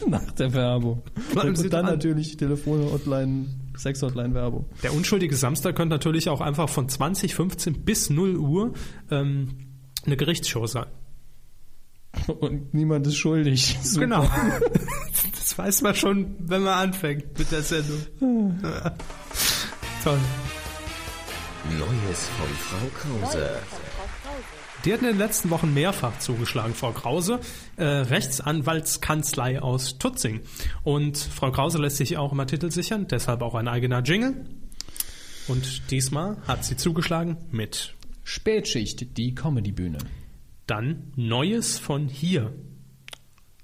Speaker 2: Nach der Werbung.
Speaker 1: Bleiben Sie
Speaker 2: und dann
Speaker 1: dran.
Speaker 2: natürlich Telefon-Hotline, Sex-Hotline-Werbung.
Speaker 1: Der unschuldige Samstag könnte natürlich auch einfach von 2015 bis 0 Uhr ähm, eine Gerichtsshow sein.
Speaker 2: Und niemand ist schuldig. Super.
Speaker 1: Genau. <laughs> das weiß man schon, wenn man anfängt mit der Sendung. Hm. Toll.
Speaker 4: Neues von Frau Krause.
Speaker 1: Die hat in den letzten Wochen mehrfach zugeschlagen, Frau Krause, äh, Rechtsanwaltskanzlei aus Tutzing. Und Frau Krause lässt sich auch immer Titel sichern, deshalb auch ein eigener Jingle. Und diesmal hat sie zugeschlagen mit
Speaker 2: Spätschicht, die Comedy-Bühne.
Speaker 1: dann Neues von hier,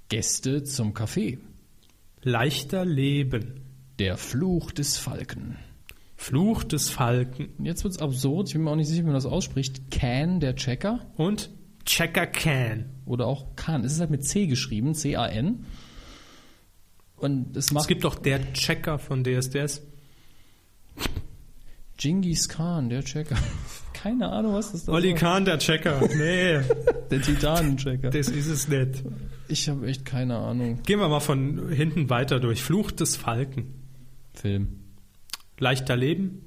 Speaker 2: Gäste zum Café.
Speaker 1: leichter Leben,
Speaker 2: Der Fluch des Falken.
Speaker 1: Fluch des Falken
Speaker 2: Und Jetzt wird's absurd. Ich bin mir auch nicht sicher, wie man das ausspricht. Can, der Checker.
Speaker 1: und Checker Can.
Speaker 2: Oder auch Can. Es ist halt mit C geschrieben. C-A-N. Und es
Speaker 1: Es
Speaker 2: macht
Speaker 1: gibt doch der Checker von DSDS.
Speaker 2: Genghis Khan, der Checker. <laughs> Keine Ahnung, was das da
Speaker 1: Olli
Speaker 2: war.
Speaker 1: Kahn, der Checker. Nee,
Speaker 2: Der Titanenchecker.
Speaker 1: das ist es nicht.
Speaker 2: Ich habe echt keine Ahnung.
Speaker 1: Gehen wir mal von hinten weiter durch. Fluch des Falken.
Speaker 2: Film.
Speaker 1: Leichter Leben,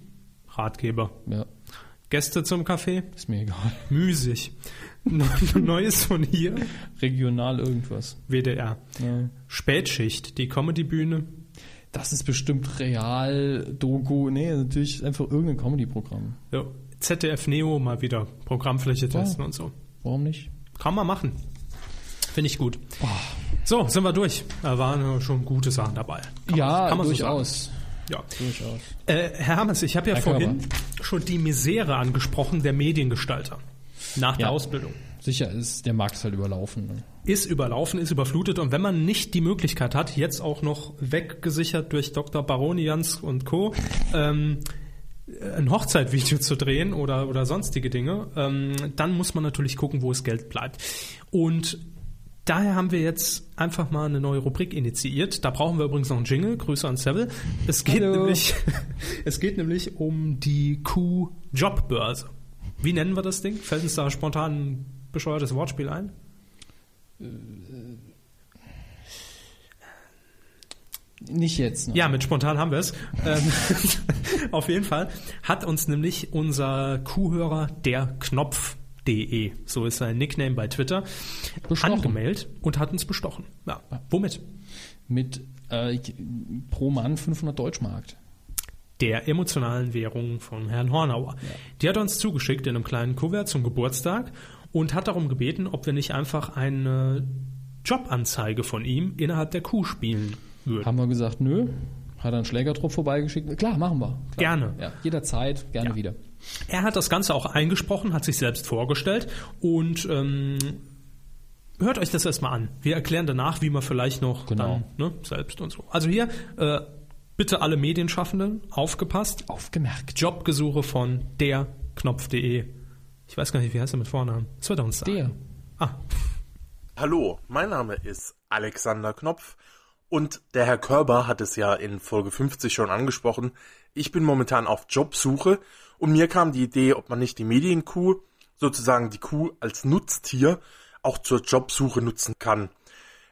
Speaker 1: Ratgeber.
Speaker 2: Ja,
Speaker 1: Gäste zum Café,
Speaker 2: ist mir egal.
Speaker 1: müßig. <laughs> Neues von hier,
Speaker 2: Regional irgendwas.
Speaker 1: WDR.
Speaker 2: Ja.
Speaker 1: Spätschicht, die Comedybühne.
Speaker 2: Das ist bestimmt real, Doku. Nee, natürlich einfach irgendein Comedy-Programm.
Speaker 1: Ja, ZDF Neo mal wieder.
Speaker 2: Oh.
Speaker 1: Programmfläche testen und so.
Speaker 2: Warum nicht?
Speaker 1: Kann man machen. Finde ich gut. So, sind wir durch. Da waren ja schon gute Sachen dabei. Kann
Speaker 2: ja,
Speaker 1: man, kann man So
Speaker 2: durchaus.
Speaker 1: sagen. Ja.
Speaker 2: durchaus.
Speaker 1: Äh, Herr Hammes, ich habe ja
Speaker 2: Herr
Speaker 1: vorhin schon die Misere angesprochen der Mediengestalter nach der
Speaker 2: Ja.
Speaker 1: Ausbildung.
Speaker 2: Sicher ist der Markt halt überlaufen. Ne?
Speaker 1: Ist überlaufen, ist überflutet und wenn man nicht die Möglichkeit hat, jetzt auch noch weggesichert durch Dr. Baronians und Co. Ähm, ein Hochzeitvideo zu drehen oder, oder sonstige Dinge, ähm, dann muss man natürlich gucken, wo das Geld bleibt. Und daher haben wir jetzt einfach mal eine neue Rubrik initiiert. Da brauchen wir übrigens noch einen Jingle. Grüße an Seville. Es geht
Speaker 2: Hallo.
Speaker 1: nämlich, <laughs> es geht nämlich um die Q-Jobbörse. Wie nennen wir das Ding? Fällt uns da spontan ein bescheuertes Wortspiel ein?
Speaker 2: Nicht jetzt. Ne?
Speaker 1: Ja, mit spontan haben wir es. Ähm, <laughs> auf jeden Fall hat uns nämlich unser Kuhhörer der Knopf.de, so ist sein Nickname bei Twitter,
Speaker 2: Bestochen.
Speaker 1: angemeldet und hat uns bestochen. Ja. Womit?
Speaker 2: Mit äh, ich- pro Mann 500 Deutschmarkt.
Speaker 1: Der emotionalen Währung von Herrn Hornauer. Die hat er uns zugeschickt in einem kleinen Kuvert zum Geburtstag und hat darum gebeten, ob wir nicht einfach eine Jobanzeige von ihm innerhalb der Kuh spielen würden.
Speaker 2: Haben wir gesagt, nö. Hat er einen Schlägertrupp vorbeigeschickt? Klar, machen wir. Klar.
Speaker 1: Gerne.
Speaker 2: Ja, jederzeit, gerne wieder.
Speaker 1: Er hat das Ganze auch eingesprochen, hat sich selbst vorgestellt und ähm, hört euch das erstmal an. Wir erklären danach, wie man vielleicht noch
Speaker 2: Genau.
Speaker 1: dann ne, selbst und so. Also hier, äh, bitte alle Medienschaffenden, aufgepasst.
Speaker 2: Aufgemerkt.
Speaker 1: Jobgesuche von derknopf.de. Ich weiß gar nicht, wie heißt er mit Vornamen? Das wird er uns sagen.
Speaker 2: Der.
Speaker 1: Ah,
Speaker 5: Hallo, mein Name ist Alexander Knopf und der Herr Körber hat es ja in Folge 50 schon angesprochen. Ich bin momentan auf Jobsuche und mir kam die Idee, ob man nicht die Medienkuh, sozusagen die Kuh als Nutztier, auch zur Jobsuche nutzen kann.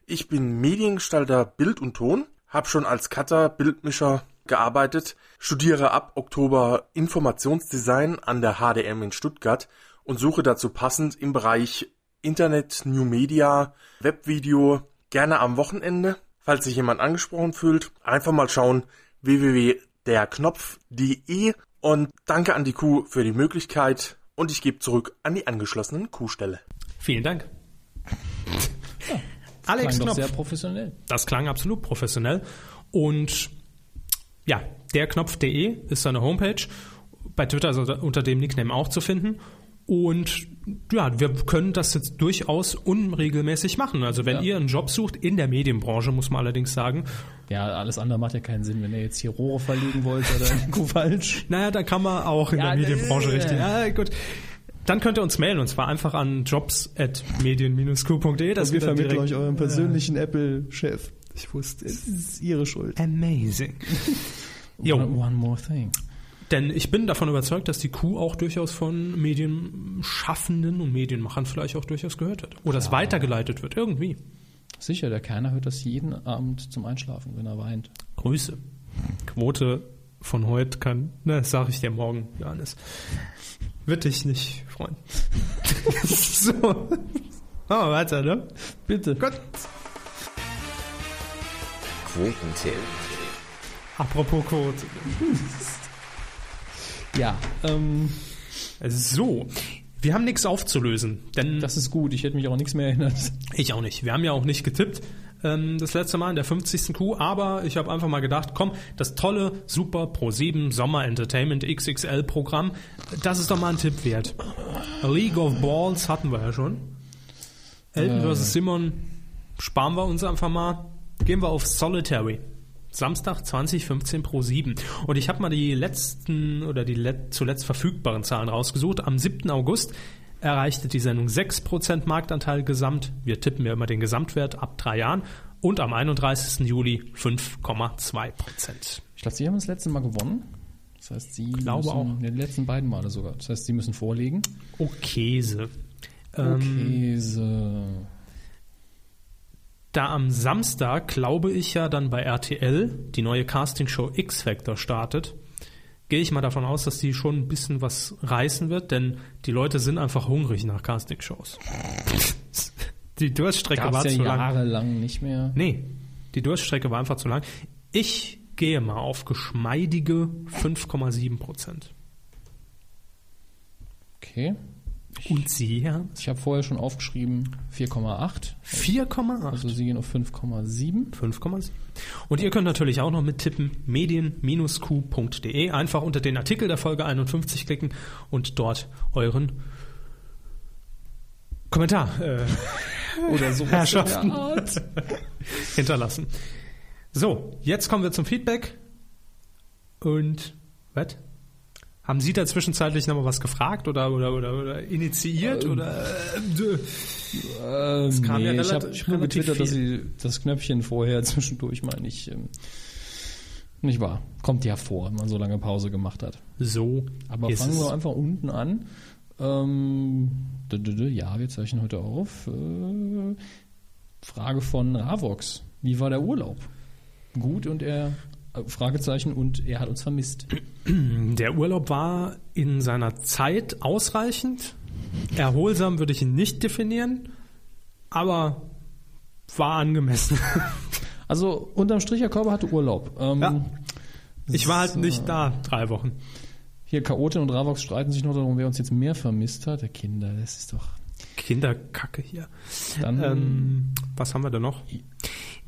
Speaker 5: Ich bin Mediengestalter Bild und Ton, habe schon als Cutter, Bildmischer gearbeitet, studiere ab Oktober Informationsdesign an der HDM in Stuttgart und suche dazu passend im Bereich Internet, New Media, Webvideo, gerne am Wochenende, falls sich jemand angesprochen fühlt, einfach mal schauen www.derknopf.de und danke an die Kuh für die Möglichkeit und ich gebe zurück an die angeschlossenen Kuhstelle.
Speaker 1: vielen Dank.
Speaker 2: Klang
Speaker 1: Alex
Speaker 2: doch
Speaker 1: Knopf.
Speaker 2: sehr professionell.
Speaker 1: Das klang absolut professionell. Und ja, derknopf.de ist seine Homepage. Bei Twitter ist er unter dem Nickname auch zu finden. Und ja, wir können das jetzt durchaus unregelmäßig machen. Also wenn
Speaker 2: Ja.
Speaker 1: ihr einen Job sucht, in der Medienbranche, muss man allerdings sagen,
Speaker 2: Ja, alles andere macht ja keinen Sinn, wenn ihr jetzt hier Rohre verlegen wollt <laughs> oder Kuh falsch.
Speaker 1: Naja, da kann man auch in
Speaker 2: Ja,
Speaker 1: der Medienbranche
Speaker 2: äh,
Speaker 1: richtig. Ja, gut. Dann könnt ihr uns mailen und zwar einfach an jobs.medien-q.de. Das
Speaker 6: Wir
Speaker 1: wird dann
Speaker 6: vermitteln
Speaker 1: direkt
Speaker 6: euch euren persönlichen Apple-Chef. Ich wusste, es ist ihre Schuld.
Speaker 1: amazing. Jo,
Speaker 2: One more thing.
Speaker 1: denn ich bin davon überzeugt, dass die Q auch durchaus von Medienschaffenden und Medienmachern vielleicht auch durchaus gehört wird. Oder es weitergeleitet wird, irgendwie.
Speaker 2: Sicher, der Kerner hört das jeden Abend zum Einschlafen, wenn er weint.
Speaker 1: Grüße. Quote von heute kann, ne, das sag ich dir morgen, Johannes. Wird dich nicht freuen. <laughs> so. Machen wir weiter, ne?
Speaker 2: Bitte.
Speaker 1: Gut.
Speaker 4: Quotentipp.
Speaker 1: Apropos Quote.
Speaker 2: Ja, ähm,
Speaker 1: So, wir haben nichts aufzulösen, denn
Speaker 2: das ist gut. Ich hätte mich auch nichts mehr erinnert.
Speaker 1: ich auch nicht. Wir haben ja auch nicht getippt ähm, das letzte Mal in der 50. Q, aber ich habe einfach mal gedacht, komm, das tolle Super Pro 7 Sommer Entertainment XXL Programm, das ist doch mal ein Tipp wert. League of Balls hatten wir ja schon. Elton vs. Simon sparen wir uns einfach mal. Gehen wir auf Solitary. Samstag 2015 pro 7. Und ich habe mal die letzten oder die let zuletzt verfügbaren Zahlen rausgesucht. Am 7. August erreichte die Sendung 6% Marktanteil gesamt. Wir tippen ja immer den Gesamtwert ab drei Jahren. Und am 31. Juli 5,2%.
Speaker 2: Ich glaube, Sie haben das letzte Mal gewonnen. Das heißt, Sie
Speaker 1: Glaube
Speaker 2: müssen,
Speaker 1: auch.
Speaker 2: Ne, die letzten beiden Male sogar. Das heißt, Sie müssen vorlegen.
Speaker 1: Oh, Käse. Ähm,
Speaker 2: Hm. Käse.
Speaker 1: Da am Samstag, glaube ich ja, dann bei RTL die neue Castingshow X Factor startet, gehe ich mal davon aus, dass die schon ein bisschen was reißen wird, denn die Leute sind einfach hungrig nach Castingshows. <laughs> Die Durststrecke
Speaker 2: Gab
Speaker 1: war
Speaker 2: es
Speaker 1: zu
Speaker 2: ja
Speaker 1: lang.
Speaker 2: jahrelang nicht mehr.
Speaker 1: Nee, die Durststrecke war einfach zu lang. Ich gehe mal auf geschmeidige 5,7 Prozent.
Speaker 2: Okay.
Speaker 1: Und Sie, Herr?
Speaker 2: Ich habe vorher schon aufgeschrieben 4,8.
Speaker 1: 4,8.
Speaker 2: Also Sie gehen auf 5,7.
Speaker 1: 5,7. Und ihr könnt natürlich auch noch mittippen, medien-q.de. Einfach unter den Artikel der Folge 51 klicken und dort euren Kommentar äh,
Speaker 2: Oder so.
Speaker 1: Herrschaften. <laughs> hinterlassen. So, jetzt kommen wir zum Feedback. Und, was? Haben Sie da zwischenzeitlich nochmal was gefragt oder, oder, oder, oder initiiert? oder, äh,
Speaker 2: Ähm,
Speaker 1: kam ja
Speaker 2: nee, ich
Speaker 1: relativ-
Speaker 2: habe hab nur
Speaker 1: relativ
Speaker 2: getwittert, dass Sie das Knöpfchen vorher <laughs> zwischendurch mal nicht, ähm, nicht wahr. Kommt ja vor, wenn man so lange Pause gemacht hat.
Speaker 1: so.
Speaker 2: Aber
Speaker 1: ist
Speaker 2: fangen
Speaker 1: es.
Speaker 2: wir einfach unten an. Ähm, dü- dü- dü, ja, wir zeichnen heute auf. Äh, Frage von Ravox. Wie war der Urlaub? Gut und er äh, Fragezeichen und er hat uns vermisst.
Speaker 1: Der Urlaub war in seiner Zeit ausreichend. Erholsam würde ich ihn nicht definieren, aber war
Speaker 2: <laughs>
Speaker 1: angemessen.
Speaker 2: Also unterm Strich, Herr Körber hatte Urlaub. Ähm,
Speaker 1: Ja. Ich war halt
Speaker 2: So.
Speaker 1: nicht da drei Wochen.
Speaker 2: Hier Chaotin und Ravox streiten sich noch darum, wer uns jetzt mehr vermisst hat. Der Kinder, das ist doch
Speaker 1: Kinderkacke hier.
Speaker 2: dann
Speaker 1: Ähm, was haben wir denn noch?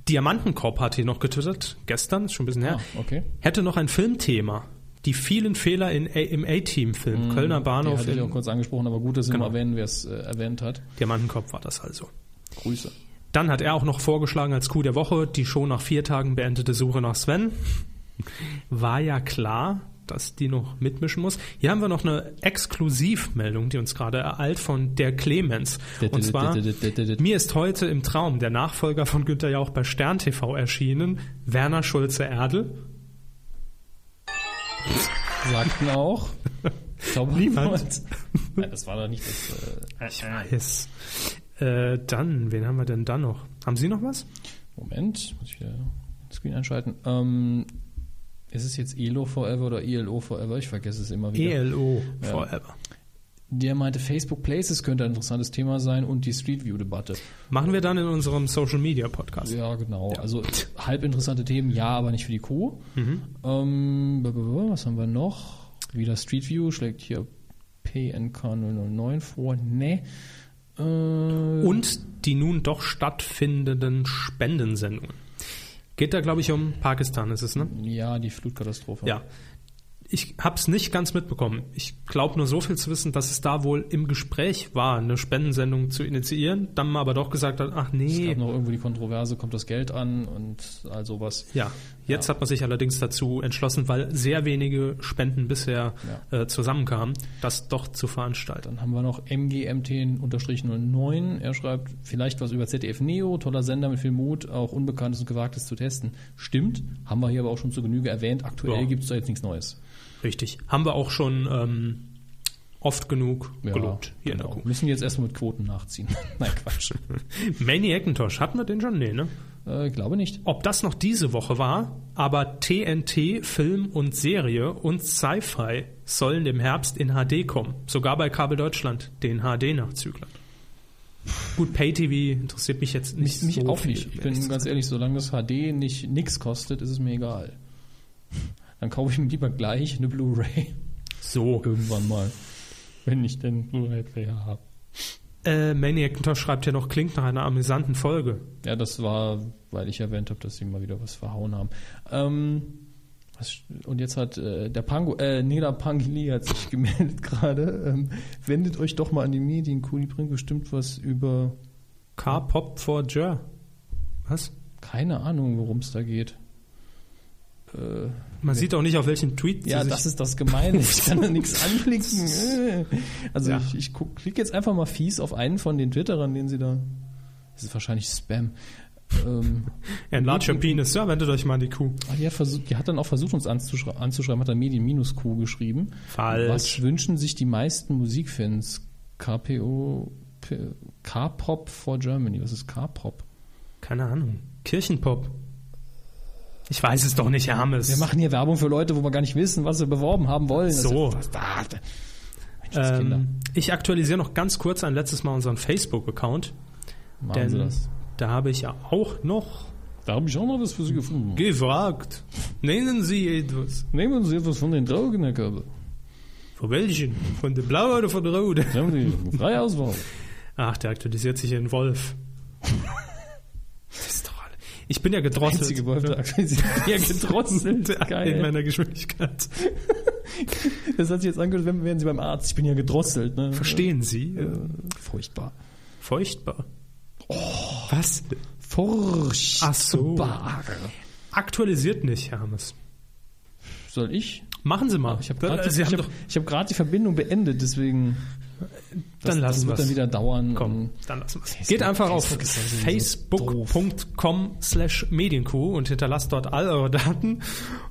Speaker 1: Diamantenkorb hat hier noch getwittert, gestern, ist schon ein bisschen her.
Speaker 2: Ah, okay.
Speaker 1: Hätte noch ein Filmthema. Die vielen Fehler in A im A-Team-Film. Kölner
Speaker 2: Mm, die
Speaker 1: Bahnhof
Speaker 2: hatte ich auch
Speaker 1: im
Speaker 2: kurz angesprochen, aber gut, dass Sie
Speaker 1: Genau.
Speaker 2: mal erwähnen, wer es äh, erwähnt hat.
Speaker 1: Diamantenkorb war das also.
Speaker 2: Grüße.
Speaker 1: Dann hat er auch noch vorgeschlagen als Coup der Woche die schon nach vier Tagen beendete Suche nach Sven. War ja klar, dass die noch mitmischen muss. Hier haben wir noch eine Exklusivmeldung, die uns gerade ereilt von der Clemens. Und zwar, mir ist heute im Traum der Nachfolger von Günter Jauch bei Stern TV erschienen, Werner Schulze-Erdel. <laughs>
Speaker 2: Sagten auch. Ich glaube, <laughs>
Speaker 1: Niemand.
Speaker 2: Ja, das war doch nicht das.
Speaker 1: Ich
Speaker 2: Äh,
Speaker 1: weiß. Äh, dann, wen haben wir denn dann noch? Haben Sie noch was?
Speaker 2: Moment, muss ich wieder den Screen einschalten. Ähm, ist es jetzt ELO Forever oder ILO Forever? Ich vergesse es immer wieder.
Speaker 1: ELO E Forever.
Speaker 2: Der meinte, Facebook Places könnte ein interessantes Thema sein und die Street View Debatte.
Speaker 1: Machen wir dann in unserem Social Media Podcast.
Speaker 2: Ja, genau. Also halb interessante Themen, ja, aber nicht für die Kuh.
Speaker 1: Mhm.
Speaker 2: Ähm, b- b- b- was haben wir noch? Wieder Street View schlägt hier PNK009 vor. Nee. Äh,
Speaker 1: und die nun doch stattfindenden Spendensendungen. Geht da, glaube ich, um Pakistan, ist es, ne?
Speaker 2: ja, die Flutkatastrophe.
Speaker 1: Ja. Ich habe es nicht ganz mitbekommen. Ich glaube nur so viel zu wissen, dass es da wohl im Gespräch war, eine Spendensendung zu initiieren, dann aber doch gesagt hat, ach
Speaker 2: Es
Speaker 1: nee.
Speaker 2: gab noch irgendwo die Kontroverse, kommt das Geld an und all sowas.
Speaker 1: Ja, jetzt hat man sich allerdings dazu entschlossen, weil sehr wenige Spenden bisher äh, zusammenkamen, das doch zu veranstalten.
Speaker 2: Dann haben wir noch MGMT-09. Er schreibt, vielleicht was über ZDF Neo, toller Sender mit viel Mut, auch Unbekanntes und Gewagtes zu testen. Stimmt, haben wir hier aber auch schon zu Genüge erwähnt. Aktuell
Speaker 1: Ja.
Speaker 2: gibt es da jetzt nichts Neues.
Speaker 1: Richtig. Haben wir auch schon ähm, oft genug gelobt hier
Speaker 2: genau.
Speaker 1: in der
Speaker 2: Müssen jetzt erstmal mit Quoten nachziehen. <laughs> Nein,
Speaker 1: <laughs>
Speaker 2: Quatsch.
Speaker 1: Kuh. Maniacintosh, hatten wir den schon? Nee, ne?
Speaker 2: äh, glaube nicht.
Speaker 1: Ob das noch diese Woche war, aber TNT, Film und Serie und Sci-Fi sollen im Herbst in HD kommen. Sogar bei Kabel Deutschland, den HD-Nachzüglern. Gut, Pay-TV interessiert mich jetzt nicht
Speaker 2: Mich
Speaker 1: so
Speaker 2: auch
Speaker 1: viel.
Speaker 2: nicht. Ich bin ganz ehrlich, solange das HD nicht nix kostet, ist es mir egal. <laughs> Dann kaufe ich mir lieber gleich eine Blu-ray. <laughs>
Speaker 1: so.
Speaker 2: Irgendwann mal. Wenn ich denn Blu-ray-Player habe.
Speaker 1: Äh, Maniacintosh schreibt hier noch, klingt nach einer amüsanten Folge.
Speaker 2: Ja, das war, weil ich erwähnt habe, dass sie mal wieder was verhauen haben. Ähm, was, und jetzt hat äh, der Pango, äh, Neda Pangili hat sich <laughs> gemeldet gerade. Ähm, wendet euch doch mal an die Medienkuh, die bringt bestimmt was über
Speaker 1: K-Pop for Jer. Was?
Speaker 2: keine Ahnung, worum es da geht.
Speaker 1: Man sieht auch nicht, auf welchen Tweet
Speaker 2: Ja,
Speaker 1: sie sich
Speaker 2: das ist das Gemeine. Ich kann da nichts anklicken. Äh. Also ich, ich guck, klicke jetzt einfach mal fies auf einen von den Twitterern, den sie da. Das ist wahrscheinlich Spam. Ähm,
Speaker 1: Enlarge your penis, ja, wendet euch mal an die Kuh.
Speaker 2: Ah, Die hat, versucht, die hat dann auch versucht, uns anzuschre anzuschreiben, hat dann Medien-Q geschrieben.
Speaker 1: Falsch.
Speaker 2: Was wünschen sich die meisten Musikfans? KPO, P- K-Pop for Germany. Was ist K-Pop?
Speaker 1: Keine Ahnung. Kirchenpop. Ich weiß es doch nicht, Hermes.
Speaker 2: Wir machen hier Werbung für Leute, wo wir gar nicht wissen, was sie beworben haben wollen. Das
Speaker 1: So.
Speaker 2: ist- Was, da, da. Menschenskinder.
Speaker 1: ähm, ich aktualisiere noch ganz kurz ein letztes Mal unseren Facebook-Account,
Speaker 2: Machen sie
Speaker 1: denn
Speaker 2: das.
Speaker 1: da habe ich ja auch noch
Speaker 2: Da habe ich auch noch was für Sie gefunden.
Speaker 1: gefragt. Nennen Sie etwas.
Speaker 2: Nehmen Sie etwas von den Drogen, Herr Körbel.
Speaker 1: Von welchen? Von der blauen oder von der roten?
Speaker 2: Sie haben die freie Auswahl.
Speaker 1: Ach, der aktualisiert sich in Wolf. das ist doch alle. Ich bin ja gedrosselt.
Speaker 2: Einzige Wolf, der <laughs> aktualisiert.
Speaker 1: <laughs>
Speaker 2: Ja, gedrosselt.
Speaker 1: in
Speaker 2: <laughs> Geil.
Speaker 1: meiner Geschwindigkeit.
Speaker 2: Das hat sich jetzt angehört, wenn wären Sie beim Arzt. Ich bin ja gedrosselt. Ne? Äh,
Speaker 1: Verstehen Sie?
Speaker 2: Furchtbar.
Speaker 1: Feuchtbar.
Speaker 2: Oh.
Speaker 1: Was?
Speaker 2: Furchtbar.
Speaker 1: Ach so. Aktualisiert nicht, Hermes.
Speaker 2: Soll ich?
Speaker 1: Machen Sie mal.
Speaker 2: Ich habe gerade
Speaker 1: äh, Sie
Speaker 2: ich
Speaker 1: haben
Speaker 2: hab,
Speaker 1: doch,
Speaker 2: ich hab grad die Verbindung beendet, deswegen. Das,
Speaker 1: Dann lassen
Speaker 2: das wird
Speaker 1: wir's.
Speaker 2: dann wieder dauern.
Speaker 1: komm, dann lassen wir Geht einfach auf
Speaker 2: Facebook ist ja sowieso doof.
Speaker 1: facebook.com slash medienkuh und hinterlasst dort all eure Daten.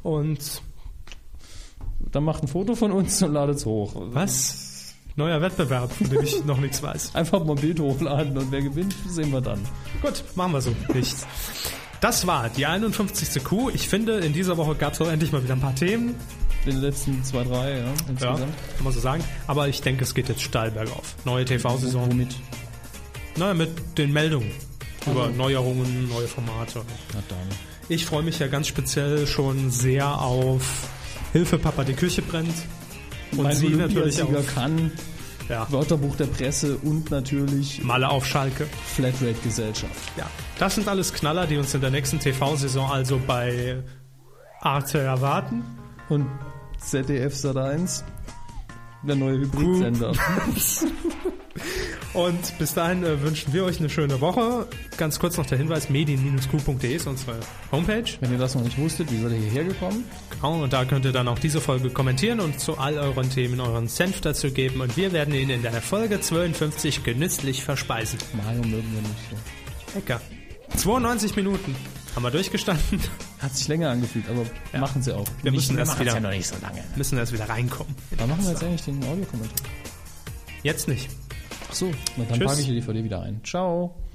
Speaker 1: Und
Speaker 2: Und Dann macht ein Foto von uns und ladet es hoch.
Speaker 1: was? Neuer Wettbewerb, von dem ich noch nichts
Speaker 2: <laughs>
Speaker 1: weiß.
Speaker 2: Einfach mal ein Bild hochladen und wer gewinnt, sehen wir dann.
Speaker 1: Gut, machen wir so. Nichts. Das war die 51. Kuh. Ich finde, in dieser Woche gab es auch endlich mal wieder ein paar Themen.
Speaker 2: In den letzten zwei, drei, ja,
Speaker 1: Ja,
Speaker 2: insgesamt.
Speaker 1: kann man so sagen. Aber ich denke, es geht jetzt steil bergauf. Neue TV-Saison. Womit? Naja, mit den Meldungen über Neuerungen, neue Formate.
Speaker 2: Ah, Na dann.
Speaker 1: Ich freue mich ja ganz speziell schon sehr auf Hilfe, Papa, die Küche brennt. Und
Speaker 2: mein
Speaker 1: sie natürlich
Speaker 2: Olympiasieger
Speaker 1: auf
Speaker 2: kann,
Speaker 1: ja,
Speaker 2: Wörterbuch der Presse und natürlich
Speaker 1: Malle auf Schalke.
Speaker 2: Flatrate-Gesellschaft.
Speaker 1: Ja, das sind alles Knaller, die uns in der nächsten TV-Saison also bei Arte erwarten.
Speaker 2: Und ZDF Sat 1, der neue Hybridsender.
Speaker 1: Und bis dahin äh, wünschen wir euch eine schöne Woche. Ganz kurz noch der Hinweis, medien-q.de ist unsere Homepage.
Speaker 2: Wenn ihr das noch nicht wusstet, wie seid ihr hierher gekommen?
Speaker 1: Genau, und da könnt ihr dann auch diese Folge kommentieren und zu all euren Themen euren Senf dazu geben. Und wir werden ihn in der Folge 52 genüsslich verspeisen.
Speaker 2: Mario mögen wir nicht so.
Speaker 1: Lecker. 92 Minuten. Haben wir durchgestanden? <laughs>
Speaker 2: Hat sich länger angefühlt, aber machen sie auch.
Speaker 1: Wir müssen erst wieder-
Speaker 2: nicht so lange. Ne?
Speaker 1: Müssen erst wieder reinkommen.
Speaker 2: Wann machen wir jetzt eigentlich den Audiokommentar?
Speaker 1: Jetzt nicht.
Speaker 2: Ach so, na, dann
Speaker 1: Tschüss.
Speaker 2: packe ich die DVD wieder ein. Ciao.